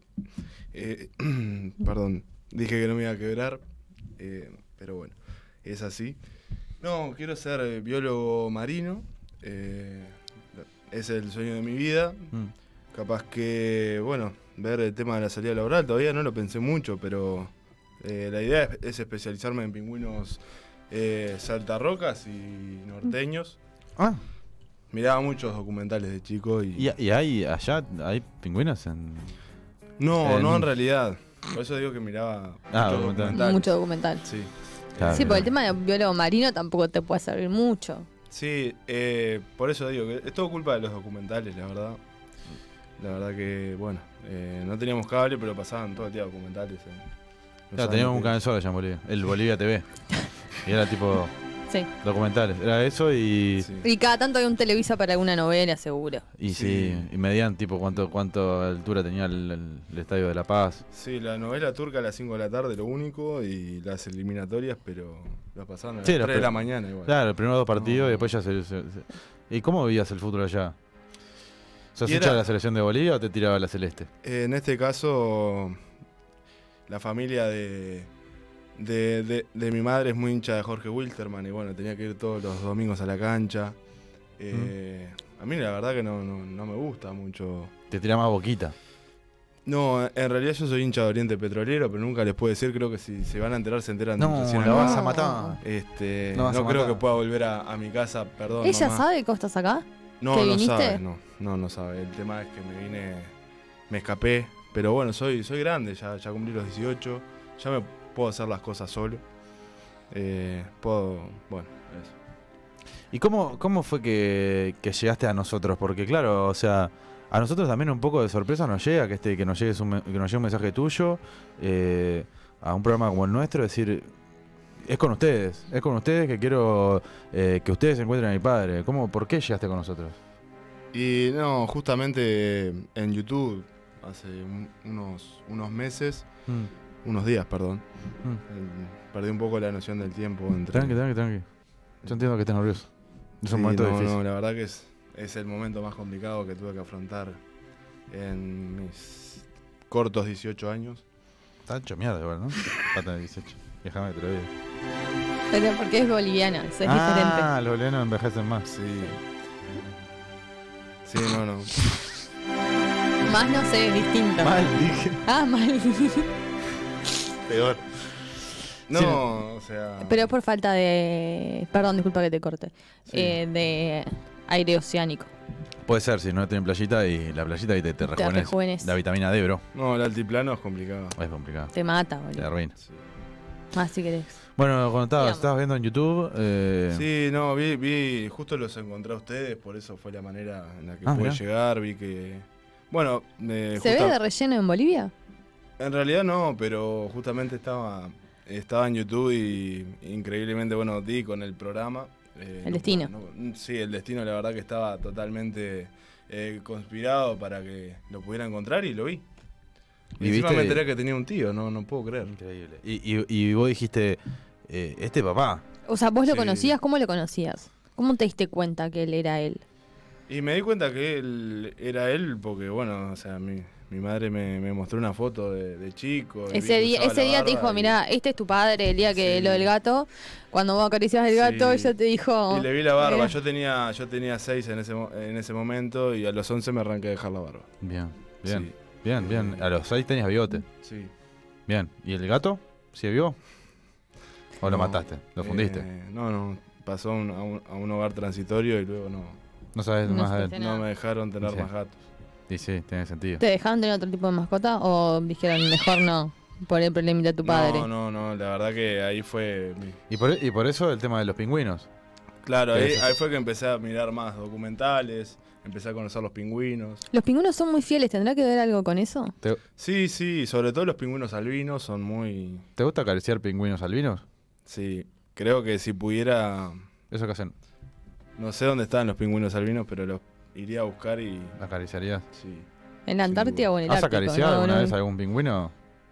[SPEAKER 9] eh, perdón, dije que no me iba a quebrar, eh, pero bueno, es así. No, quiero ser eh, biólogo marino. eh, es el sueño de mi vida.
[SPEAKER 2] Mm.
[SPEAKER 9] Capaz que, bueno, ver el tema de la salida laboral, todavía no lo pensé mucho, pero Eh, la idea es, es especializarme en pingüinos eh, saltarrocas y norteños.
[SPEAKER 2] Ah.
[SPEAKER 9] Miraba muchos documentales de chico y...
[SPEAKER 2] ¿Y, y hay allá hay pingüinos en.
[SPEAKER 9] No,
[SPEAKER 2] en-
[SPEAKER 9] no en realidad. Por eso digo que miraba muchos
[SPEAKER 2] Ah, documental.
[SPEAKER 9] documentales.
[SPEAKER 3] Mucho documental.
[SPEAKER 9] Sí.
[SPEAKER 2] Claro,
[SPEAKER 3] sí,
[SPEAKER 2] mirá.
[SPEAKER 3] porque el tema de biólogo marino tampoco te puede servir mucho.
[SPEAKER 9] Sí, eh, por eso digo que es todo culpa de los documentales, la verdad. La verdad que, bueno, eh, no teníamos cable, pero pasaban todo el día documentales. eh. en los
[SPEAKER 2] Claro, teníamos un
[SPEAKER 9] Andes.
[SPEAKER 2] canal solo allá en Bolivia, el Bolivia TV. Y era tipo
[SPEAKER 3] Sí.
[SPEAKER 2] documentales. Era eso y.
[SPEAKER 9] Sí.
[SPEAKER 3] Y cada tanto hay un Televisa para alguna novela, seguro.
[SPEAKER 2] Y sí,
[SPEAKER 9] Sí.
[SPEAKER 2] y medían tipo cuánto, cuánto altura tenía el, el- el Estadio de La Paz.
[SPEAKER 9] Sí, la novela turca a las 5 de la tarde, lo único, y las eliminatorias, pero las pasaban a las
[SPEAKER 2] Sí, los
[SPEAKER 9] 3 de la
[SPEAKER 2] pre-
[SPEAKER 9] mañana igual.
[SPEAKER 2] Claro, los primeros dos partidos
[SPEAKER 9] No.
[SPEAKER 2] y después ya se, se- se- ¿Y cómo vivías el fútbol allá? ¿Sos
[SPEAKER 9] Y
[SPEAKER 2] hincha
[SPEAKER 9] era-
[SPEAKER 2] de la selección de Bolivia o te tiraba la celeste?
[SPEAKER 9] Eh, En este caso, la familia de, de, de- de mi madre es muy hincha de Jorge Wilterman y bueno, tenía que ir todos los domingos a la cancha. Eh, A mí la verdad que no, no, no me gusta mucho.
[SPEAKER 2] Te tiraba más boquita.
[SPEAKER 9] No, en realidad yo soy hincha de Oriente Petrolero, pero nunca les puedo decir, creo que si se van a enterar se enteran recién acá.
[SPEAKER 3] vas a matar.
[SPEAKER 9] Este, no
[SPEAKER 2] No vas a
[SPEAKER 9] creo
[SPEAKER 2] matar.
[SPEAKER 9] que pueda volver a, a mi casa, perdón.
[SPEAKER 3] ¿Ella
[SPEAKER 9] mamá.
[SPEAKER 3] sabe que vos estás acá?
[SPEAKER 9] No,
[SPEAKER 3] que
[SPEAKER 9] no
[SPEAKER 3] viniste?
[SPEAKER 9] sabe, no, no, no sabe. El tema es que me vine, me escapé, pero bueno, soy, soy grande, ya, ya cumplí los 18, ya me puedo hacer las cosas solo. Eh, puedo, bueno, eso.
[SPEAKER 2] ¿Y cómo, cómo fue que, que llegaste a nosotros? Porque claro, o sea, a nosotros también un poco de sorpresa nos llega que este, que nos llegues un, me- que nos llegue un mensaje tuyo, eh, a un programa como el nuestro, decir es con ustedes, es con ustedes que quiero eh, que ustedes encuentren a mi padre. ¿Cómo, ¿Por qué llegaste con nosotros?
[SPEAKER 9] Y no, justamente eh, en YouTube, hace un- unos, unos meses,
[SPEAKER 2] Mm,
[SPEAKER 9] unos días, perdón, eh, perdí un poco la noción del tiempo. Entre,
[SPEAKER 2] Mm, Tranqui, tranqui, tranqui. Yo entiendo que estés nervioso. Es un
[SPEAKER 9] Sí,
[SPEAKER 2] momento
[SPEAKER 9] no,
[SPEAKER 2] difícil.
[SPEAKER 9] no, la verdad que es, es el momento más complicado que tuve que afrontar en mis cortos 18 años.
[SPEAKER 2] Está hecho mierda igual, ¿no? Pata de 18. Déjame que te lo diga.
[SPEAKER 3] Pero porque es boliviana, eso es diferente.
[SPEAKER 2] ah, los bolivianos envejecen más.
[SPEAKER 9] Sí. Sí, no, no.
[SPEAKER 3] Más no sé, es distinto.
[SPEAKER 2] Mal, dije.
[SPEAKER 3] Ah, mal.
[SPEAKER 2] Peor.
[SPEAKER 9] No,
[SPEAKER 2] Sí,
[SPEAKER 9] o sea.
[SPEAKER 3] Pero por falta de. Perdón, disculpa que te corte.
[SPEAKER 9] Sí.
[SPEAKER 3] Eh, de aire oceánico.
[SPEAKER 2] Puede ser, si no tienen playita y la playita y te, te rejuvenece.
[SPEAKER 3] rejuvenece.
[SPEAKER 2] La vitamina D, bro.
[SPEAKER 9] No, el altiplano es complicado.
[SPEAKER 2] Es complicado.
[SPEAKER 3] Te mata,
[SPEAKER 2] Te
[SPEAKER 3] boludo.
[SPEAKER 2] arruina.
[SPEAKER 9] Sí,
[SPEAKER 3] Más si querés.
[SPEAKER 2] Bueno, cuando estabas,
[SPEAKER 3] Digamos.
[SPEAKER 2] estabas viendo en YouTube. Eh,
[SPEAKER 9] Sí, no, vi, vi, justo los encontré a ustedes, por eso fue la manera en la que
[SPEAKER 2] Ah,
[SPEAKER 9] pude
[SPEAKER 2] mirá.
[SPEAKER 9] llegar, vi que. Bueno, eh,
[SPEAKER 3] ¿Se ve
[SPEAKER 9] justa-
[SPEAKER 3] de relleno en Bolivia?
[SPEAKER 9] En realidad no, pero justamente estaba, estaba en YouTube y increíblemente, bueno, di con el programa. Eh, no
[SPEAKER 3] El destino.
[SPEAKER 9] puedo- no- sí, el destino la verdad que estaba totalmente eh, conspirado para que lo pudiera encontrar y lo vi.
[SPEAKER 2] ¿Y
[SPEAKER 9] Y, encima
[SPEAKER 2] viste?
[SPEAKER 9] me enteré que tenía un tío, no, no puedo creer.
[SPEAKER 2] Increíble. Y, y, y vos dijiste, eh, este papá.
[SPEAKER 3] O sea, ¿vos lo
[SPEAKER 9] Sí.
[SPEAKER 3] conocías? ¿Cómo lo conocías? ¿Cómo te diste cuenta que él era él?
[SPEAKER 9] Y me di cuenta que él era él porque, bueno, o sea, mi, mi madre me, me mostró una foto de, de chico. y vi
[SPEAKER 3] Ese
[SPEAKER 9] que
[SPEAKER 3] día,
[SPEAKER 9] usaba
[SPEAKER 3] ese
[SPEAKER 9] la
[SPEAKER 3] día te
[SPEAKER 9] barba
[SPEAKER 3] dijo,
[SPEAKER 9] y-
[SPEAKER 3] mirá, este es tu padre, el día que
[SPEAKER 9] Sí.
[SPEAKER 3] lo del gato, cuando vos acaricias el gato,
[SPEAKER 9] Sí.
[SPEAKER 3] ella te dijo...
[SPEAKER 9] Y le vi la barba,
[SPEAKER 3] mirá.
[SPEAKER 9] yo tenía, yo tenía seis en ese, mo- en ese momento y a los 11 me arranqué a dejar la barba.
[SPEAKER 2] Bien, bien, bien, bien. A los seis tenías bigote.
[SPEAKER 9] Sí. sí.
[SPEAKER 2] Bien. ¿Y el gato? ¿Se vio? ¿O
[SPEAKER 9] No,
[SPEAKER 2] lo mataste? ¿Lo fundiste?
[SPEAKER 9] Eh, no, no, pasó a un- a, un, a un hogar transitorio y luego no,
[SPEAKER 2] no sabes
[SPEAKER 3] no
[SPEAKER 2] más
[SPEAKER 3] sé.
[SPEAKER 2] de él.
[SPEAKER 9] no me dejaron tener
[SPEAKER 2] Sí.
[SPEAKER 9] más gatos.
[SPEAKER 2] Y sí, tiene sentido.
[SPEAKER 3] ¿Te dejaron tener otro tipo de mascota o dijeron, mejor no, por el problema de tu padre?
[SPEAKER 9] No, no, no, la verdad que ahí fue... mi-
[SPEAKER 2] Y por, y por eso el tema de los pingüinos.
[SPEAKER 9] Claro, ahí,
[SPEAKER 2] Pero-
[SPEAKER 9] ahí fue que empecé a mirar más documentales, empecé a conocer los pingüinos.
[SPEAKER 3] Los pingüinos son muy fieles, ¿tendrá que ver algo con eso?
[SPEAKER 2] ¿Te,
[SPEAKER 9] Sí, sí, sobre todo los pingüinos albinos son muy...
[SPEAKER 2] te gusta acariciar pingüinos albinos?
[SPEAKER 9] Sí, creo que si pudiera...
[SPEAKER 2] Eso que hacen,
[SPEAKER 9] No sé dónde están los pingüinos albinos, pero los iría a buscar y...
[SPEAKER 2] acariciarías.
[SPEAKER 9] Sí.
[SPEAKER 3] ¿En la
[SPEAKER 9] Sin
[SPEAKER 3] Antártida
[SPEAKER 9] duda.
[SPEAKER 3] o en el
[SPEAKER 2] ¿Has
[SPEAKER 3] Ártico?
[SPEAKER 2] acariciado
[SPEAKER 3] No,
[SPEAKER 2] alguna
[SPEAKER 3] no.
[SPEAKER 2] vez a algún pingüino?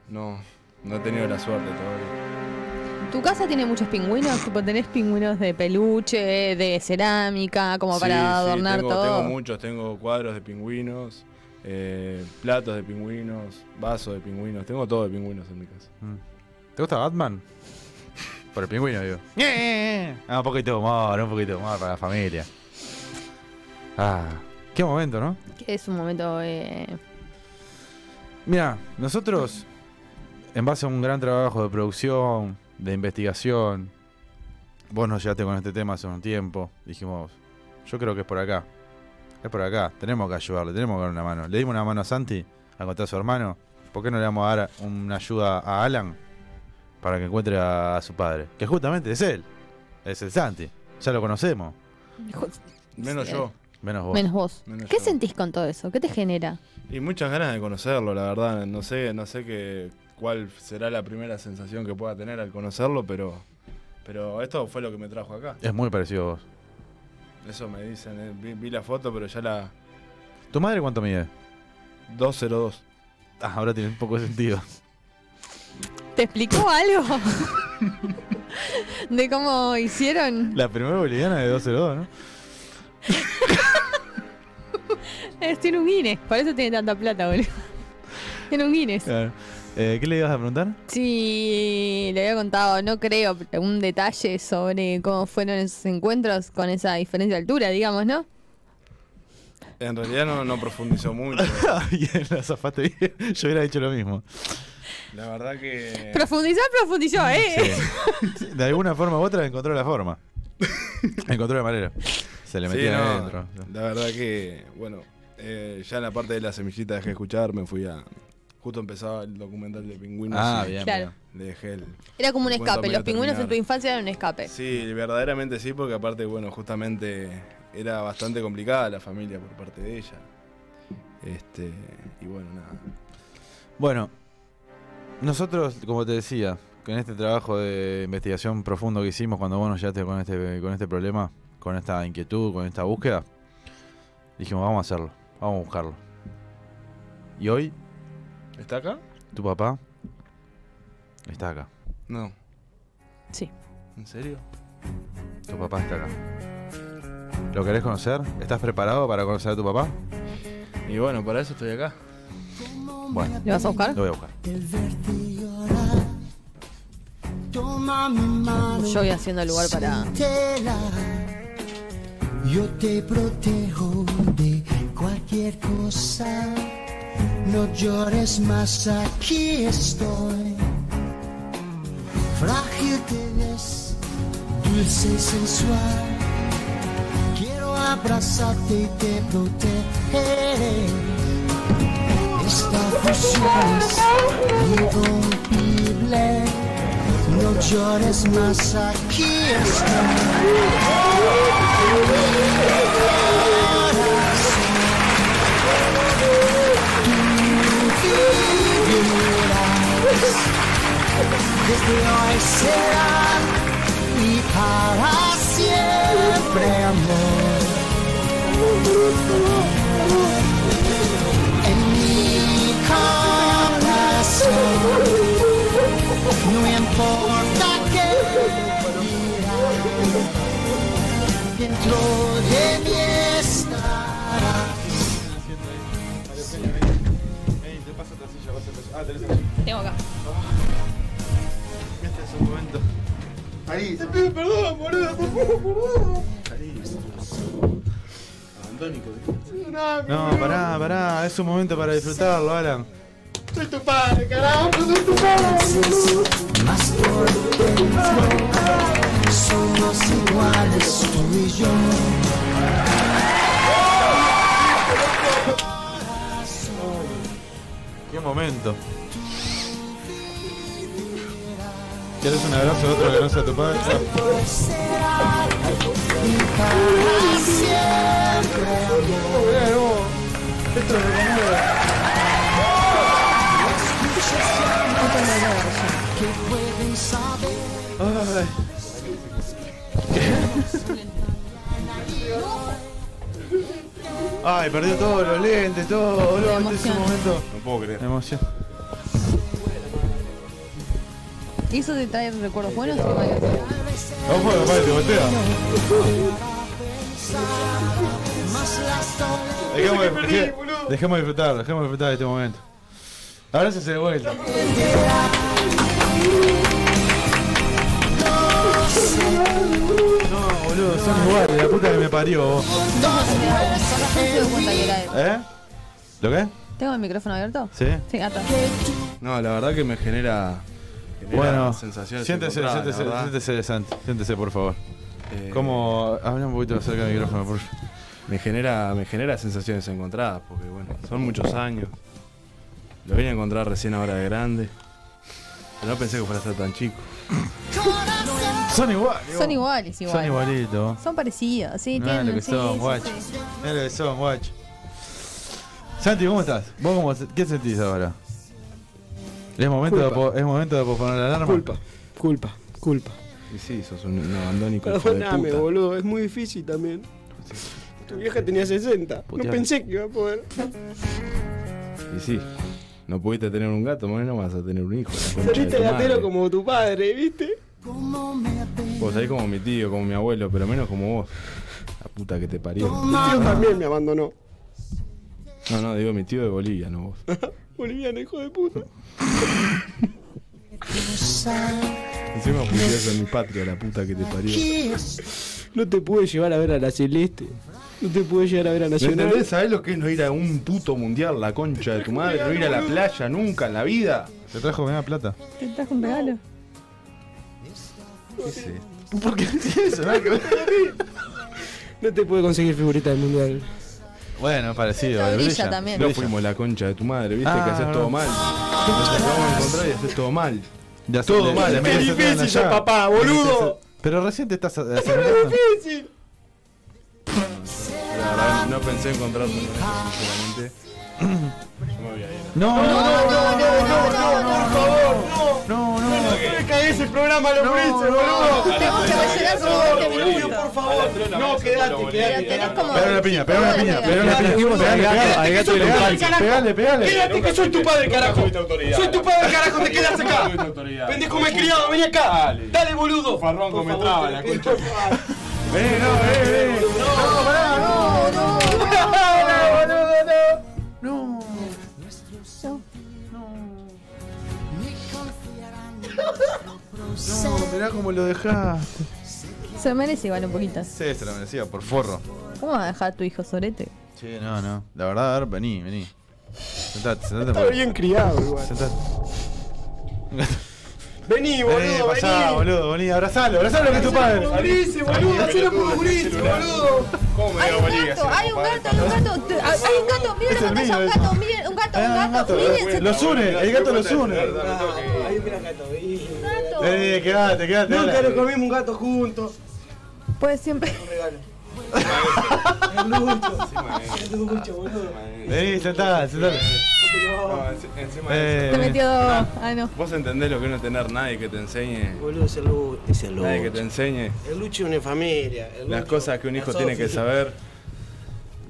[SPEAKER 9] No, no he tenido la suerte todavía.
[SPEAKER 3] ¿Tu casa tiene muchos pingüinos? Tipo, ¿Tenés pingüinos de peluche, de cerámica, como para
[SPEAKER 9] Sí, sí,
[SPEAKER 3] adornar
[SPEAKER 9] tengo,
[SPEAKER 3] todo?
[SPEAKER 9] Tengo muchos, tengo cuadros de pingüinos, eh, platos de pingüinos, vasos de pingüinos, tengo todo de pingüinos en mi casa.
[SPEAKER 2] Mm. ¿Te gusta Batman? Por el pingüino, digo. Ah, un poquito de humor, un poquito de humor para la familia. Ah, qué momento, ¿no?
[SPEAKER 3] Que es un momento... eh,
[SPEAKER 2] Mira, nosotros en base a un gran trabajo de producción, de investigación, vos nos llegaste con este tema hace un tiempo. Dijimos, yo creo que es por acá. Es por acá. Tenemos que ayudarle, tenemos que dar una mano. Le dimos una mano a Santi a encontrar a su hermano. ¿Por qué no le vamos a dar una ayuda a Alan para que encuentre a, a su padre? Que justamente es él. Es el Santi. Ya lo conocemos.
[SPEAKER 9] Menos yo.
[SPEAKER 2] Menos vos.
[SPEAKER 3] eh, Menos vos.
[SPEAKER 9] Menos
[SPEAKER 3] ¿Qué
[SPEAKER 9] yo.
[SPEAKER 3] sentís con todo eso? ¿Qué te genera?
[SPEAKER 9] Y muchas ganas de conocerlo, la verdad. No sé, no sé qué cuál será la primera sensación que pueda tener al conocerlo, pero, pero esto fue lo que me trajo acá.
[SPEAKER 2] Es muy parecido a vos.
[SPEAKER 9] Eso me dicen. eh, Vi, vi la foto, pero ya la
[SPEAKER 2] ¿Tu madre cuánto mide?
[SPEAKER 9] 202.
[SPEAKER 2] Ah, ahora tiene un poco de sentido.
[SPEAKER 3] ¿Te explicó algo? ¿De cómo hicieron?
[SPEAKER 2] La primera boliviana de 202, ¿no?
[SPEAKER 3] Es, tiene un Guinness, por eso tiene tanta plata, boludo. Tiene un Guinness.
[SPEAKER 2] Claro. Eh, ¿Qué le ibas a preguntar?
[SPEAKER 3] Sí, le había contado, no creo, pero un detalle sobre cómo fueron esos encuentros con esa diferencia de altura, digamos, ¿no?
[SPEAKER 9] En realidad no, no profundizó mucho.
[SPEAKER 2] Ah, bien, la zafaste bien. Yo hubiera dicho lo mismo.
[SPEAKER 9] La verdad que.
[SPEAKER 3] Profundizar, profundizó, ¿eh?
[SPEAKER 2] Sí, De alguna forma u otra encontró la forma. Encontró la manera. Se le
[SPEAKER 9] Sí,
[SPEAKER 2] metía
[SPEAKER 9] no,
[SPEAKER 2] adentro.
[SPEAKER 9] La verdad que, bueno, eh, ya en la parte de la semillita dejé de escuchar, me fui a. Justo empezaba el documental de pingüinos.
[SPEAKER 2] Ah,
[SPEAKER 9] y
[SPEAKER 2] bien.
[SPEAKER 3] Claro.
[SPEAKER 9] le dejé el.
[SPEAKER 3] Era como un
[SPEAKER 9] Encuentro
[SPEAKER 3] escape,
[SPEAKER 9] medio
[SPEAKER 3] los pingüinos en tu
[SPEAKER 9] terminar.
[SPEAKER 3] infancia eran un escape.
[SPEAKER 9] Sí, verdaderamente sí, porque aparte, bueno, justamente era bastante complicada la familia por parte de ella. Este. Y bueno, nada.
[SPEAKER 2] Bueno, nosotros, como te decía, en este trabajo de investigación profundo que hicimos cuando vos nos llegaste con este, con este problema, con esta inquietud, con esta búsqueda, dijimos, vamos a hacerlo, vamos a buscarlo. Y hoy,
[SPEAKER 9] ¿Está acá?
[SPEAKER 2] tu papá está acá.
[SPEAKER 9] No.
[SPEAKER 3] Sí.
[SPEAKER 9] ¿En serio?
[SPEAKER 2] Tu papá está acá. ¿Lo querés conocer? ¿Estás preparado para conocer a tu papá?
[SPEAKER 9] Y bueno, para eso estoy acá.
[SPEAKER 2] Bueno,
[SPEAKER 3] ¿Le vas a
[SPEAKER 9] ¿Eh?
[SPEAKER 3] buscar?
[SPEAKER 2] lo voy a buscar.
[SPEAKER 5] El verte llorar. Toma mi mano.
[SPEAKER 3] Yo voy haciendo el lugar para.
[SPEAKER 5] Tela. Yo te protejo de cualquier cosa. No llores más, aquí estoy. Frágil te ves, dulce y sensual. Quiero abrazarte y te protegeré. Esta fusión es irrompible. No llores más, aquí estoy. desde hoy será y para siempre amor. En mi corazón, no importa qué dirán, dentro de mí estarás.
[SPEAKER 3] Tengo acá.
[SPEAKER 2] No, pará, pará, es un momento para disfrutarlo, Alan.
[SPEAKER 5] más por dentro. Somos iguales tú y yo.
[SPEAKER 2] Qué momento. ¿Quieres un abrazo de otro que no sea tu padre?
[SPEAKER 5] será y para siempre que pueden saber
[SPEAKER 2] Ay, perdió todos los lentes, todo, boludo. Este es un
[SPEAKER 3] emoción.
[SPEAKER 2] momento.
[SPEAKER 9] No puedo creer.
[SPEAKER 2] Emoción.
[SPEAKER 3] ¿Y eso te trae recuerdos buenos o malos?
[SPEAKER 2] Ojo, papá, te voltea.
[SPEAKER 5] más las dolencias
[SPEAKER 2] Dejemos, de- deje- dejemos de disfrutar, dejemos de disfrutar de este momento. Ahora se de vuelta. No, boludo, son iguales, la puta que me parió. vos.
[SPEAKER 3] No me di cuenta que era él.
[SPEAKER 2] ¿Eh? ¿Lo qué?
[SPEAKER 3] ¿Tengo el micrófono abierto?
[SPEAKER 2] ¿Sí?
[SPEAKER 3] Sí, atrás.
[SPEAKER 9] No, la verdad que me genera. genera
[SPEAKER 2] Bueno,
[SPEAKER 9] sensaciones
[SPEAKER 2] siéntese,
[SPEAKER 9] encontradas,
[SPEAKER 2] siéntese,
[SPEAKER 9] la verdad.
[SPEAKER 2] siéntese, Santi, siéntese, por favor.
[SPEAKER 9] Eh,
[SPEAKER 2] ¿Cómo? Habla un poquito más cerca del micrófono, por favor.
[SPEAKER 9] Me genera, me genera sensaciones encontradas, porque bueno, son muchos años. Lo vine a encontrar recién ahora de grande. Pero no pensé que fuera a ser tan chico.
[SPEAKER 2] Son iguales.
[SPEAKER 3] Son iguales, igual.
[SPEAKER 2] Son igualitos.
[SPEAKER 3] Son parecidos, sí,
[SPEAKER 2] Mirá
[SPEAKER 3] tienen.
[SPEAKER 2] Ah, lo que
[SPEAKER 3] sí,
[SPEAKER 2] son,
[SPEAKER 3] sí,
[SPEAKER 2] guacho.
[SPEAKER 3] sí.
[SPEAKER 2] Mirá lo que son, guacho. Santi, ¿cómo estás? ¿Vos cómo, se- qué sentís ahora? ¿Es momento, de,
[SPEAKER 8] Culpa.
[SPEAKER 2] po- ¿Es momento de posponer la alarma?
[SPEAKER 8] Culpa, culpa, culpa.
[SPEAKER 9] Y sí, sos un, un abandónico hijo de
[SPEAKER 8] Perdóname,
[SPEAKER 9] puta.
[SPEAKER 8] boludo, es muy difícil también. Tu vieja tenía 60. No
[SPEAKER 9] Puteame.
[SPEAKER 8] pensé que iba a poder.
[SPEAKER 9] Y sí, no pudiste tener un gato, más no vas a tener un hijo. la concha de
[SPEAKER 8] Saliste
[SPEAKER 9] tu
[SPEAKER 8] gatero
[SPEAKER 9] madre.
[SPEAKER 8] como tu padre, ¿viste?
[SPEAKER 9] Vos salís como mi tío, como mi abuelo, pero menos como vos. La puta que te parió.
[SPEAKER 8] Mi tío también me abandonó.
[SPEAKER 9] No, no, digo mi tío de Bolivia, no vos.
[SPEAKER 8] Boliviano, hijo de puta.
[SPEAKER 9] Encima pusieras en mi patria, la puta que te parió.
[SPEAKER 8] No te pude llevar a ver a la Celeste. No te pude llevar a ver a
[SPEAKER 9] ¿Me
[SPEAKER 8] Nacional.
[SPEAKER 9] entendés? ¿Sabés lo que es no ir a un puto mundial, la concha de tu madre? No ir a la playa nunca en la vida.
[SPEAKER 2] Te trajo buena plata.
[SPEAKER 3] ¿Te trajo un regalo?
[SPEAKER 9] ¿Qué es esto?
[SPEAKER 8] ¿Por qué eso? No te pude conseguir figurita del mundial.
[SPEAKER 2] Bueno, es parecido.
[SPEAKER 3] Pero
[SPEAKER 2] eh,
[SPEAKER 3] brilla también.
[SPEAKER 9] No
[SPEAKER 2] brilla.
[SPEAKER 9] fuimos la concha de tu madre, viste
[SPEAKER 2] Ah,
[SPEAKER 9] que haces
[SPEAKER 2] no.
[SPEAKER 9] todo mal. Nos acabamos de encontrar y haces todo mal.
[SPEAKER 2] Ya
[SPEAKER 9] Todo
[SPEAKER 2] son de-
[SPEAKER 9] mal,
[SPEAKER 2] de
[SPEAKER 9] qué
[SPEAKER 2] media
[SPEAKER 9] difícil
[SPEAKER 2] semana
[SPEAKER 9] ser
[SPEAKER 2] ya.
[SPEAKER 9] papá, boludo.
[SPEAKER 2] Pero recién te estás acercando.
[SPEAKER 8] Difícil.
[SPEAKER 9] La verdad, no pensé encontrarte, sinceramente. Yo me voy a ir.
[SPEAKER 2] No, no, no, no, no, no, no,
[SPEAKER 9] Por favor,
[SPEAKER 2] no, no.
[SPEAKER 9] no caí ese programa a los
[SPEAKER 2] Princes,
[SPEAKER 9] boludo.
[SPEAKER 3] Tengo que rellenar como 20 minutos.
[SPEAKER 9] favor, no, quédate,
[SPEAKER 3] Pero tenés como.
[SPEAKER 2] Pegale una piña, pegale una
[SPEAKER 3] Todo
[SPEAKER 2] piña,
[SPEAKER 3] lo
[SPEAKER 2] pegale una
[SPEAKER 3] pegale.
[SPEAKER 2] piña.
[SPEAKER 4] Dijimos al gato, al gato y le engancha.
[SPEAKER 2] Pegale, pegale.
[SPEAKER 8] que soy tu padre, carajo. Soy tu padre, carajo, te quedas acá. Pendejo me he criado, vení acá. Dale, boludo. Farrón me traba la concha.
[SPEAKER 9] Ven, no, ven, ven.
[SPEAKER 2] No, mirá cómo lo dejaste.
[SPEAKER 3] Se merece igual un poquito.
[SPEAKER 2] Sí, se lo merecía, por forro.
[SPEAKER 3] ¿Cómo vas a dejar a tu hijo sorete?
[SPEAKER 2] Sí, no, no. La verdad, a ver, vení, vení. Sentate, sentate.
[SPEAKER 8] Está
[SPEAKER 2] por-
[SPEAKER 8] bien criado, igual.
[SPEAKER 2] Sentate. Vení,
[SPEAKER 8] Vení, boludo,
[SPEAKER 2] pasá,
[SPEAKER 8] vení.
[SPEAKER 2] boludo, vení. Abrazalo, abrazalo que es tu padre.
[SPEAKER 8] Gurice, boludo, hacelo como gurice, boludo.
[SPEAKER 3] Hay un gato, hay un gato, hay un gato. te- Hay hay un gato, miren
[SPEAKER 2] Es
[SPEAKER 3] la
[SPEAKER 2] el Eh, mío,
[SPEAKER 3] pantalla, un
[SPEAKER 2] ese.
[SPEAKER 3] gato, miren, un gato, un gato. Miren,
[SPEAKER 2] Ah, Los une, el gato los une.
[SPEAKER 8] Ahí mira gato, vení.
[SPEAKER 3] gato.
[SPEAKER 2] Vení, quedate, quedate.
[SPEAKER 8] Nunca
[SPEAKER 2] dale.
[SPEAKER 8] nos comimos un gato juntos.
[SPEAKER 3] Pues siempre.
[SPEAKER 2] Eh.
[SPEAKER 8] El lucho. El lucho, boludo.
[SPEAKER 2] Vení, sentate, sentate.
[SPEAKER 3] Te
[SPEAKER 2] Eh,
[SPEAKER 3] metió. Ah, no.
[SPEAKER 9] Vos entendés lo que es no tener nadie que te enseñe.
[SPEAKER 8] Ah, Boludo, es el lucho. Es el
[SPEAKER 9] Nadie que te
[SPEAKER 8] lucho.
[SPEAKER 9] enseñe
[SPEAKER 8] El lucho es una familia. el
[SPEAKER 9] las
[SPEAKER 8] lucho,
[SPEAKER 9] cosas que un hijo
[SPEAKER 8] la
[SPEAKER 9] tiene que
[SPEAKER 8] Sofi.
[SPEAKER 9] saber.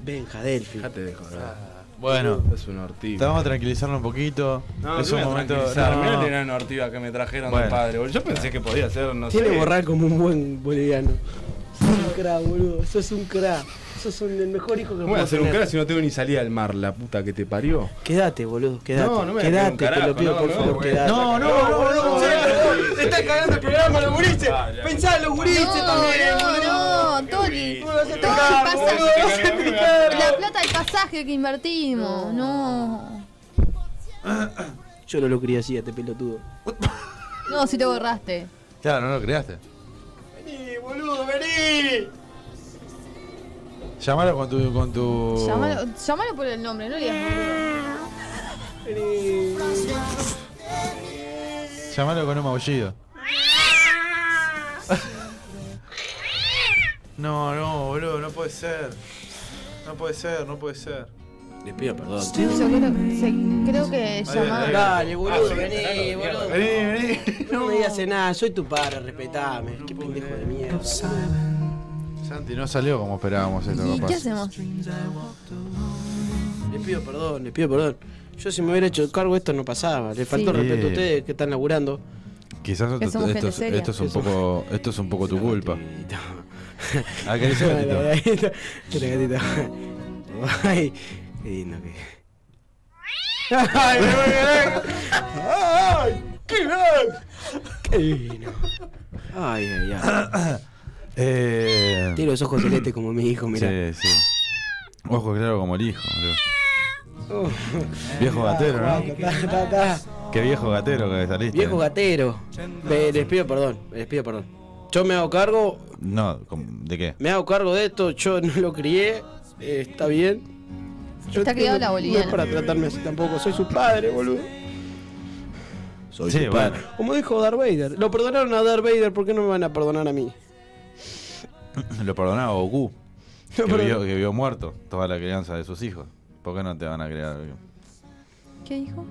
[SPEAKER 8] Benja Delphi.
[SPEAKER 9] Dejate de joder.
[SPEAKER 2] bueno,
[SPEAKER 9] Es un ortigo.
[SPEAKER 2] te vamos a tranquilizarnos un poquito. es un momento. no.
[SPEAKER 9] Mirá el enano ortiga que me trajeron
[SPEAKER 2] Bueno.
[SPEAKER 9] de padre. boludo. Yo pensé que podía ser, no
[SPEAKER 8] Tiene
[SPEAKER 9] sé.
[SPEAKER 8] borrar como un buen boliviano. Sos un cra, boludo. Sos un cra. Sos un- el mejor hijo que
[SPEAKER 9] ¿Cómo voy a
[SPEAKER 8] puedo
[SPEAKER 9] hacer un
[SPEAKER 8] tener.
[SPEAKER 9] cara si no tengo ni salida al mar, la puta que te parió?
[SPEAKER 8] Quédate, boludo, quédate.
[SPEAKER 9] No, no me voy a quedar un
[SPEAKER 8] quédate, te
[SPEAKER 9] carajo,
[SPEAKER 8] lo pido
[SPEAKER 9] no,
[SPEAKER 8] por
[SPEAKER 9] no,
[SPEAKER 8] favor,
[SPEAKER 9] güey.
[SPEAKER 8] quédate.
[SPEAKER 2] No, no, no, no,
[SPEAKER 8] no. Te están cagando el programa los gurises. Pensá en los gurises
[SPEAKER 3] No, no, no, Tony. Tony, pasa. La plata del pasaje que invertimos. No.
[SPEAKER 8] Yo no lo quería así, este pelotudo.
[SPEAKER 3] No, si te borraste.
[SPEAKER 2] Claro, no lo creaste.
[SPEAKER 8] Vení, boludo, vení.
[SPEAKER 2] Llamalo con tu. Con tu...
[SPEAKER 3] Llámalo, llámalo por el nombre, no le digas boludo.
[SPEAKER 8] Vení.
[SPEAKER 2] Llamalo con un maullido. No, no, boludo, no puede ser. No puede ser, no puede ser.
[SPEAKER 8] Le pido perdón.
[SPEAKER 3] Yo creo, se- creo que llamar.
[SPEAKER 8] Dale,
[SPEAKER 9] Ah,
[SPEAKER 8] boludo, vení, boludo.
[SPEAKER 2] Vení, vení.
[SPEAKER 8] No me digas nada, soy tu padre, respetame. Qué pendejo de mierda.
[SPEAKER 2] Santi, no salió como esperábamos esto,
[SPEAKER 3] ¿Y
[SPEAKER 2] capaz.
[SPEAKER 3] qué hacemos?
[SPEAKER 8] Le pido perdón, le pido perdón. Yo si me hubiera hecho cargo esto no pasaba. Le faltó
[SPEAKER 2] Sí.
[SPEAKER 8] respeto a ustedes que están laburando.
[SPEAKER 2] Quizás
[SPEAKER 3] Que
[SPEAKER 2] esto,
[SPEAKER 3] somos
[SPEAKER 2] esto
[SPEAKER 3] gente
[SPEAKER 2] es-
[SPEAKER 3] seria.
[SPEAKER 2] esto es un
[SPEAKER 8] Que somos-
[SPEAKER 2] poco. Esto es un poco tu culpa.
[SPEAKER 9] Ah,
[SPEAKER 2] Acariciá,
[SPEAKER 8] Ay,
[SPEAKER 2] gatito.
[SPEAKER 8] la gatita. Mira, gatita. Ay, qué lindo que. ¡Ay, me voy a ver. ¡Ay! ¡Qué bien! ¡Qué divino! ¡Ay, ay, ay!
[SPEAKER 2] Eh.
[SPEAKER 8] Tiene los ojos celestes como mi hijo, mirá.
[SPEAKER 2] Sí, sí. Ojo claro como el hijo, boludo. Viejo gatero, ¿no?
[SPEAKER 8] Ta, ta, ta.
[SPEAKER 2] Qué viejo gatero que saliste.
[SPEAKER 8] Viejo gatero. Pe- les pido perdón, les pido perdón. Yo me hago cargo,
[SPEAKER 2] No, ¿com- ¿de qué?
[SPEAKER 8] me hago cargo de esto, yo no lo crié, eh, está bien. Yo
[SPEAKER 3] Está criado
[SPEAKER 8] no-
[SPEAKER 3] la
[SPEAKER 8] No es
[SPEAKER 3] boliviana.
[SPEAKER 8] para tratarme así tampoco, soy su padre, boludo. Soy
[SPEAKER 2] Sí,
[SPEAKER 8] su padre.
[SPEAKER 2] bueno.
[SPEAKER 8] Como dijo Darth Vader, lo perdonaron a Darth Vader, ¿por qué no me van a perdonar a mí?
[SPEAKER 2] Lo perdonaba Goku, que,
[SPEAKER 8] pero-
[SPEAKER 2] vio, que vio muerto toda la crianza de sus hijos. ¿Por qué no te van a criar?
[SPEAKER 3] ¿Qué dijo?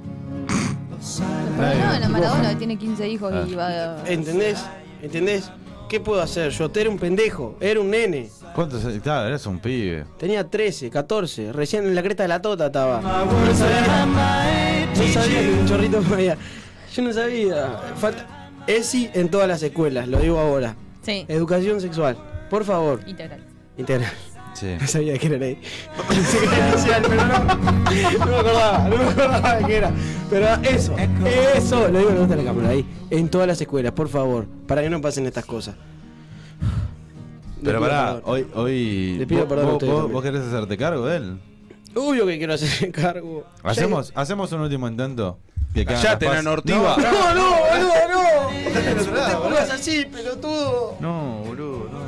[SPEAKER 3] No, la Maradona que tiene 15 hijos y va a...
[SPEAKER 8] Eh, ¿Entendés? ¿Entendés? ¿Qué puedo hacer? Yo era un pendejo, era un nene.
[SPEAKER 2] ¿Cuántos? Claro, eres un pibe.
[SPEAKER 8] Tenía 13, 14, recién en la creta de la tota estaba. No sabía, no sabía que un chorrito podía. Yo no sabía. Falta ESI en todas las escuelas, lo digo ahora.
[SPEAKER 3] Sí,
[SPEAKER 8] Educación sexual, por favor.
[SPEAKER 3] integral.
[SPEAKER 8] Integral.
[SPEAKER 2] Sí.
[SPEAKER 8] No sabía que era ley. Pensé que era social, pero no. No me acordaba, no me acordaba de qué era. Pero eso, eso, lo digo en la cámara, ahí. En todas las escuelas, por favor, para que no pasen estas cosas. Le
[SPEAKER 2] Pero
[SPEAKER 8] pido
[SPEAKER 2] pará,
[SPEAKER 8] perdón.
[SPEAKER 2] hoy. hoy
[SPEAKER 8] Le pido
[SPEAKER 2] vos-
[SPEAKER 8] perdón a
[SPEAKER 2] vos-
[SPEAKER 8] ustedes
[SPEAKER 2] vos-
[SPEAKER 8] también.
[SPEAKER 2] vos querés hacerte cargo de él?
[SPEAKER 8] Obvio que quiero hacer cargo.
[SPEAKER 2] Hacemos, hacemos un último intento. Que cagan
[SPEAKER 7] Callate,
[SPEAKER 2] las paz-
[SPEAKER 7] Nano Ortiva.
[SPEAKER 2] No,
[SPEAKER 8] No, no, boludo, no. No te pongas así, pelotudo.
[SPEAKER 2] No, boludo, no.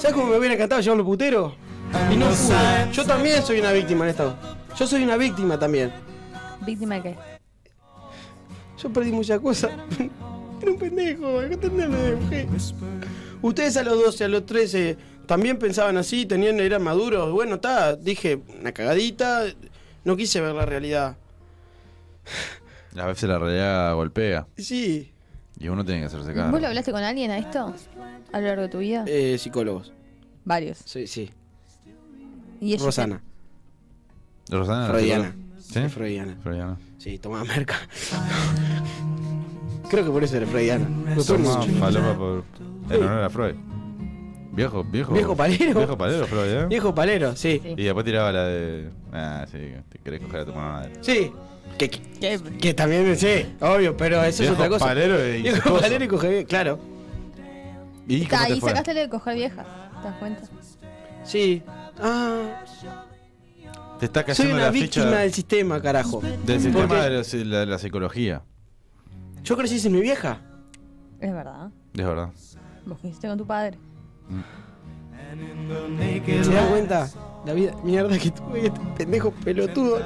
[SPEAKER 8] ¿Sabes cómo me hubiera cantado llevarlo putero? Y no pude. Yo también soy una víctima en esta. Yo soy una víctima también.
[SPEAKER 3] ¿Víctima de qué?
[SPEAKER 8] Yo perdí muchas cosas. Era un pendejo, entenderme, mujer. eh, Ustedes a los 12, a los 13, también pensaban así, tenían, eran maduros. Bueno, está, dije, una cagadita. No quise ver la realidad.
[SPEAKER 2] A veces la realidad golpea
[SPEAKER 8] Sí,
[SPEAKER 2] y uno tiene que hacerse cargo.
[SPEAKER 3] ¿Vos lo hablaste con alguien a esto? A lo largo de tu vida.
[SPEAKER 8] eh, psicólogos.
[SPEAKER 3] Varios.
[SPEAKER 8] Sí, sí.
[SPEAKER 3] Y ellos-
[SPEAKER 8] Rosana,
[SPEAKER 2] Rosana.
[SPEAKER 8] freudiana.
[SPEAKER 2] ¿Sí?
[SPEAKER 8] Freudiana.
[SPEAKER 2] Freudiana.
[SPEAKER 8] Sí, tomaba merca. Creo que por eso era freudiana.
[SPEAKER 2] Toma falopa por... En honor a Freud. Viejo, viejo.
[SPEAKER 8] Viejo palero.
[SPEAKER 2] Viejo palero, Freud, ¿eh?
[SPEAKER 8] Viejo palero, sí.
[SPEAKER 3] Sí.
[SPEAKER 2] Y después tiraba la de. Ah, sí, te querés coger a tu mamá.
[SPEAKER 8] Sí. Que, que- que también, sí, obvio, pero eso es
[SPEAKER 2] Viejo
[SPEAKER 8] otra cosa.
[SPEAKER 2] palero y
[SPEAKER 8] Viejo
[SPEAKER 2] cosa.
[SPEAKER 8] palero y coge bien, claro.
[SPEAKER 2] ¿Y
[SPEAKER 3] Está,
[SPEAKER 2] cómo te
[SPEAKER 3] ahí
[SPEAKER 2] fue?
[SPEAKER 3] sacaste lo de coger viejas. ¿Te das cuenta?
[SPEAKER 8] Sí. Ah,
[SPEAKER 2] Te está
[SPEAKER 8] soy
[SPEAKER 2] cayendo
[SPEAKER 8] una
[SPEAKER 2] la ficha
[SPEAKER 8] víctima del sistema, carajo.
[SPEAKER 2] del sistema
[SPEAKER 8] Porque-
[SPEAKER 2] de la, de la psicología.
[SPEAKER 8] Yo crecí sin mi vieja.
[SPEAKER 3] Es verdad.
[SPEAKER 2] Es verdad.
[SPEAKER 3] Vos hiciste con tu padre.
[SPEAKER 8] ¿Se da cuenta? La vida mierda que tuve y este pendejo pelotudo.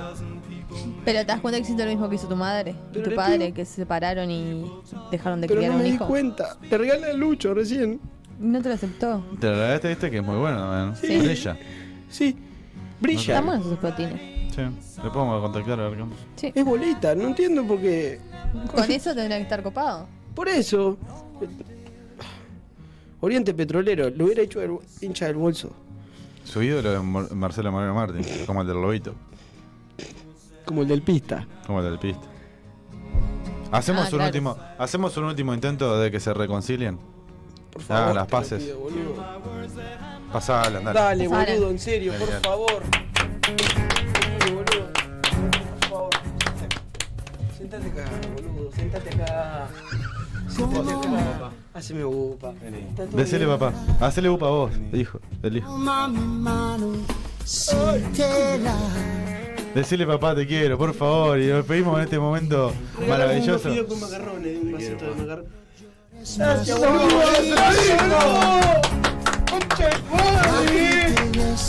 [SPEAKER 3] Pero te das cuenta que hiciste lo mismo que hizo tu madre y
[SPEAKER 8] Pero
[SPEAKER 3] tu
[SPEAKER 8] le
[SPEAKER 3] padre,
[SPEAKER 8] pido-
[SPEAKER 3] que se separaron y dejaron de
[SPEAKER 8] Pero
[SPEAKER 3] criar a
[SPEAKER 8] no
[SPEAKER 3] un
[SPEAKER 8] me di
[SPEAKER 3] hijo.
[SPEAKER 8] cuenta. Te regalan Lucho recién.
[SPEAKER 3] Y No te lo aceptó.
[SPEAKER 2] Te la verdad viste que es muy bueno también.
[SPEAKER 3] Sí.
[SPEAKER 2] Sí. Ella.
[SPEAKER 8] Sí. Brilla.
[SPEAKER 3] Estamos en sus patines.
[SPEAKER 2] Sí. Le podemos contactar a ver cómo.
[SPEAKER 3] Sí.
[SPEAKER 8] Es bolita, no entiendo por qué.
[SPEAKER 3] Con eso tendría que estar copado.
[SPEAKER 8] Por eso. Oriente Petrolero, lo hubiera hecho el hincha del bolso.
[SPEAKER 2] Su ídolo es Mar- Marcelo Moreno Martín, como el del Lobito,
[SPEAKER 8] Como el del pista.
[SPEAKER 2] como el del Pista. Hacemos,
[SPEAKER 3] Ah,
[SPEAKER 2] un
[SPEAKER 3] claro.
[SPEAKER 2] último, hacemos un último intento de que se reconcilien.
[SPEAKER 8] Por favor.
[SPEAKER 2] Ah, las
[SPEAKER 8] te lo
[SPEAKER 2] pases.
[SPEAKER 8] pido, boludo.
[SPEAKER 2] Pasá, Alan, dale.
[SPEAKER 8] Dale,
[SPEAKER 3] Dale.
[SPEAKER 8] boludo, en serio, por
[SPEAKER 2] Dale, dale.
[SPEAKER 8] favor. Sí, boludo. Por favor. Sentate acá, boludo. Sentate acá. Sentate acá. Haceme upa. Está todo
[SPEAKER 2] Decile,
[SPEAKER 8] bien.
[SPEAKER 2] papá. Hacele upa a vos, hijo. El hijo.
[SPEAKER 5] Toma mi mano sin tela.
[SPEAKER 2] Decile, papá, te quiero, por favor. Y nos pedimos en este momento maravilloso.
[SPEAKER 8] Un con macarrones, un vasito de macarrones.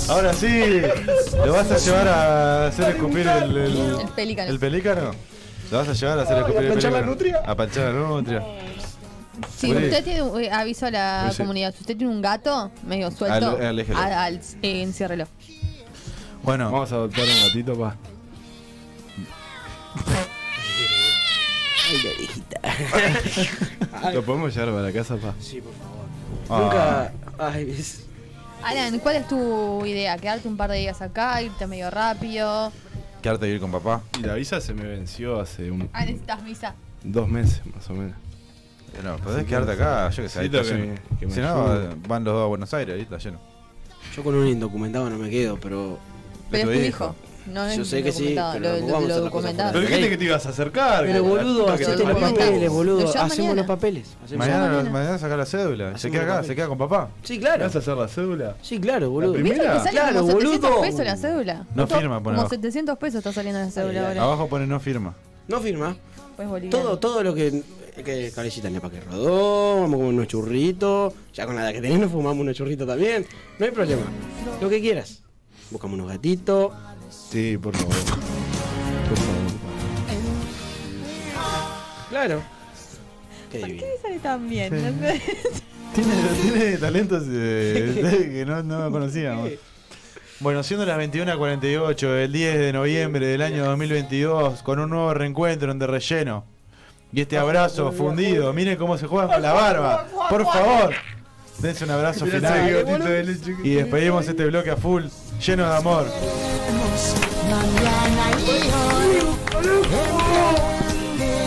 [SPEAKER 2] Ahora sí, lo vas a llevar a hacer escupir el, el,
[SPEAKER 3] El pelícano.
[SPEAKER 2] el pelícano. Lo vas a llevar a hacer escupir el
[SPEAKER 8] Ah, panchar la
[SPEAKER 2] pelícano.
[SPEAKER 8] nutria?
[SPEAKER 2] A panchar la nutria.
[SPEAKER 3] Si
[SPEAKER 2] Por
[SPEAKER 3] usted
[SPEAKER 2] ahí.
[SPEAKER 3] tiene, un- eh, aviso a la
[SPEAKER 2] Por ahí.
[SPEAKER 3] comunidad, si usted tiene un gato medio suelto,
[SPEAKER 2] Al- aléjelo.
[SPEAKER 3] a- al- eh, enciérrelo.
[SPEAKER 2] Bueno,
[SPEAKER 9] Vamos a adoptar un gatito, pa. ¿Lo podemos llevar para la casa, pa?
[SPEAKER 8] Nunca. Ay, es-
[SPEAKER 3] Alan, ¿cuál es tu idea? ¿Quedarte un par de días acá, irte medio rápido?
[SPEAKER 2] quedarte a vivir con papá.
[SPEAKER 9] Y la visa se me venció hace un-
[SPEAKER 3] Ah, necesitas visa.
[SPEAKER 9] dos meses, más o menos.
[SPEAKER 2] Eh, No, podés quedarte acá, yo que sé. ahí
[SPEAKER 9] Necesito
[SPEAKER 2] está
[SPEAKER 9] que
[SPEAKER 2] lleno.
[SPEAKER 9] me- que me
[SPEAKER 2] si no,
[SPEAKER 9] ayude.
[SPEAKER 2] van los dos a Buenos Aires, ahí está lleno.
[SPEAKER 8] Yo con un indocumentado no me quedo, pero.
[SPEAKER 3] Pero es tu hijo. No es
[SPEAKER 8] Yo sé que sí,
[SPEAKER 3] documentado,
[SPEAKER 8] pero
[SPEAKER 3] lo-
[SPEAKER 8] tampoco
[SPEAKER 3] lo-
[SPEAKER 8] vamos
[SPEAKER 3] lo
[SPEAKER 8] a hacer las cosas
[SPEAKER 3] documentado.
[SPEAKER 8] por
[SPEAKER 9] Pero dijiste que te ibas a acercar.
[SPEAKER 8] Ah, Pero
[SPEAKER 9] que-
[SPEAKER 8] boludo,
[SPEAKER 9] que te
[SPEAKER 8] hacete los
[SPEAKER 3] lo matamos.
[SPEAKER 8] papeles, boludo.
[SPEAKER 3] Lo llama
[SPEAKER 8] Hacemos
[SPEAKER 3] mañana.
[SPEAKER 8] los papeles. hacemos-
[SPEAKER 2] Mañana,
[SPEAKER 3] mañana.
[SPEAKER 2] mañana saca la cédula. Se
[SPEAKER 8] Hacemos
[SPEAKER 2] queda
[SPEAKER 8] los
[SPEAKER 2] acá,
[SPEAKER 8] papeles.
[SPEAKER 2] se queda con papá.
[SPEAKER 8] Sí,
[SPEAKER 9] ¿Me
[SPEAKER 8] claro.
[SPEAKER 9] vas a hacer la cédula?
[SPEAKER 8] Sí, claro, boludo.
[SPEAKER 9] primera-
[SPEAKER 3] ¿Viste lo que
[SPEAKER 9] Mira.
[SPEAKER 3] sale
[SPEAKER 8] Claro,
[SPEAKER 3] como 700
[SPEAKER 8] boludo.
[SPEAKER 3] pesos la cédula?
[SPEAKER 2] No
[SPEAKER 3] Todo-
[SPEAKER 2] firma, pone
[SPEAKER 3] Como
[SPEAKER 2] abajo.
[SPEAKER 3] 700 pesos está saliendo la cédula
[SPEAKER 8] Ay, ay.
[SPEAKER 3] ahora.
[SPEAKER 2] Abajo pone no firma.
[SPEAKER 8] No firma.
[SPEAKER 3] Pues boliviano.
[SPEAKER 8] Todo, todo lo que. que cabecita nepa que rodó, vamos con unos churritos. Ya con la edad que tenés nos fumamos unos churritos también. No hay problema. Lo que quieras. Buscamos unos gatitos.
[SPEAKER 9] Sí, por favor. Por favor.
[SPEAKER 8] Claro. Qué divino.
[SPEAKER 3] ¿Qué sale tan bien? No sé.
[SPEAKER 2] Tiene, tiene talentos eh, que no, no conocíamos. Bueno, siendo las 21.48 el 10 de noviembre del año 2022, con un nuevo reencuentro entre relleno y este abrazo fundido, miren cómo se juegan con la barba, por favor, dense un abrazo
[SPEAKER 9] Mirá ese
[SPEAKER 2] final
[SPEAKER 9] gotito de leche que-
[SPEAKER 2] y despedimos este bloque a full, lleno de amor.
[SPEAKER 5] Mañana y hoy.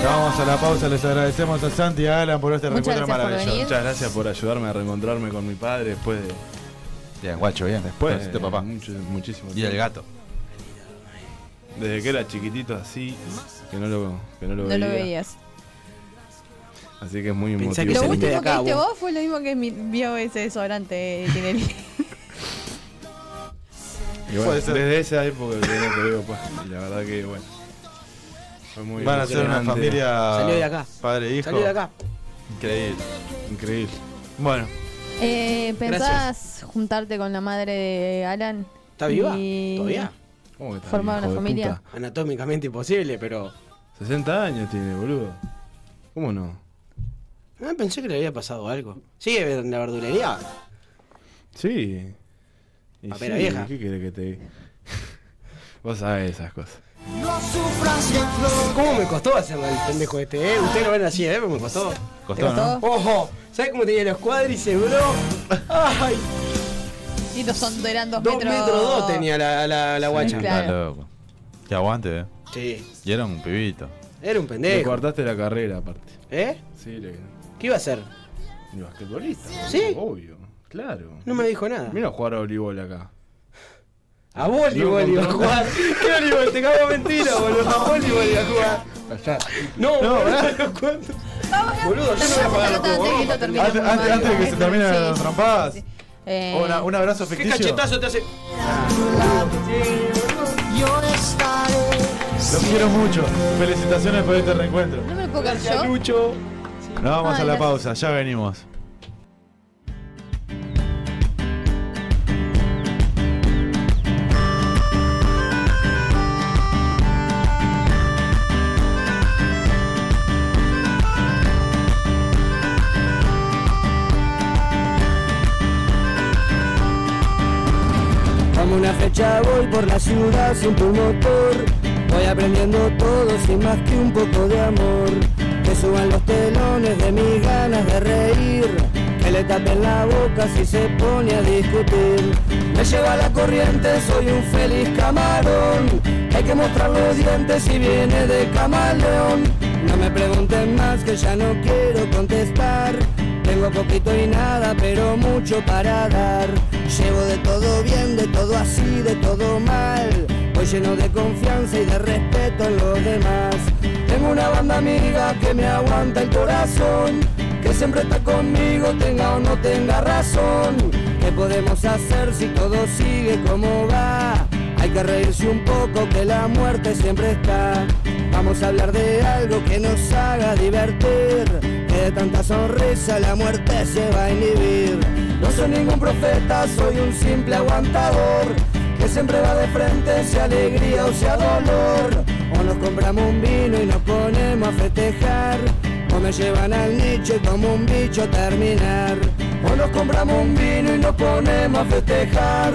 [SPEAKER 2] Vamos a la pausa, les agradecemos a Santi y a Alan por este
[SPEAKER 3] Muchas
[SPEAKER 2] reencuentro
[SPEAKER 3] gracias por
[SPEAKER 2] maravilloso.
[SPEAKER 3] venir.
[SPEAKER 9] Muchas gracias por ayudarme a reencontrarme con mi padre después de.
[SPEAKER 2] Bien, guacho, bien, después,
[SPEAKER 9] eh,
[SPEAKER 2] este papá.
[SPEAKER 9] mucho- muchísimo.
[SPEAKER 2] Y el
[SPEAKER 9] tiempo.
[SPEAKER 2] gato.
[SPEAKER 9] Desde que era chiquitito así, que no lo, que no lo,
[SPEAKER 3] No
[SPEAKER 9] veía.
[SPEAKER 3] lo veías.
[SPEAKER 9] Así que es muy emotivo.
[SPEAKER 8] Pensá
[SPEAKER 3] Lo
[SPEAKER 8] que saliste
[SPEAKER 3] último
[SPEAKER 8] de acá,
[SPEAKER 3] que viste
[SPEAKER 8] vos.
[SPEAKER 3] vos fue lo mismo que mi, vio ese desodorante eh, Tinelli.
[SPEAKER 9] Y bueno, desde esa época que no te veo, pues, y la verdad que bueno. Fue muy
[SPEAKER 2] Van a ser una
[SPEAKER 9] emocionante.
[SPEAKER 2] familia.
[SPEAKER 8] Salió de
[SPEAKER 9] Ah,
[SPEAKER 8] acá.
[SPEAKER 2] Padre e hijo.
[SPEAKER 8] Salió de acá.
[SPEAKER 2] Increíble.
[SPEAKER 9] Increíble.
[SPEAKER 2] Bueno,
[SPEAKER 3] Eh, ¿Pensás
[SPEAKER 8] Gracias.
[SPEAKER 3] juntarte con la madre de Alan?
[SPEAKER 8] ¿Está viva?
[SPEAKER 3] Y-
[SPEAKER 8] ¿Todavía?
[SPEAKER 9] ¿Cómo que está,
[SPEAKER 3] Formar
[SPEAKER 9] hijo
[SPEAKER 3] una
[SPEAKER 9] de
[SPEAKER 3] familia.
[SPEAKER 9] puta?
[SPEAKER 8] Anatómicamente imposible, pero.
[SPEAKER 9] 60 años tiene, boludo. ¿Cómo no?
[SPEAKER 8] Ah, pensé que le había pasado algo. ¿Sigue en la verdulería?
[SPEAKER 9] Sí. Y
[SPEAKER 8] Papera vieja.
[SPEAKER 9] ¿Qué quiere que te diga? Vos sabés esas cosas.
[SPEAKER 5] No sufras de flor.
[SPEAKER 8] ¿Cómo me costó hacerlo el pendejo este, eh? Ustedes lo ven así, eh, pero me costó.
[SPEAKER 3] ¿Te
[SPEAKER 2] costó, ¿no?
[SPEAKER 3] gustó?
[SPEAKER 8] ¡Ojo! ¿Sabes cómo tenía los cuádriceps, bro? ¡Ay!
[SPEAKER 3] Y los son, eran dos,
[SPEAKER 8] Dos
[SPEAKER 3] metros.
[SPEAKER 8] metros dos tenía la, la, la guacha.
[SPEAKER 3] claro.
[SPEAKER 2] Está loco. Que aguante, eh.
[SPEAKER 8] Sí.
[SPEAKER 2] Y era un pibito.
[SPEAKER 8] Era un
[SPEAKER 9] Le
[SPEAKER 8] pendejo.
[SPEAKER 9] cortaste la carrera, aparte.
[SPEAKER 8] ¿Eh?
[SPEAKER 9] Sí, le.
[SPEAKER 8] ¿Qué iba a hacer?
[SPEAKER 9] Ni basquetbolista.
[SPEAKER 8] ¿Sí?
[SPEAKER 9] Obvio. Claro.
[SPEAKER 8] No me dijo nada.
[SPEAKER 9] Vino a jugar a voleibol acá.
[SPEAKER 8] A voleibol
[SPEAKER 9] No,
[SPEAKER 8] iba a
[SPEAKER 9] no.
[SPEAKER 8] jugar. ¿Qué voleibol? Te cago en mentira, boludo. A voleibol iba a jugar. No, no, no. ¿Cuánto? Boludo, yo no voy a pagar los
[SPEAKER 3] Antes-
[SPEAKER 8] juegos.
[SPEAKER 3] antes que termine
[SPEAKER 2] Antes,
[SPEAKER 3] muy
[SPEAKER 2] antes-
[SPEAKER 3] mal.
[SPEAKER 2] antes de que se termine
[SPEAKER 3] Sí,
[SPEAKER 2] las
[SPEAKER 3] sí,
[SPEAKER 2] trompadas.
[SPEAKER 3] sí. Eh,
[SPEAKER 2] Una- un abrazo
[SPEAKER 8] ¿Qué
[SPEAKER 2] ficticio.
[SPEAKER 8] este cachetazo te hace?
[SPEAKER 5] Yo estaré.
[SPEAKER 2] Los quiero mucho. Felicitaciones por este reencuentro.
[SPEAKER 3] No me lo puedo creer yo.
[SPEAKER 8] Lucho.
[SPEAKER 2] Nos vamos
[SPEAKER 3] Ay,
[SPEAKER 2] a la
[SPEAKER 3] gracias.
[SPEAKER 2] pausa, ya venimos.
[SPEAKER 7] Vamos una fecha, voy por la ciudad, siento un motor. Voy aprendiendo todo sin más que un poco de amor. Que suban los telones de mis ganas de reír. Que le tapen la boca si se pone a discutir. Me lleva la corriente, soy un feliz camarón. Hay que mostrar los dientes si viene de camaleón. No me pregunten más que ya no quiero contestar. Tengo poquito y nada, pero mucho para dar. Llevo de todo bien, de todo así, de todo mal. Voy lleno de confianza y de respeto en los demás. Tengo una banda amiga que me aguanta el corazón, que siempre está conmigo, tenga o no tenga razón. ¿Qué podemos hacer si todo sigue como va? Hay que reírse un poco, que la muerte siempre está. Vamos a hablar de algo que nos haga divertir. Que de tanta sonrisa la muerte se va a inhibir. No soy ningún profeta, soy un simple aguantador. Que siempre va de frente, sea alegría o sea dolor. O nos compramos un vino y nos ponemos a festejar. O me llevan al nicho y como un bicho a terminar. O nos compramos un vino y nos ponemos a festejar.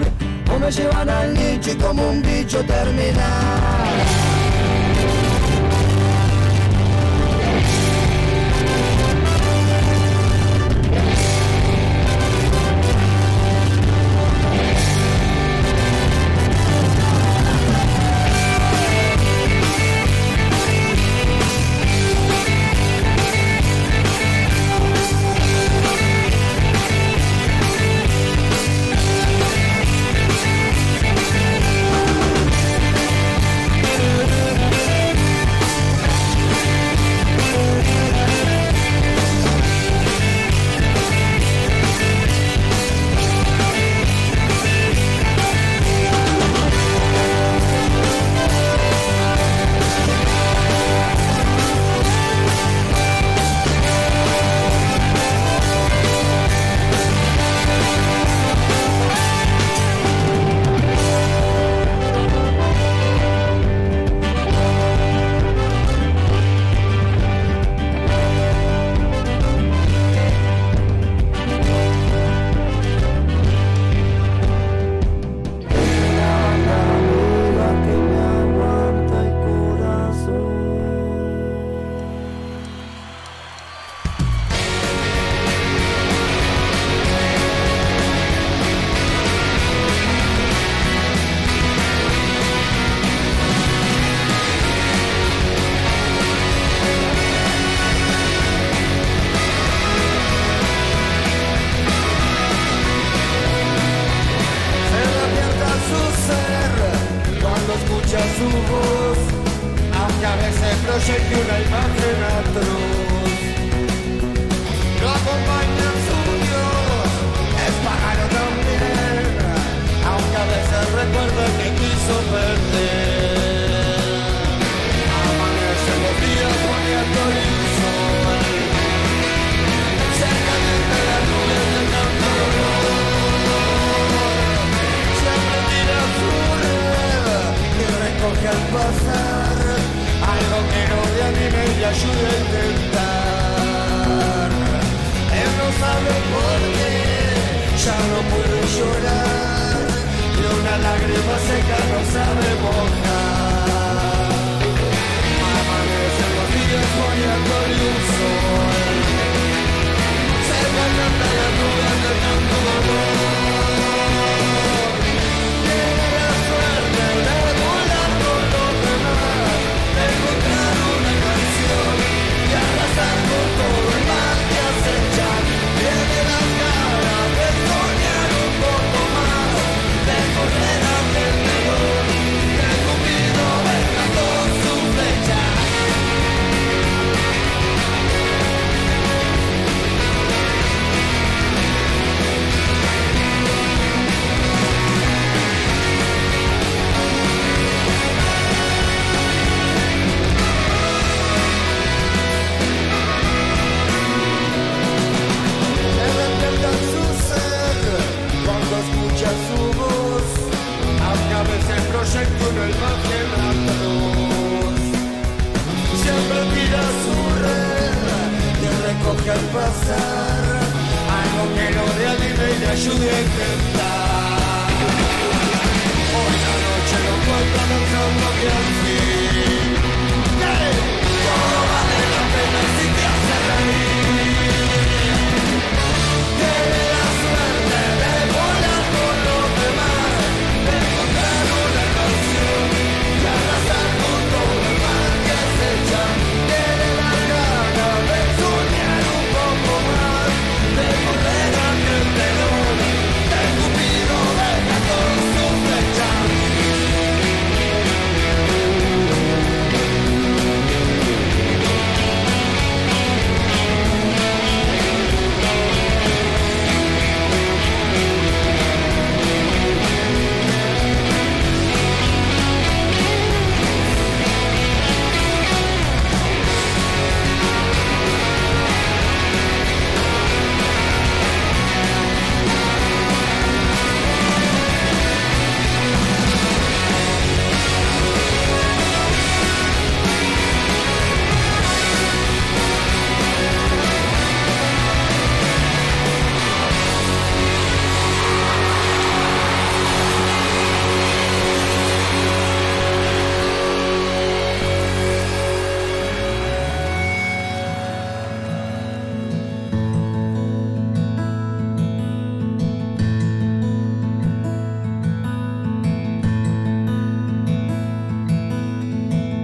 [SPEAKER 7] O me llevan al nicho y como un bicho a terminar.
[SPEAKER 6] proyecte una imagen atroz. Lo acompaña su Dios, es pájaro también, aunque a veces recuerda que quiso perder. Amanece los días poniendo el sol, cerca de las nubes del tanto dolor. Siempre tira su red y recoge al pasar algo que no le anime y le ayude a intentar. Él no sabe por qué, ya no puede llorar, y una lágrima seca no sabe mojar. Amanecen los días poniéndole un sol, se va canta la nube de tanto dolor. Tiene la suerte de volar con los demás, de encontrar una canción y arrasar con todo el mal que acechan. Tiene la cara de soñar un poco más, de correr ante el terror, que el cupido venga con su flecha. Se despierta en su ser cuando escucha su voz, aunque a veces proyecta una imagen atroz. Siempre tira su red y recoge al pasar algo que lo reanime y le ayude a intentar. Hoy la noche lo cuenta pensando que al fin ¡hey! todo vale la pena si te hace reír. Tiene la suerte de volar con los demás, de encontrar una canción y arrasar con todo el mal que se echa. Tiene la cara de soñar un poco más, de correr ante el telón, de cupido venga con su flecha.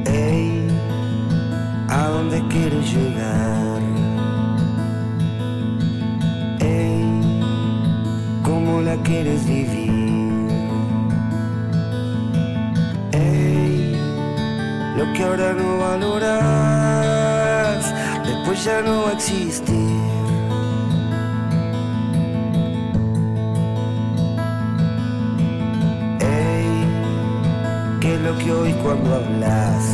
[SPEAKER 7] Ey, ¿a dónde quiero llegar? Ey, ¿cómo la quieres vivir? Ey, lo que ahora no valoras, después ya no va a existir. Ey, que lo que hoy cuando hablas.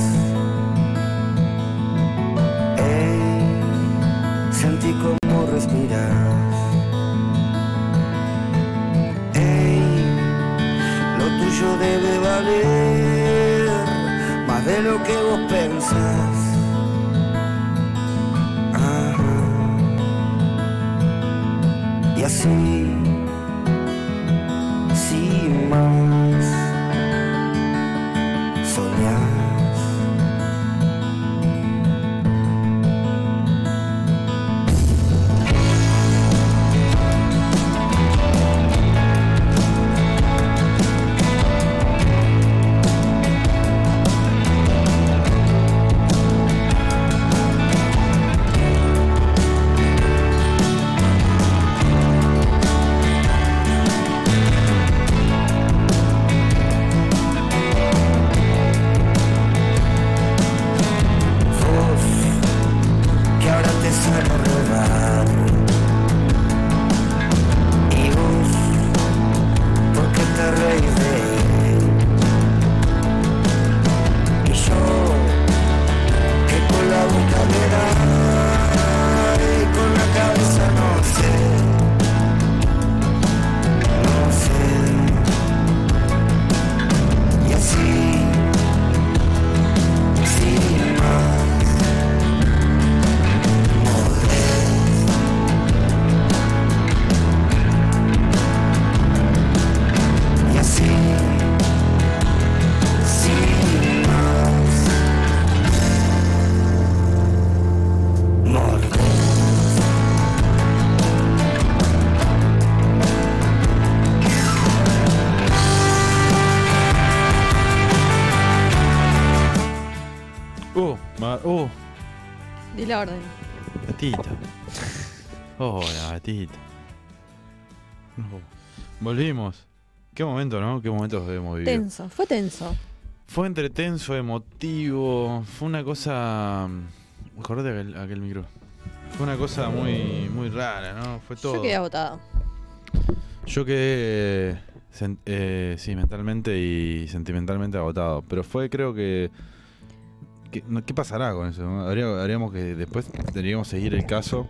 [SPEAKER 7] Ey, Eh, sentí como respiras. Ey, lo tuyo debe valer más de lo que vos pensás. Ajá. Y así, sin más soñás.
[SPEAKER 2] Uh,
[SPEAKER 3] Di la orden.
[SPEAKER 2] gatito. Hola, gatito. No. Volvimos. Qué momento, ¿no? Qué momentos hemos vivido.
[SPEAKER 3] Tenso, fue tenso.
[SPEAKER 2] Fue entretenso, emotivo. Fue una cosa. mm, Acordate aquel, aquel micro. Fue una cosa muy, muy rara, ¿no? Fue todo.
[SPEAKER 3] Yo quedé agotado.
[SPEAKER 2] Yo quedé sen- eh, sí, mentalmente y sentimentalmente agotado. Pero fue, creo que. que- no, ¿Qué pasará con eso? no? Habría- habríamos que. Después tendríamos que seguir el caso.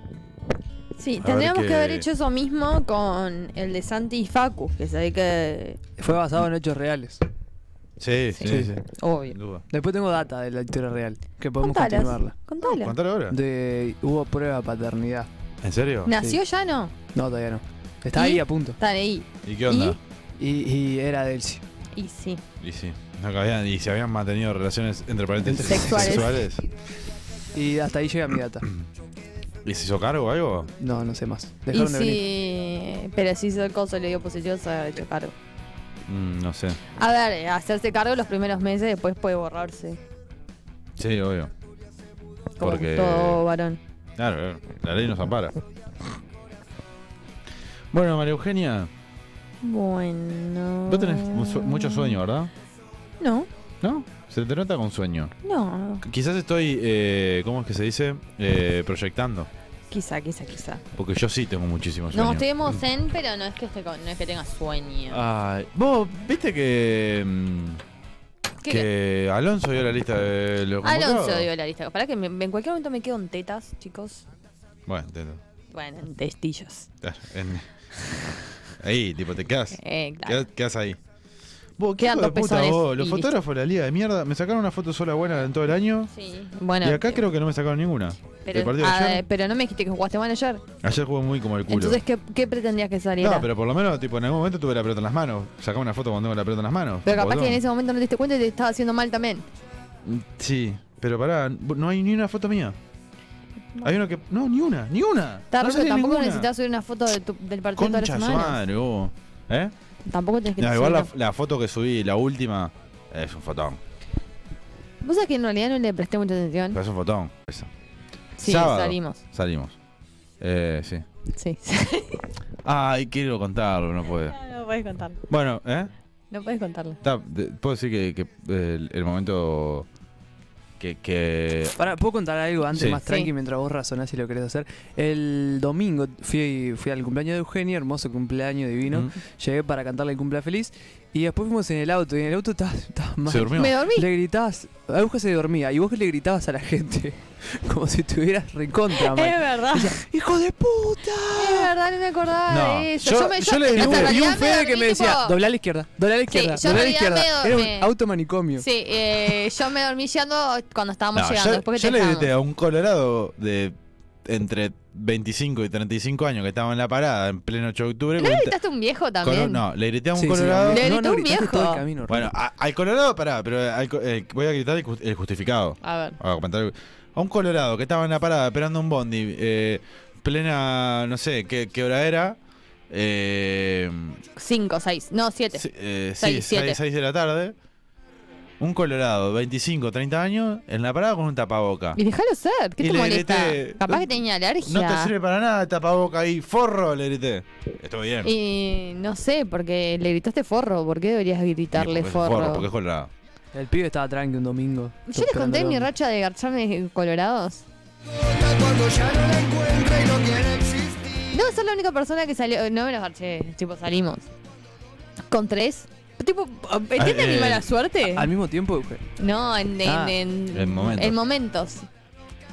[SPEAKER 3] Sí,
[SPEAKER 2] A
[SPEAKER 3] tendríamos
[SPEAKER 2] ver
[SPEAKER 3] que
[SPEAKER 2] qué-
[SPEAKER 3] haber hecho eso mismo con el de Santi y Facu, que se ve que.
[SPEAKER 4] Fue basado en hechos reales.
[SPEAKER 2] Sí, sí, sí.
[SPEAKER 4] Sí.
[SPEAKER 3] Obvio.
[SPEAKER 2] Sin duda.
[SPEAKER 4] Después tengo data de la historia real, que podemos
[SPEAKER 3] Contalas.
[SPEAKER 4] continuarla.
[SPEAKER 3] Contala.
[SPEAKER 2] Contalo ahora.
[SPEAKER 4] De, hubo prueba de paternidad.
[SPEAKER 2] ¿En serio?
[SPEAKER 3] ¿Nació ya no?
[SPEAKER 4] No, todavía no. Está
[SPEAKER 3] ¿Y?
[SPEAKER 4] ahí a punto.
[SPEAKER 3] Está ahí.
[SPEAKER 2] ¿Y qué onda?
[SPEAKER 4] Y, y era Delsi.
[SPEAKER 3] Y sí.
[SPEAKER 2] Y, sí. No, que habían- y si habían mantenido relaciones entre paréntesis
[SPEAKER 3] Sexuales.
[SPEAKER 2] sexuales.
[SPEAKER 4] Y hasta ahí llega mi data.
[SPEAKER 2] ¿Y se hizo cargo o algo?
[SPEAKER 4] No, no sé más. Dejaron
[SPEAKER 3] y
[SPEAKER 4] de venir.
[SPEAKER 3] si. Pero si hizo el coso y le dio positivo, se habrá hecho cargo.
[SPEAKER 2] Mm, no sé.
[SPEAKER 3] A ver, eh, hacerse cargo los primeros meses, después puede borrarse.
[SPEAKER 2] Sí, obvio.
[SPEAKER 3] Como
[SPEAKER 2] Porque-
[SPEAKER 3] todo varón.
[SPEAKER 2] Claro, claro, la ley nos ampara. Bueno, María Eugenia,
[SPEAKER 3] Bueno.
[SPEAKER 2] vos tenés mu- su- mucho sueño, ¿verdad?
[SPEAKER 3] No,
[SPEAKER 2] ¿No? Se te nota con sueño.
[SPEAKER 3] no.
[SPEAKER 2] Qu- Quizás estoy, eh, ¿cómo es que se dice? Eh, proyectando.
[SPEAKER 3] Quizá, quizá, quizá.
[SPEAKER 2] Porque yo sí tengo muchísimo sueño. Mm. Ah,
[SPEAKER 3] No, estoy zen, pero no es que, esté con- no es que tenga sueño.
[SPEAKER 2] Ay, vos viste que. mm,
[SPEAKER 3] ¿Qué-
[SPEAKER 2] que Alonso dio la lista de los
[SPEAKER 3] Alonso
[SPEAKER 2] convocados?
[SPEAKER 3] dio la lista. Para que me- en cualquier momento me quedo en tetas, chicos.
[SPEAKER 2] Bueno, entiendo.
[SPEAKER 3] Bueno, en testillos.
[SPEAKER 2] Claro, en- Ahí, tipo, te quedas.
[SPEAKER 3] Eh, claro.
[SPEAKER 2] Quedás, quedás ahí. Vos, qué
[SPEAKER 3] Quedan
[SPEAKER 2] hijo de
[SPEAKER 3] dos
[SPEAKER 2] puta,
[SPEAKER 3] pezones
[SPEAKER 2] vos.
[SPEAKER 3] y
[SPEAKER 2] Los
[SPEAKER 3] listo.
[SPEAKER 2] fotógrafos, la liga de mierda. Me sacaron una foto sola buena en todo el año.
[SPEAKER 3] Sí. Bueno,
[SPEAKER 2] y acá
[SPEAKER 3] eh,
[SPEAKER 2] creo que no me sacaron ninguna.
[SPEAKER 3] pero,
[SPEAKER 2] Del partido de
[SPEAKER 3] a ver,
[SPEAKER 2] ayer.
[SPEAKER 3] pero no me dijiste que jugaste mal ayer.
[SPEAKER 2] Ayer jugué muy como el culo.
[SPEAKER 3] Entonces, ¿qué, qué pretendías que saliera?
[SPEAKER 2] no, pero por lo menos, tipo, en algún momento tuve la pelota en las manos. Sacaba una foto cuando tengo la pelota en las manos.
[SPEAKER 3] Pero capaz
[SPEAKER 2] Botón.
[SPEAKER 3] que en ese momento no te diste cuenta y te estaba haciendo mal también.
[SPEAKER 2] Sí, pero pará, no hay ni una foto mía. Hay uno que. No, ni una, ni una.
[SPEAKER 3] Está,
[SPEAKER 2] no
[SPEAKER 3] pero
[SPEAKER 2] salió
[SPEAKER 3] tampoco
[SPEAKER 2] ninguna.
[SPEAKER 3] necesitas subir una foto de tu- del partido toda la
[SPEAKER 2] Concha su
[SPEAKER 3] semana.
[SPEAKER 2] madre, vos. ¿Eh?
[SPEAKER 3] Tampoco tenés que
[SPEAKER 2] No,
[SPEAKER 3] subir
[SPEAKER 2] igual la,
[SPEAKER 3] una-
[SPEAKER 2] la foto que subí, la última, es un fotón.
[SPEAKER 3] Vos sabés que en realidad no le presté mucha atención.
[SPEAKER 2] Pero es un fotón. Esa.
[SPEAKER 3] Sí,
[SPEAKER 2] sábado.
[SPEAKER 3] salimos.
[SPEAKER 2] Salimos. Eh, sí.
[SPEAKER 3] Sí.
[SPEAKER 2] Ay, quiero contarlo, no puedo.
[SPEAKER 3] no podés contarlo.
[SPEAKER 2] Bueno, ¿eh?
[SPEAKER 3] No podés contarlo.
[SPEAKER 2] Ta, de- puedo decir que, que, eh, el, el momento que, que-
[SPEAKER 4] Pará, ¿puedo contar algo antes
[SPEAKER 2] Sí.
[SPEAKER 4] más tranqui
[SPEAKER 3] Sí.
[SPEAKER 4] mientras vos razonás si lo querés hacer? El domingo fui, fui al cumpleaños de Eugenia, hermoso cumpleaños divino.
[SPEAKER 2] Mm.
[SPEAKER 4] Llegué para cantarle el cumplea feliz y después fuimos en el auto y en el auto estabas estabas mal.
[SPEAKER 2] se durmió.
[SPEAKER 3] Me dormí.
[SPEAKER 4] Le gritabas, Euge se dormía y vos le gritabas a la gente como si estuvieras recontra mal.
[SPEAKER 3] Es verdad.
[SPEAKER 4] Eh, ¡Hijo de puta!
[SPEAKER 3] Es verdad, no me acordaba
[SPEAKER 2] No,
[SPEAKER 4] Eh,
[SPEAKER 3] de eso.
[SPEAKER 2] yo-
[SPEAKER 3] me,
[SPEAKER 2] yo le
[SPEAKER 4] Y
[SPEAKER 2] No,
[SPEAKER 4] un,
[SPEAKER 2] dibujé,
[SPEAKER 4] y
[SPEAKER 3] hasta en
[SPEAKER 4] un
[SPEAKER 3] realidad me
[SPEAKER 4] Fede que
[SPEAKER 3] dormí,
[SPEAKER 4] me decía,
[SPEAKER 3] tipo-
[SPEAKER 4] doblar a la izquierda, doblar a la izquierda,
[SPEAKER 3] yo en
[SPEAKER 4] doblar a la
[SPEAKER 3] realidad
[SPEAKER 4] izquierda.
[SPEAKER 3] me
[SPEAKER 4] Era un
[SPEAKER 3] dormí.
[SPEAKER 4] auto manicomio.
[SPEAKER 3] Sí, eh, yo me dormí llegando cuando estábamos
[SPEAKER 2] No,
[SPEAKER 3] llegando.
[SPEAKER 2] yo
[SPEAKER 3] después que
[SPEAKER 2] yo
[SPEAKER 3] te
[SPEAKER 2] le
[SPEAKER 3] dejamos.
[SPEAKER 2] grité a un colorado de entre 25 y 35 años que estaba en la parada en pleno 8 de octubre.
[SPEAKER 3] ¿No
[SPEAKER 2] con
[SPEAKER 3] le
[SPEAKER 2] un te-
[SPEAKER 3] gritaste a un viejo
[SPEAKER 2] con un-
[SPEAKER 3] también?
[SPEAKER 2] no, le grité a un
[SPEAKER 4] Sí, sí,
[SPEAKER 2] colorado.
[SPEAKER 4] no,
[SPEAKER 3] Le
[SPEAKER 4] no,
[SPEAKER 3] gritó
[SPEAKER 4] no,
[SPEAKER 3] un
[SPEAKER 4] gritaste todo el
[SPEAKER 3] viejo.
[SPEAKER 4] camino,
[SPEAKER 2] bueno, a- al colorado, pará, pero al co- eh, voy a gritar el, ju- el justificado.
[SPEAKER 3] A ver.
[SPEAKER 2] a comentar- a un colorado que estaba en la parada esperando un bondi, eh, plena, no sé, qué, qué hora era. Eh,
[SPEAKER 3] Cinco, seis. No, siete.
[SPEAKER 2] si- eh, sí,
[SPEAKER 3] Seis, siete.
[SPEAKER 2] seis- seis de la tarde. Un colorado, 25, 30 años, en la parada con un tapaboca.
[SPEAKER 3] Y déjalo ser. ¿Qué
[SPEAKER 2] Y
[SPEAKER 3] te
[SPEAKER 2] le
[SPEAKER 3] molesta?
[SPEAKER 2] grité,
[SPEAKER 3] Capaz que
[SPEAKER 2] "No-
[SPEAKER 3] tenía alergia.
[SPEAKER 2] No te sirve para nada el tapaboca ahí, forro, le grité. Estuvo bien.
[SPEAKER 3] Y no sé, porque le gritaste forro. ¿Por qué deberías gritarle
[SPEAKER 2] Sí, porque es
[SPEAKER 3] forro?
[SPEAKER 2] Porque es colorado.
[SPEAKER 4] El pibe estaba tranqui un domingo.
[SPEAKER 3] Yo les conté mi racha de garcharme colorados.
[SPEAKER 6] Cuando ya no la encuentra y no quiere existir.
[SPEAKER 3] No, sos la única persona que salió. No me los garché. Tipo, salimos. Con tres. Tipo, ¿entiendes
[SPEAKER 2] eh,
[SPEAKER 3] mi mala suerte?
[SPEAKER 4] Al mismo tiempo, Euge.
[SPEAKER 3] No, en, en,
[SPEAKER 4] Ah,
[SPEAKER 3] en,
[SPEAKER 2] en momentos.
[SPEAKER 3] en momentos.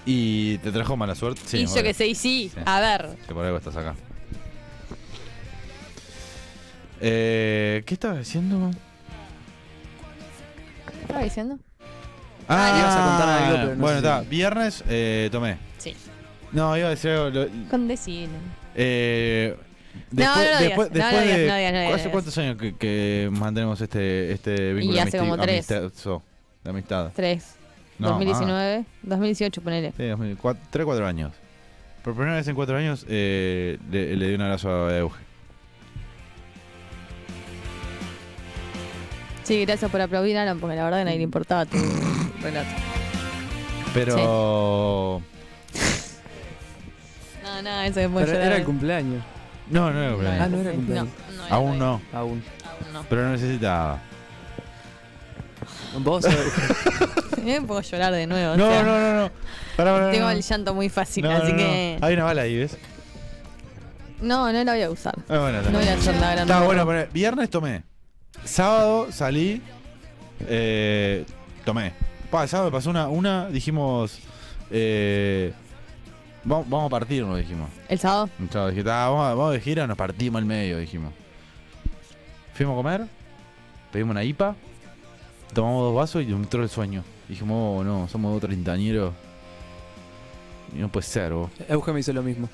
[SPEAKER 2] Y te trajo mala suerte. Sí,
[SPEAKER 3] y yo
[SPEAKER 2] obvio.
[SPEAKER 3] que sé, y sí.
[SPEAKER 2] Sí.
[SPEAKER 3] A ver.
[SPEAKER 2] Que por algo estás acá. Eh, ¿Qué estabas diciendo?
[SPEAKER 3] ¿Qué estaba diciendo?
[SPEAKER 4] Ah, ibas a contar algo, pero no
[SPEAKER 2] Bueno,
[SPEAKER 4] sé si-
[SPEAKER 2] está. Viernes eh, tomé.
[SPEAKER 3] Sí.
[SPEAKER 2] No, iba a decir algo. lo-
[SPEAKER 3] Con decirlo.
[SPEAKER 2] eh,
[SPEAKER 3] No, no lo digas,
[SPEAKER 2] después,
[SPEAKER 3] no
[SPEAKER 2] después
[SPEAKER 3] lo digas,
[SPEAKER 2] de,
[SPEAKER 3] no lo digas, no lo
[SPEAKER 2] ¿Hace
[SPEAKER 3] digas.
[SPEAKER 2] cuántos años que, que mantenemos este, este vínculo
[SPEAKER 3] Y hace
[SPEAKER 2] amisti-
[SPEAKER 3] como tres.
[SPEAKER 2] amistoso, de amistad?
[SPEAKER 3] Tres.
[SPEAKER 2] No,
[SPEAKER 3] 2019, 2018, ponele.
[SPEAKER 2] Sí, 2004, 3, 4 años. Por primera vez en 4 años eh, le, le di un abrazo a Euge.
[SPEAKER 3] Sí, gracias por aplaudir, Alan, porque la verdad que nadie le importaba tu relato.
[SPEAKER 2] Pero.
[SPEAKER 3] No, no, eso es muy
[SPEAKER 4] Pero era el cumpleaños.
[SPEAKER 2] No, no era cumpleaños.
[SPEAKER 4] Ah, no era cumpleaños.
[SPEAKER 2] Aún no.
[SPEAKER 4] Aún.
[SPEAKER 2] Pero no necesitaba.
[SPEAKER 4] Vos
[SPEAKER 3] Eh, puedo llorar de nuevo. o
[SPEAKER 2] No,
[SPEAKER 3] sea,
[SPEAKER 2] no, no, no. Pará, pará,
[SPEAKER 3] Tengo
[SPEAKER 2] no.
[SPEAKER 3] el llanto muy fácil,
[SPEAKER 2] No,
[SPEAKER 3] así
[SPEAKER 2] no, no.
[SPEAKER 3] que.
[SPEAKER 2] Hay una bala ahí, ¿ves?
[SPEAKER 3] No, no la voy a usar.
[SPEAKER 2] Ah, bueno, está.
[SPEAKER 3] No voy a hacer la gran.
[SPEAKER 2] Está bueno, pero viernes tomé. Sábado salí. eh, tomé. Pa, el sábado me pasó una, una dijimos. eh, va- vamos a partirnos, dijimos.
[SPEAKER 3] El sábado.
[SPEAKER 2] El sábado dije, "Ah, vamos, a- vamos de gira, nos partimos al medio, dijimos. Fuimos a comer, pedimos una IPA, tomamos dos vasos y nos entró el sueño. Dijimos, oh, no, somos dos treintañeros. Y no puede ser, vos.
[SPEAKER 4] Euge me hizo lo mismo.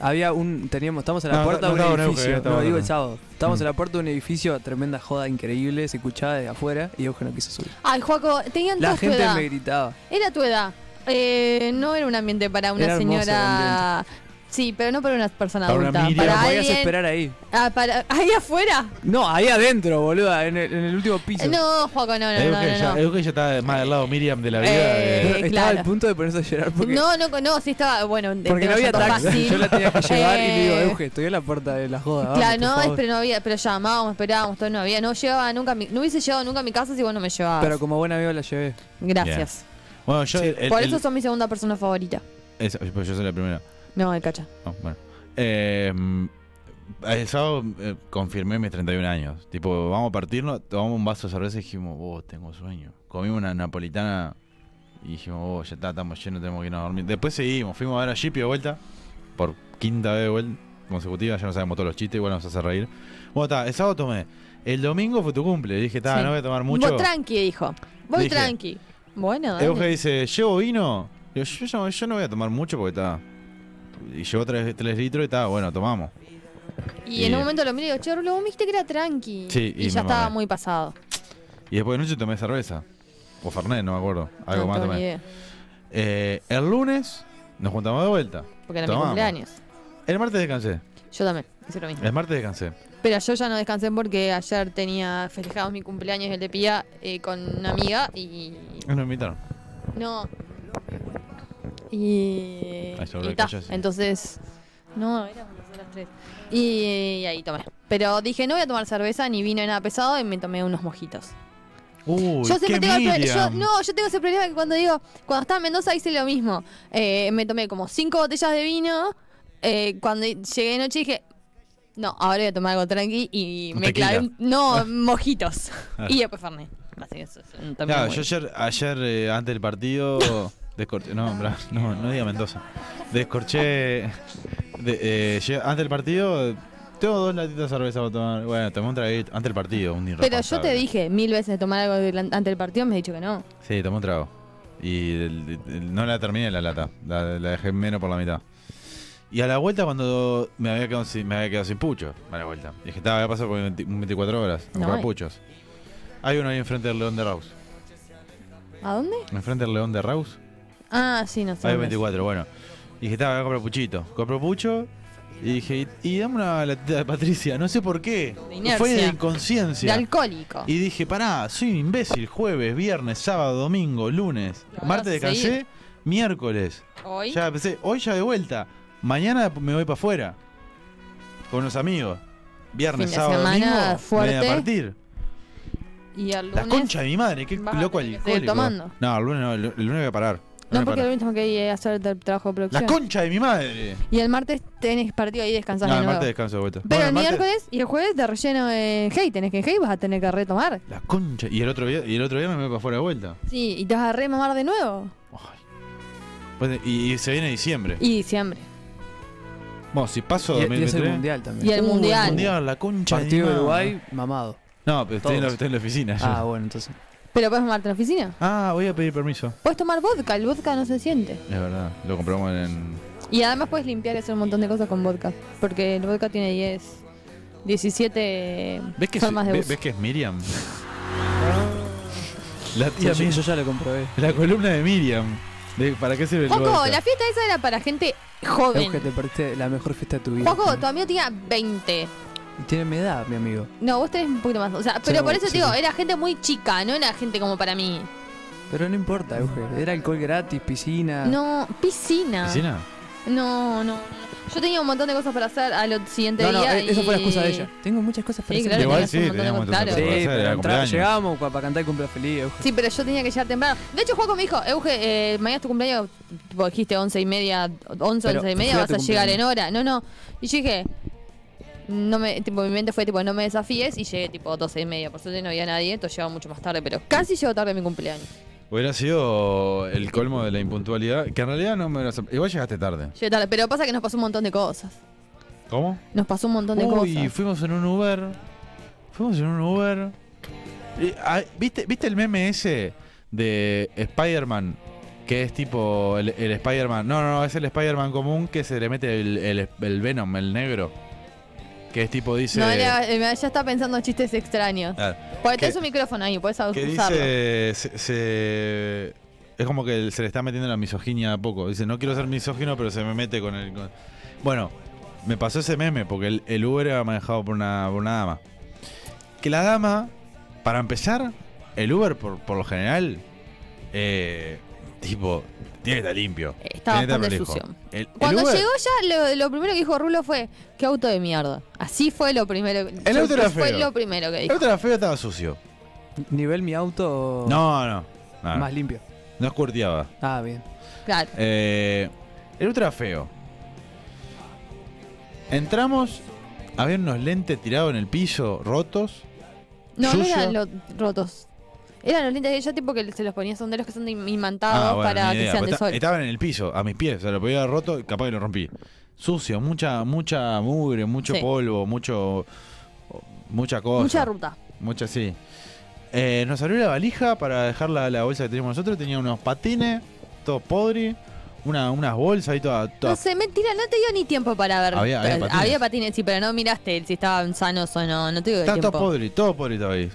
[SPEAKER 4] Había un. Teníamos, estamos en la
[SPEAKER 2] No,
[SPEAKER 4] puerta
[SPEAKER 2] no
[SPEAKER 4] de
[SPEAKER 2] estaba
[SPEAKER 4] un
[SPEAKER 2] en Euge,
[SPEAKER 4] edificio.
[SPEAKER 2] estaba
[SPEAKER 4] no,
[SPEAKER 2] en
[SPEAKER 4] digo el
[SPEAKER 2] Euge.
[SPEAKER 4] sábado. Estábamos
[SPEAKER 2] Mm.
[SPEAKER 4] en la puerta de un edificio, tremenda joda increíble, se escuchaba de afuera y Euge no quiso subir.
[SPEAKER 3] Ay, Juaco, tenían
[SPEAKER 4] La
[SPEAKER 3] todos tu
[SPEAKER 4] gente
[SPEAKER 3] edad.
[SPEAKER 4] me gritaba.
[SPEAKER 3] Era tu edad. Eh, no era un ambiente para una
[SPEAKER 4] Era hermoso el
[SPEAKER 3] señora. Sí, pero no para una persona
[SPEAKER 2] Para una
[SPEAKER 3] adulta.
[SPEAKER 2] Miriam.
[SPEAKER 3] para
[SPEAKER 4] Pero podías
[SPEAKER 3] alguien.
[SPEAKER 4] esperar ahí.
[SPEAKER 3] Ah, para- ahí afuera.
[SPEAKER 4] No, ahí adentro, boluda, en el, en el último piso.
[SPEAKER 3] Eh, No, Juaco, no, no,
[SPEAKER 2] Euge
[SPEAKER 3] no, no,
[SPEAKER 2] ya,
[SPEAKER 3] no.
[SPEAKER 2] Euge ya está más del lado Miriam de la vida.
[SPEAKER 4] Pero
[SPEAKER 3] Eh,
[SPEAKER 2] de-
[SPEAKER 4] estaba
[SPEAKER 3] claro.
[SPEAKER 4] al punto de ponerse a llorar porque,
[SPEAKER 3] No, no, no, sí estaba, bueno, de-
[SPEAKER 4] porque
[SPEAKER 3] de
[SPEAKER 4] no había
[SPEAKER 3] llanto
[SPEAKER 4] taxi.
[SPEAKER 3] fácil.
[SPEAKER 4] Yo la tenía que llevar y le digo,
[SPEAKER 3] Eh,
[SPEAKER 4] Euge, estoy en la puerta de la joda.
[SPEAKER 2] Ah,
[SPEAKER 4] vamos, por
[SPEAKER 3] Claro, no, es-
[SPEAKER 4] favor".
[SPEAKER 3] pero no había, pero llamábamos, esperábamos, todo no había, no llegaba nunca, a mi- no hubiese llegado nunca a mi casa si vos no me llevabas.
[SPEAKER 4] Pero como buen amigo la llevé.
[SPEAKER 3] Gracias.
[SPEAKER 2] Bueno, yo. el-
[SPEAKER 3] Por
[SPEAKER 2] el-
[SPEAKER 3] eso son mi segunda persona favorita.
[SPEAKER 2] esa- pues yo soy la primera.
[SPEAKER 3] No, el cacha.
[SPEAKER 2] No, bueno. Eh, mm, el sábado eh, confirmé mis 31 años. Tipo, vamos a partirnos, tomamos un vaso de cerveza y dijimos, oh, tengo sueño. Comimos una napolitana y dijimos, oh, ya está, estamos llenos, tenemos que irnos a dormir. Después seguimos, fuimos a ver a Jeepy de vuelta, por quinta vez de vuelta consecutiva, ya no sabemos todos los chistes, igual nos hace reír. Bueno, está, el sábado tomé. El domingo fue tu cumple, dije, está,
[SPEAKER 3] Sí.
[SPEAKER 2] no voy a tomar mucho.
[SPEAKER 3] Vos tranqui, dijo. Vos
[SPEAKER 2] Dije.
[SPEAKER 3] tranqui. Bueno, dale.
[SPEAKER 2] Euge dice, ¿llevo vino? Digo, yo, yo no- yo no voy a tomar mucho porque está. Y llevó 3 litros y está, bueno, tomamos.
[SPEAKER 3] Y en
[SPEAKER 2] Y-
[SPEAKER 3] un momento lo miré y digo, che, Rulo, vos me dijiste que era tranqui.
[SPEAKER 2] Sí,
[SPEAKER 3] y,
[SPEAKER 2] y
[SPEAKER 3] ya
[SPEAKER 2] me
[SPEAKER 3] estaba
[SPEAKER 2] mamé.
[SPEAKER 3] muy pasado.
[SPEAKER 2] Y después de noche tomé cerveza. O Fernet, no me acuerdo. Algo
[SPEAKER 3] no
[SPEAKER 2] más
[SPEAKER 3] tengo ni
[SPEAKER 2] tomé.
[SPEAKER 3] idea,
[SPEAKER 2] Eh, el lunes nos juntamos de vuelta.
[SPEAKER 3] Porque era mi
[SPEAKER 2] Tomamos.
[SPEAKER 3] cumpleaños.
[SPEAKER 2] El martes descansé.
[SPEAKER 3] Yo también, hice lo mismo.
[SPEAKER 2] El martes descansé.
[SPEAKER 3] Pero yo ya no descansé porque ayer tenía festejado mi cumpleaños el de Pía eh, con una amiga y.
[SPEAKER 2] Nos invitaron.
[SPEAKER 3] No. Y.
[SPEAKER 2] Ahí se volvió
[SPEAKER 3] y
[SPEAKER 2] el
[SPEAKER 3] ta,
[SPEAKER 2] calle, sí.
[SPEAKER 3] entonces. No, era a las tres. Y, ahí tomé. Pero dije, no voy a tomar cerveza ni vino ni nada pesado y me tomé unos mojitos.
[SPEAKER 2] Uy,
[SPEAKER 3] yo siempre
[SPEAKER 2] qué
[SPEAKER 3] tengo el pro- yo,
[SPEAKER 2] Miriam.
[SPEAKER 3] No, yo tengo ese problema que cuando digo, cuando estaba en Mendoza hice lo mismo. Eh, me tomé como cinco botellas de vino. eh, cuando llegué de noche dije, no, ahora voy a tomar algo tranqui y
[SPEAKER 2] Un
[SPEAKER 3] me
[SPEAKER 2] tequila. Ah.
[SPEAKER 3] clavé. un- No, mojitos. y después Fernet. Así que eso es un también
[SPEAKER 2] Claro,
[SPEAKER 3] muy-
[SPEAKER 2] yo ayer, ayer eh, antes del partido. descorché. No, bra- no, no diga Mendoza. Descorché. de- eh, lle- antes del partido. eh, Tengo dos latitas de cerveza para tomar. Bueno, tomé un traguito. Antes del partido, un
[SPEAKER 3] Pero yo
[SPEAKER 2] irresponsable.
[SPEAKER 3] te dije mil veces tomar algo del- ante el partido, me has dicho que no.
[SPEAKER 2] Sí, tomé un trago. Y el- el- no la terminé la lata. La, la dejé menos por la mitad. Y a la vuelta cuando me había quedado sin, me había quedado sin pucho. A la vuelta. Y dije, estaba, voy a pasar por 20 un 24 horas. A
[SPEAKER 3] No
[SPEAKER 2] comprar
[SPEAKER 3] hay.
[SPEAKER 2] puchos. Hay uno ahí enfrente del León de Raus.
[SPEAKER 3] ¿A dónde?
[SPEAKER 2] Enfrente del León de Raus.
[SPEAKER 3] Ah, sí, no sé.
[SPEAKER 2] Hay
[SPEAKER 3] dónde es.
[SPEAKER 2] 24, bueno. Y dije, estaba, voy a comprar puchito. Compro pucho. Y dije, y, y dame una latita de Patricia. No sé por qué.
[SPEAKER 3] inercia.
[SPEAKER 2] Fue de
[SPEAKER 3] De
[SPEAKER 2] inconsciencia.
[SPEAKER 3] alcohólico.
[SPEAKER 2] Y dije, pará, soy un imbécil. Jueves, viernes, sábado, domingo, lunes.
[SPEAKER 3] Lo vas a
[SPEAKER 2] Martes
[SPEAKER 3] seguir.
[SPEAKER 2] descansé. Miércoles.
[SPEAKER 3] Hoy.
[SPEAKER 2] Ya empecé, hoy ya de vuelta. Mañana me voy para afuera. Con unos amigos. Viernes,
[SPEAKER 3] Fin de
[SPEAKER 2] sábado,
[SPEAKER 3] semana
[SPEAKER 2] domingo. Me voy
[SPEAKER 3] fuerte.
[SPEAKER 2] a partir.
[SPEAKER 3] Y al
[SPEAKER 2] La
[SPEAKER 3] lunes.
[SPEAKER 2] concha de mi madre, qué
[SPEAKER 3] vas a
[SPEAKER 2] loco
[SPEAKER 3] tener que
[SPEAKER 2] alcohólico.
[SPEAKER 3] seguir tomando.
[SPEAKER 2] No, el lunes no, el el lunes voy a parar. El
[SPEAKER 3] No,
[SPEAKER 2] lunes voy a
[SPEAKER 3] porque lo
[SPEAKER 2] parar.
[SPEAKER 3] mismo que eh, hacer el trabajo de producción.
[SPEAKER 2] La concha de mi madre.
[SPEAKER 3] Y el martes tenés partido ahí descansás
[SPEAKER 2] No,
[SPEAKER 3] de
[SPEAKER 2] el
[SPEAKER 3] nuevo.
[SPEAKER 2] martes descanso de vuelta.
[SPEAKER 3] Pero
[SPEAKER 2] Bueno,
[SPEAKER 3] el
[SPEAKER 2] martes-
[SPEAKER 3] miércoles y el jueves de relleno en hey, tenés que en hey, vas a tener que retomar.
[SPEAKER 2] La concha. Y el otro día, y el otro día me voy para afuera de vuelta.
[SPEAKER 3] Sí, y te vas a remamar de nuevo.
[SPEAKER 2] Ay. Pues, Y, y se viene diciembre.
[SPEAKER 3] Y diciembre.
[SPEAKER 2] Bueno, si paso
[SPEAKER 4] Y, y es el
[SPEAKER 2] 2023,
[SPEAKER 4] mundial también.
[SPEAKER 3] Y el mundial.
[SPEAKER 2] mundial, la concha de mi
[SPEAKER 4] Partido de
[SPEAKER 2] madre.
[SPEAKER 4] Uruguay, mamado.
[SPEAKER 2] No, pero estoy en, la,
[SPEAKER 4] Todos.
[SPEAKER 2] estoy en la oficina. yo.
[SPEAKER 4] Ah, bueno, entonces.
[SPEAKER 3] Pero puedes tomarte en la oficina.
[SPEAKER 2] ah, voy a pedir permiso.
[SPEAKER 3] Puedes tomar vodka, el vodka no se siente.
[SPEAKER 2] Es verdad, lo compramos en,
[SPEAKER 3] Y además puedes limpiar y hacer un montón de cosas con vodka. Porque el vodka tiene 10, 17
[SPEAKER 2] ¿Ves que, es,
[SPEAKER 3] formas de
[SPEAKER 2] ve-
[SPEAKER 3] uso.
[SPEAKER 2] ves que es Miriam? la tía
[SPEAKER 4] Yo- yo,
[SPEAKER 2] Miriam.
[SPEAKER 4] ya lo comprobé.
[SPEAKER 2] La columna de Miriam. De, ¿Para qué sirve el
[SPEAKER 3] Joco,
[SPEAKER 2] vodka?
[SPEAKER 3] la fiesta esa era para gente
[SPEAKER 4] Euge, te
[SPEAKER 3] joven.
[SPEAKER 4] perdiste la mejor fiesta de tu vida.
[SPEAKER 3] Joco, tu amigo tenía 20.
[SPEAKER 4] Y tiene mi edad, mi amigo.
[SPEAKER 3] No, vos tenés un poquito más. O sea, pero
[SPEAKER 4] Sí,
[SPEAKER 3] por eso
[SPEAKER 4] sí,
[SPEAKER 3] te digo,
[SPEAKER 4] sí.
[SPEAKER 3] era gente muy chica, no era gente como para mí.
[SPEAKER 4] Pero no importa, Euge.
[SPEAKER 2] Ah.
[SPEAKER 4] Era alcohol gratis, piscina.
[SPEAKER 3] No, piscina.
[SPEAKER 2] ¿Piscina?
[SPEAKER 3] No, no. Yo tenía un montón de cosas para hacer al ot- siguiente
[SPEAKER 4] No, no,
[SPEAKER 3] día.
[SPEAKER 4] e- esa fue la
[SPEAKER 3] y-
[SPEAKER 4] excusa de ella. Tengo muchas cosas para
[SPEAKER 3] Sí,
[SPEAKER 4] hacer.
[SPEAKER 3] claro,
[SPEAKER 2] Igual
[SPEAKER 3] tenías
[SPEAKER 2] sí,
[SPEAKER 3] un montón de
[SPEAKER 2] teníamos
[SPEAKER 3] cosas.
[SPEAKER 2] entonces
[SPEAKER 4] Sí,
[SPEAKER 2] para hacer,
[SPEAKER 4] pero
[SPEAKER 2] era
[SPEAKER 4] entra-
[SPEAKER 2] cumpleaños.
[SPEAKER 4] llegamos para cantar el cumpleaños feliz, Euge.
[SPEAKER 3] Sí, pero yo tenía que llegar temprano. De hecho, Juaco me dijo, Euge, eh, mañana es tu cumpleaños, vos dijiste once y media, once,
[SPEAKER 4] Pero
[SPEAKER 3] once y media,
[SPEAKER 4] fue a
[SPEAKER 3] vas
[SPEAKER 4] tu
[SPEAKER 3] a llegar en
[SPEAKER 4] cumpleaños.
[SPEAKER 3] hora. No, no. Y yo dije, no me, tipo, mi mente fue tipo, no me desafíes, y llegué tipo doce y media. Por suerte no había nadie, entonces llegaba mucho más tarde, pero casi llego tarde a mi cumpleaños.
[SPEAKER 2] Hubiera sido el colmo de la impuntualidad, que en realidad no me hubiera sorpre- Igual llegaste tarde.
[SPEAKER 3] Llegué tarde, pero pasa que nos pasó un montón de cosas.
[SPEAKER 2] ¿Cómo?
[SPEAKER 3] Nos pasó un montón de
[SPEAKER 2] Uy,
[SPEAKER 3] cosas.
[SPEAKER 2] fuimos en un Uber. Fuimos en un Uber. Y, ah, ¿viste, ¿Viste el meme ese de Spider-Man? Que es tipo el, el Spider-Man. No, no, es el Spider-Man común que se le mete el, el- el Venom, el negro. Que es tipo, dice. Ah.
[SPEAKER 3] No, era- eh, ya está pensando en chistes extraños.
[SPEAKER 2] Claro.
[SPEAKER 3] Porque
[SPEAKER 2] ¿Qué-
[SPEAKER 3] tenés un micrófono ahí, podés
[SPEAKER 2] Que
[SPEAKER 3] usarlo.
[SPEAKER 2] dice. Se, se- es como que se le está metiendo la misoginia a poco. Dice, no quiero ser misógino, pero se me mete con el. con- Bueno, me pasó ese meme porque el, el Uber era manejado por una, por una dama. Que la dama, para empezar, el Uber por, por lo general, eh, tipo, tiene que estar limpio.
[SPEAKER 3] Eh, estaba
[SPEAKER 2] tiene que estar
[SPEAKER 3] bastante
[SPEAKER 2] prolijo.
[SPEAKER 3] sucio.
[SPEAKER 2] El- el
[SPEAKER 3] Cuando
[SPEAKER 2] Uber-
[SPEAKER 3] llegó ya, lo, lo primero que dijo Rulo fue, qué auto de mierda. Así fue lo primero.
[SPEAKER 2] El auto era
[SPEAKER 3] Fue
[SPEAKER 2] feo.
[SPEAKER 3] lo primero que
[SPEAKER 2] El
[SPEAKER 3] dijo.
[SPEAKER 2] otro era feo, estaba sucio.
[SPEAKER 4] Nivel mi auto
[SPEAKER 2] No, no. No,
[SPEAKER 4] más limpio.
[SPEAKER 2] no escurteaba.
[SPEAKER 4] Ah, bien.
[SPEAKER 3] Claro.
[SPEAKER 2] Eh, el ultra feo. Entramos, había unos lentes tirados en el piso, rotos.
[SPEAKER 3] No, no
[SPEAKER 2] Sucio.
[SPEAKER 3] eran los rotos. Eran los lentes de ella tipo que se los ponía, son de los que son im- imantados
[SPEAKER 2] Ah, bueno,
[SPEAKER 3] para
[SPEAKER 2] ni
[SPEAKER 3] que
[SPEAKER 2] idea, pues
[SPEAKER 3] sean
[SPEAKER 2] porque
[SPEAKER 3] de
[SPEAKER 2] esta-
[SPEAKER 3] sol.
[SPEAKER 2] Estaban en el piso, a mis pies, o sea, lo podía haber roto y capaz que lo rompí. Sucio, mucha, mucha mugre, mucho
[SPEAKER 3] Sí.
[SPEAKER 2] polvo, mucho. mucha cosa.
[SPEAKER 3] Mucha ruta.
[SPEAKER 2] Mucha, sí. Eh, nos abrió la valija para dejar la, la bolsa que teníamos nosotros. Tenía unos patines, todo podri, una, unas bolsas ahí todas.
[SPEAKER 3] No
[SPEAKER 2] todas-
[SPEAKER 3] sé, mentira, no te dio ni tiempo para ver.
[SPEAKER 2] Había- había patines.
[SPEAKER 3] patines, sí, pero no miraste si estaban sanos o no. No te dio
[SPEAKER 2] Estaba
[SPEAKER 3] tiempo.
[SPEAKER 2] todo podri, todo podri estaba ahí.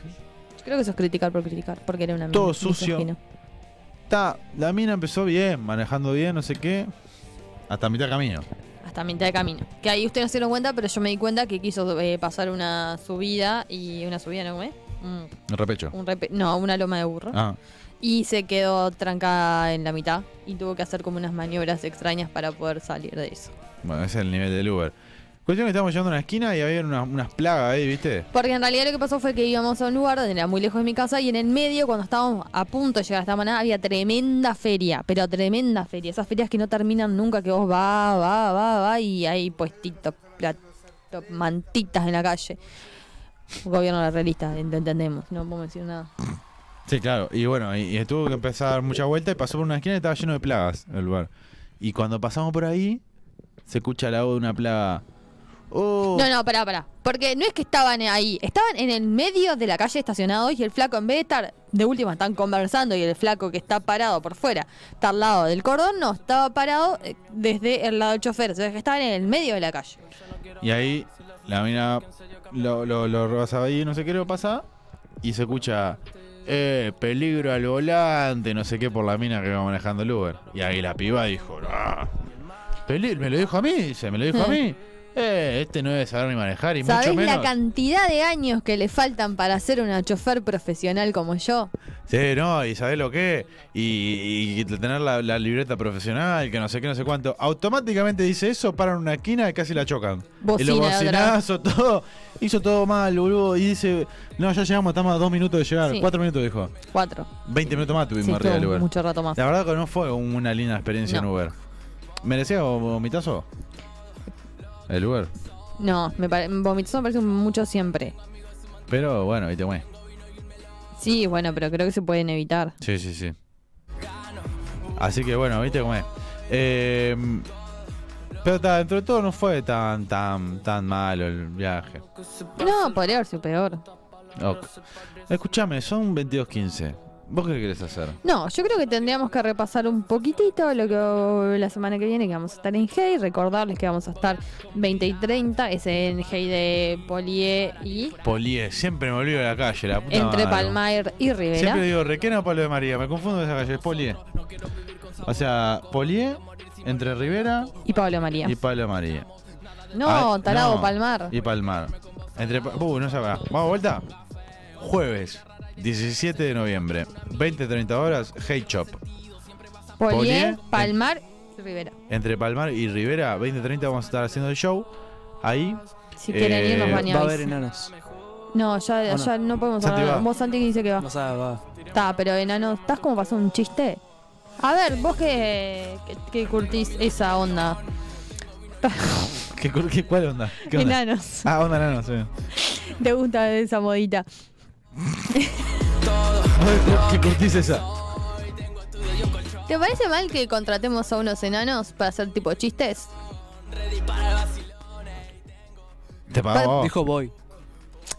[SPEAKER 3] Creo que eso es criticar por criticar, porque era una
[SPEAKER 2] Todo
[SPEAKER 3] mi-
[SPEAKER 2] sucio.
[SPEAKER 3] misógino.
[SPEAKER 2] Ta, la mina empezó bien, manejando bien, no sé qué. Hasta mitad de camino.
[SPEAKER 3] Hasta mitad de camino. Que ahí usted no se dieron cuenta, pero yo me di cuenta que quiso eh, pasar una subida y una subida, ¿no? ¿Cómo es? Un-
[SPEAKER 2] El repecho.
[SPEAKER 3] un repe- no, una loma de burro.
[SPEAKER 2] Ah,
[SPEAKER 3] Y se quedó trancada en la mitad y tuvo que hacer como unas maniobras extrañas para poder salir de eso.
[SPEAKER 2] bueno, ese es el nivel del Uber. Cuestión que estábamos llegando a una esquina y había unas, unas plagas ahí, ¿viste?
[SPEAKER 3] Porque en realidad lo que pasó fue que íbamos a un lugar donde era muy lejos de mi casa y en el medio, cuando estábamos a punto de llegar a esta manada, había tremenda feria, pero tremenda feria. Esas ferias que no terminan nunca, que vos va, va, va, va y hay puestitos, platitos, mantitas en la calle. Gobierno de realista, ent- entendemos, no podemos decir nada.
[SPEAKER 2] Sí, claro. Y bueno, y, y tuvo que empezar a dar mucha vuelta y pasó por una esquina y estaba lleno de plagas el lugar. Y cuando pasamos por ahí, se escucha la voz de una plaga. ¡Oh!
[SPEAKER 3] No, no, pará, pará. Porque no es que estaban ahí, estaban en el medio de la calle estacionados y el flaco, en vez de estar de última, están conversando y el flaco que está parado por fuera, está al lado del cordón, no, estaba parado eh, desde el lado del chofer, o sea, que estaban en el medio de la calle.
[SPEAKER 2] Y ahí la mina lo, lo, lo rebasaba ahí, no sé qué lo pasa. Y se escucha, eh, peligro al volante, no sé qué, por la mina que va manejando el Uber. Y ahí la piba dijo, "Ah, peli- me lo dijo a mí, dice, me lo dijo a mí. Eh, este no debe saber ni manejar y mucho
[SPEAKER 3] ¿Sabés
[SPEAKER 2] menos.
[SPEAKER 3] la cantidad de años que le faltan para ser una chofer profesional como yo?
[SPEAKER 2] Sí, no, y sabés lo que. Y, y tener la, la libreta profesional, que no sé qué, no sé cuánto. Automáticamente dice eso, paran en una esquina y casi la chocan. y los
[SPEAKER 3] Bocina de otra.
[SPEAKER 2] bocinazos, todo. Hizo todo mal, boludo. Y dice, no, ya llegamos, estamos a dos minutos de llegar.
[SPEAKER 3] Sí.
[SPEAKER 2] Cuatro minutos, dijo.
[SPEAKER 3] Cuatro.
[SPEAKER 2] Veinte minutos más tuvimos
[SPEAKER 3] Sí,
[SPEAKER 2] arriba del
[SPEAKER 3] estuvo
[SPEAKER 2] Uber.
[SPEAKER 3] mucho rato más.
[SPEAKER 2] La verdad que no fue una linda experiencia en
[SPEAKER 3] No.
[SPEAKER 2] Uber. ¿Merecía vo- vomitazo? El Uber.
[SPEAKER 3] No, me pare... vomitoso me parece mucho siempre.
[SPEAKER 2] Pero bueno, ahí te mueve.
[SPEAKER 3] Sí, bueno, pero creo que se pueden evitar.
[SPEAKER 2] Sí, sí, sí. Así que bueno, viste cómo es. Eh, pero ta, dentro de todo no fue tan, tan, tan malo el viaje.
[SPEAKER 3] No, podría haber sido peor.
[SPEAKER 2] Ok. Escuchame, son 22.15. ¿Vos qué querés hacer?
[SPEAKER 3] No, yo creo que tendríamos que repasar un poquitito lo que la semana que viene que vamos a estar en Hey, recordarles que vamos a estar 20 y 30, es en Hey de Polie y
[SPEAKER 2] Polié, siempre me olvido de la calle, la puta
[SPEAKER 3] entre
[SPEAKER 2] madre.
[SPEAKER 3] Palmair y Rivera.
[SPEAKER 2] Siempre digo Requena o Palo de María, me confundo de esa calle, es Polié. O sea, Polié, entre Rivera
[SPEAKER 3] Y Pablo María.
[SPEAKER 2] y Palo de María.
[SPEAKER 3] no,
[SPEAKER 2] Ah,
[SPEAKER 3] Tarado,
[SPEAKER 2] no.
[SPEAKER 3] Palmar.
[SPEAKER 2] Y Palmar. Entre, pa- uh, no se habrá. ¿Vamos de vuelta? Jueves. 17 de noviembre, 20-30 horas, Hate Shop.
[SPEAKER 3] Polié,
[SPEAKER 2] Polié,
[SPEAKER 3] Palmar, Rivera.
[SPEAKER 2] Entre Palmar y Rivera, 20-30 vamos a estar haciendo el show. Ahí. Eh,
[SPEAKER 3] Si quieren ir, nos
[SPEAKER 4] Va a
[SPEAKER 3] bañamos.
[SPEAKER 4] haber enanos.
[SPEAKER 3] No, ya,
[SPEAKER 4] Ah, no.
[SPEAKER 3] ya no. podemos
[SPEAKER 2] Santi
[SPEAKER 3] hablar.
[SPEAKER 2] va.
[SPEAKER 3] Vos, Santi, dice que va.
[SPEAKER 4] No sabes, va.
[SPEAKER 3] Está, pero enano, ¿estás como pasó un chiste? A ver, vos que, que, que curtís esa onda.
[SPEAKER 2] ¿Qué, qué- ¿Cuál onda? ¿Qué onda?
[SPEAKER 3] Enanos.
[SPEAKER 2] Ah, onda enanos. sí.
[SPEAKER 3] Te gusta esa modita.
[SPEAKER 2] Ay, cu- ¿Qué cortís esa?
[SPEAKER 3] ¿Te parece mal que contratemos a unos enanos para hacer tipo chistes?
[SPEAKER 2] Te pagó.
[SPEAKER 4] Dijo voy.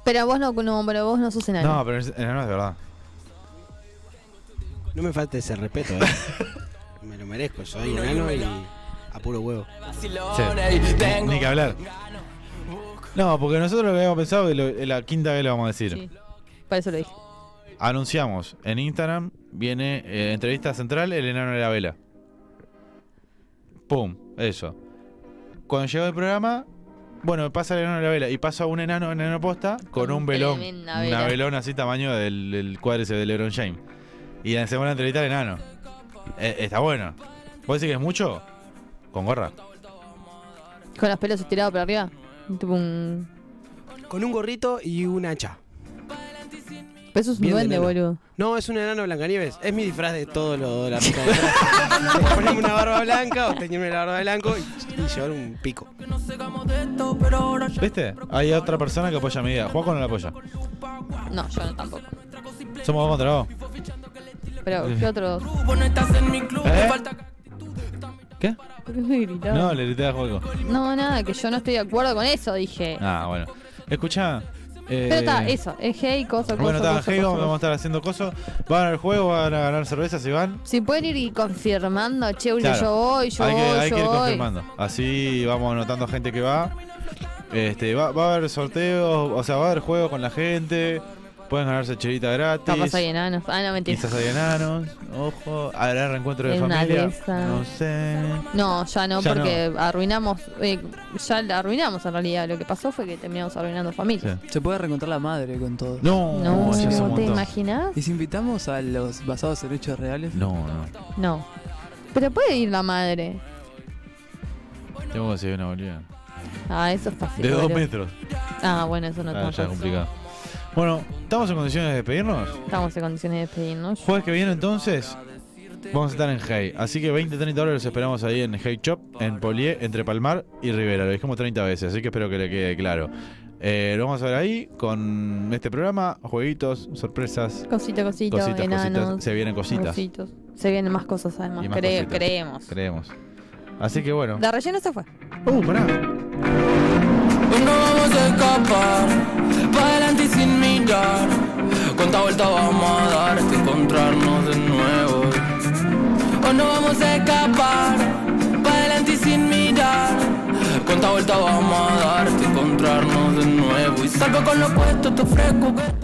[SPEAKER 3] Pero vos no, no, pero vos no sos enano.
[SPEAKER 2] No, pero es- enano es de verdad.
[SPEAKER 8] No me falte ese respeto, eh. me lo merezco, soy enano y a puro huevo.
[SPEAKER 2] Sí. Ni- Ni que hablar. No, porque nosotros lo que habíamos pensado y lo- la quinta vez lo vamos a decir.
[SPEAKER 3] Sí. Por eso lo dije.
[SPEAKER 2] Anunciamos en Instagram, viene eh, entrevista central, el enano de la vela. Pum, eso. Cuando llegó el programa, bueno, pasa el enano de la vela y pasa un enano enano posta con un velón.
[SPEAKER 3] Tremenda vela.
[SPEAKER 2] Una velón así tamaño del, del cuádriceps de LeBron James. Y la segunda entrevista al enano. Eh, está bueno. ¿Vos decís que es mucho? Con gorra.
[SPEAKER 3] Con los pelos estirados para arriba. Tipo un-
[SPEAKER 8] Con un gorrito y un hacha.
[SPEAKER 3] Pero eso es un
[SPEAKER 8] Bien de
[SPEAKER 3] duende,
[SPEAKER 8] enano.
[SPEAKER 3] boludo.
[SPEAKER 8] No, es un enano Blancanieves. Es mi disfraz de todo lo de la puta vida. Ponerme una barba blanca o teñirme la barba de blanco y, y llevar un pico.
[SPEAKER 2] ¿Viste? Hay otra persona que apoya mi idea. Juaco no la apoya.
[SPEAKER 3] No, yo no tampoco.
[SPEAKER 2] Somos dos contra dos.
[SPEAKER 3] Pero, ¿qué otros?
[SPEAKER 2] ¿Eh? ¿Qué?
[SPEAKER 3] ¿Por qué me gritaba?
[SPEAKER 2] No, le grité a Juaco.
[SPEAKER 3] No, nada, que yo no estoy de acuerdo con eso, dije.
[SPEAKER 2] Ah, bueno. Escucha.
[SPEAKER 3] Pero está, eso, es hey, cosa, cosa,
[SPEAKER 2] Bueno, está,
[SPEAKER 3] cosa,
[SPEAKER 2] Heigo,
[SPEAKER 3] cosa,
[SPEAKER 2] vamos a
[SPEAKER 3] cosa.
[SPEAKER 2] estar haciendo cosas. Van al juego, van a ganar cerveza, si van.
[SPEAKER 3] Si pueden ir y confirmando, che, Uli,
[SPEAKER 2] Claro.
[SPEAKER 3] yo voy, yo
[SPEAKER 2] hay que,
[SPEAKER 3] voy,
[SPEAKER 2] hay
[SPEAKER 3] yo
[SPEAKER 2] que ir
[SPEAKER 3] voy.
[SPEAKER 2] confirmando. Así vamos anotando gente que va. Este, va, va a haber sorteos, o sea, va a haber juegos con la gente. Pueden ganarse chelita gratis.
[SPEAKER 3] Capaz hay enanos. Ah, no, mentira.
[SPEAKER 2] Quizás hay enanos, ojo, habrá reencuentro de
[SPEAKER 3] Es una
[SPEAKER 2] familia.
[SPEAKER 3] lesa.
[SPEAKER 2] No sé.
[SPEAKER 3] No, ya no,
[SPEAKER 2] Ya
[SPEAKER 3] porque arruinamos, eh, ya la arruinamos en realidad. Lo que pasó fue que terminamos arruinando familia.
[SPEAKER 2] Sí.
[SPEAKER 4] Se puede reencontrar la madre con todo.
[SPEAKER 2] No,
[SPEAKER 3] No,
[SPEAKER 2] Oh, ya es un
[SPEAKER 3] ¿te
[SPEAKER 2] montón.
[SPEAKER 3] imaginas?
[SPEAKER 4] ¿Y si invitamos a los basados en hechos reales?
[SPEAKER 2] No, no.
[SPEAKER 3] No. Pero puede ir la madre.
[SPEAKER 2] Tengo que conseguir una bolida.
[SPEAKER 3] Ah, eso es fácil.
[SPEAKER 2] De dos
[SPEAKER 3] boludo.
[SPEAKER 2] metros.
[SPEAKER 3] Ah, bueno, eso no
[SPEAKER 2] Ah,
[SPEAKER 3] es
[SPEAKER 2] ya
[SPEAKER 3] tan
[SPEAKER 2] es
[SPEAKER 3] fácil.
[SPEAKER 2] complicado. Bueno, ¿estamos en condiciones de despedirnos?
[SPEAKER 3] Estamos en condiciones de despedirnos.
[SPEAKER 2] Jueves que viene entonces vamos a estar en Hey. Así que 20, 30 dólares los esperamos ahí en Hey Shop, en Polié, entre Palmar y Rivera. Lo dijimos 30 veces, así que espero que le quede claro. Eh, lo vamos a ver ahí con este programa, jueguitos, sorpresas,
[SPEAKER 3] Cosita, cosita,
[SPEAKER 2] cositas,
[SPEAKER 3] enanos.
[SPEAKER 2] cositas. Se vienen cositas,
[SPEAKER 3] Cositos. Se vienen más cosas además,
[SPEAKER 2] Y más
[SPEAKER 3] cre-
[SPEAKER 2] cositas.
[SPEAKER 3] creemos.
[SPEAKER 2] creemos. Así que bueno.
[SPEAKER 3] La relleno se fue.
[SPEAKER 2] Uh, pará.
[SPEAKER 6] Hoy no vamos a escapar, pa' adelante y sin mirar. Cuánta vuelta vamos a dar hasta encontrarnos de nuevo. Hoy no vamos a escapar, pa' adelante y sin mirar. Cuánta vuelta vamos a dar hasta encontrarnos de nuevo. Y salgo con lo puesto, te ofrezco que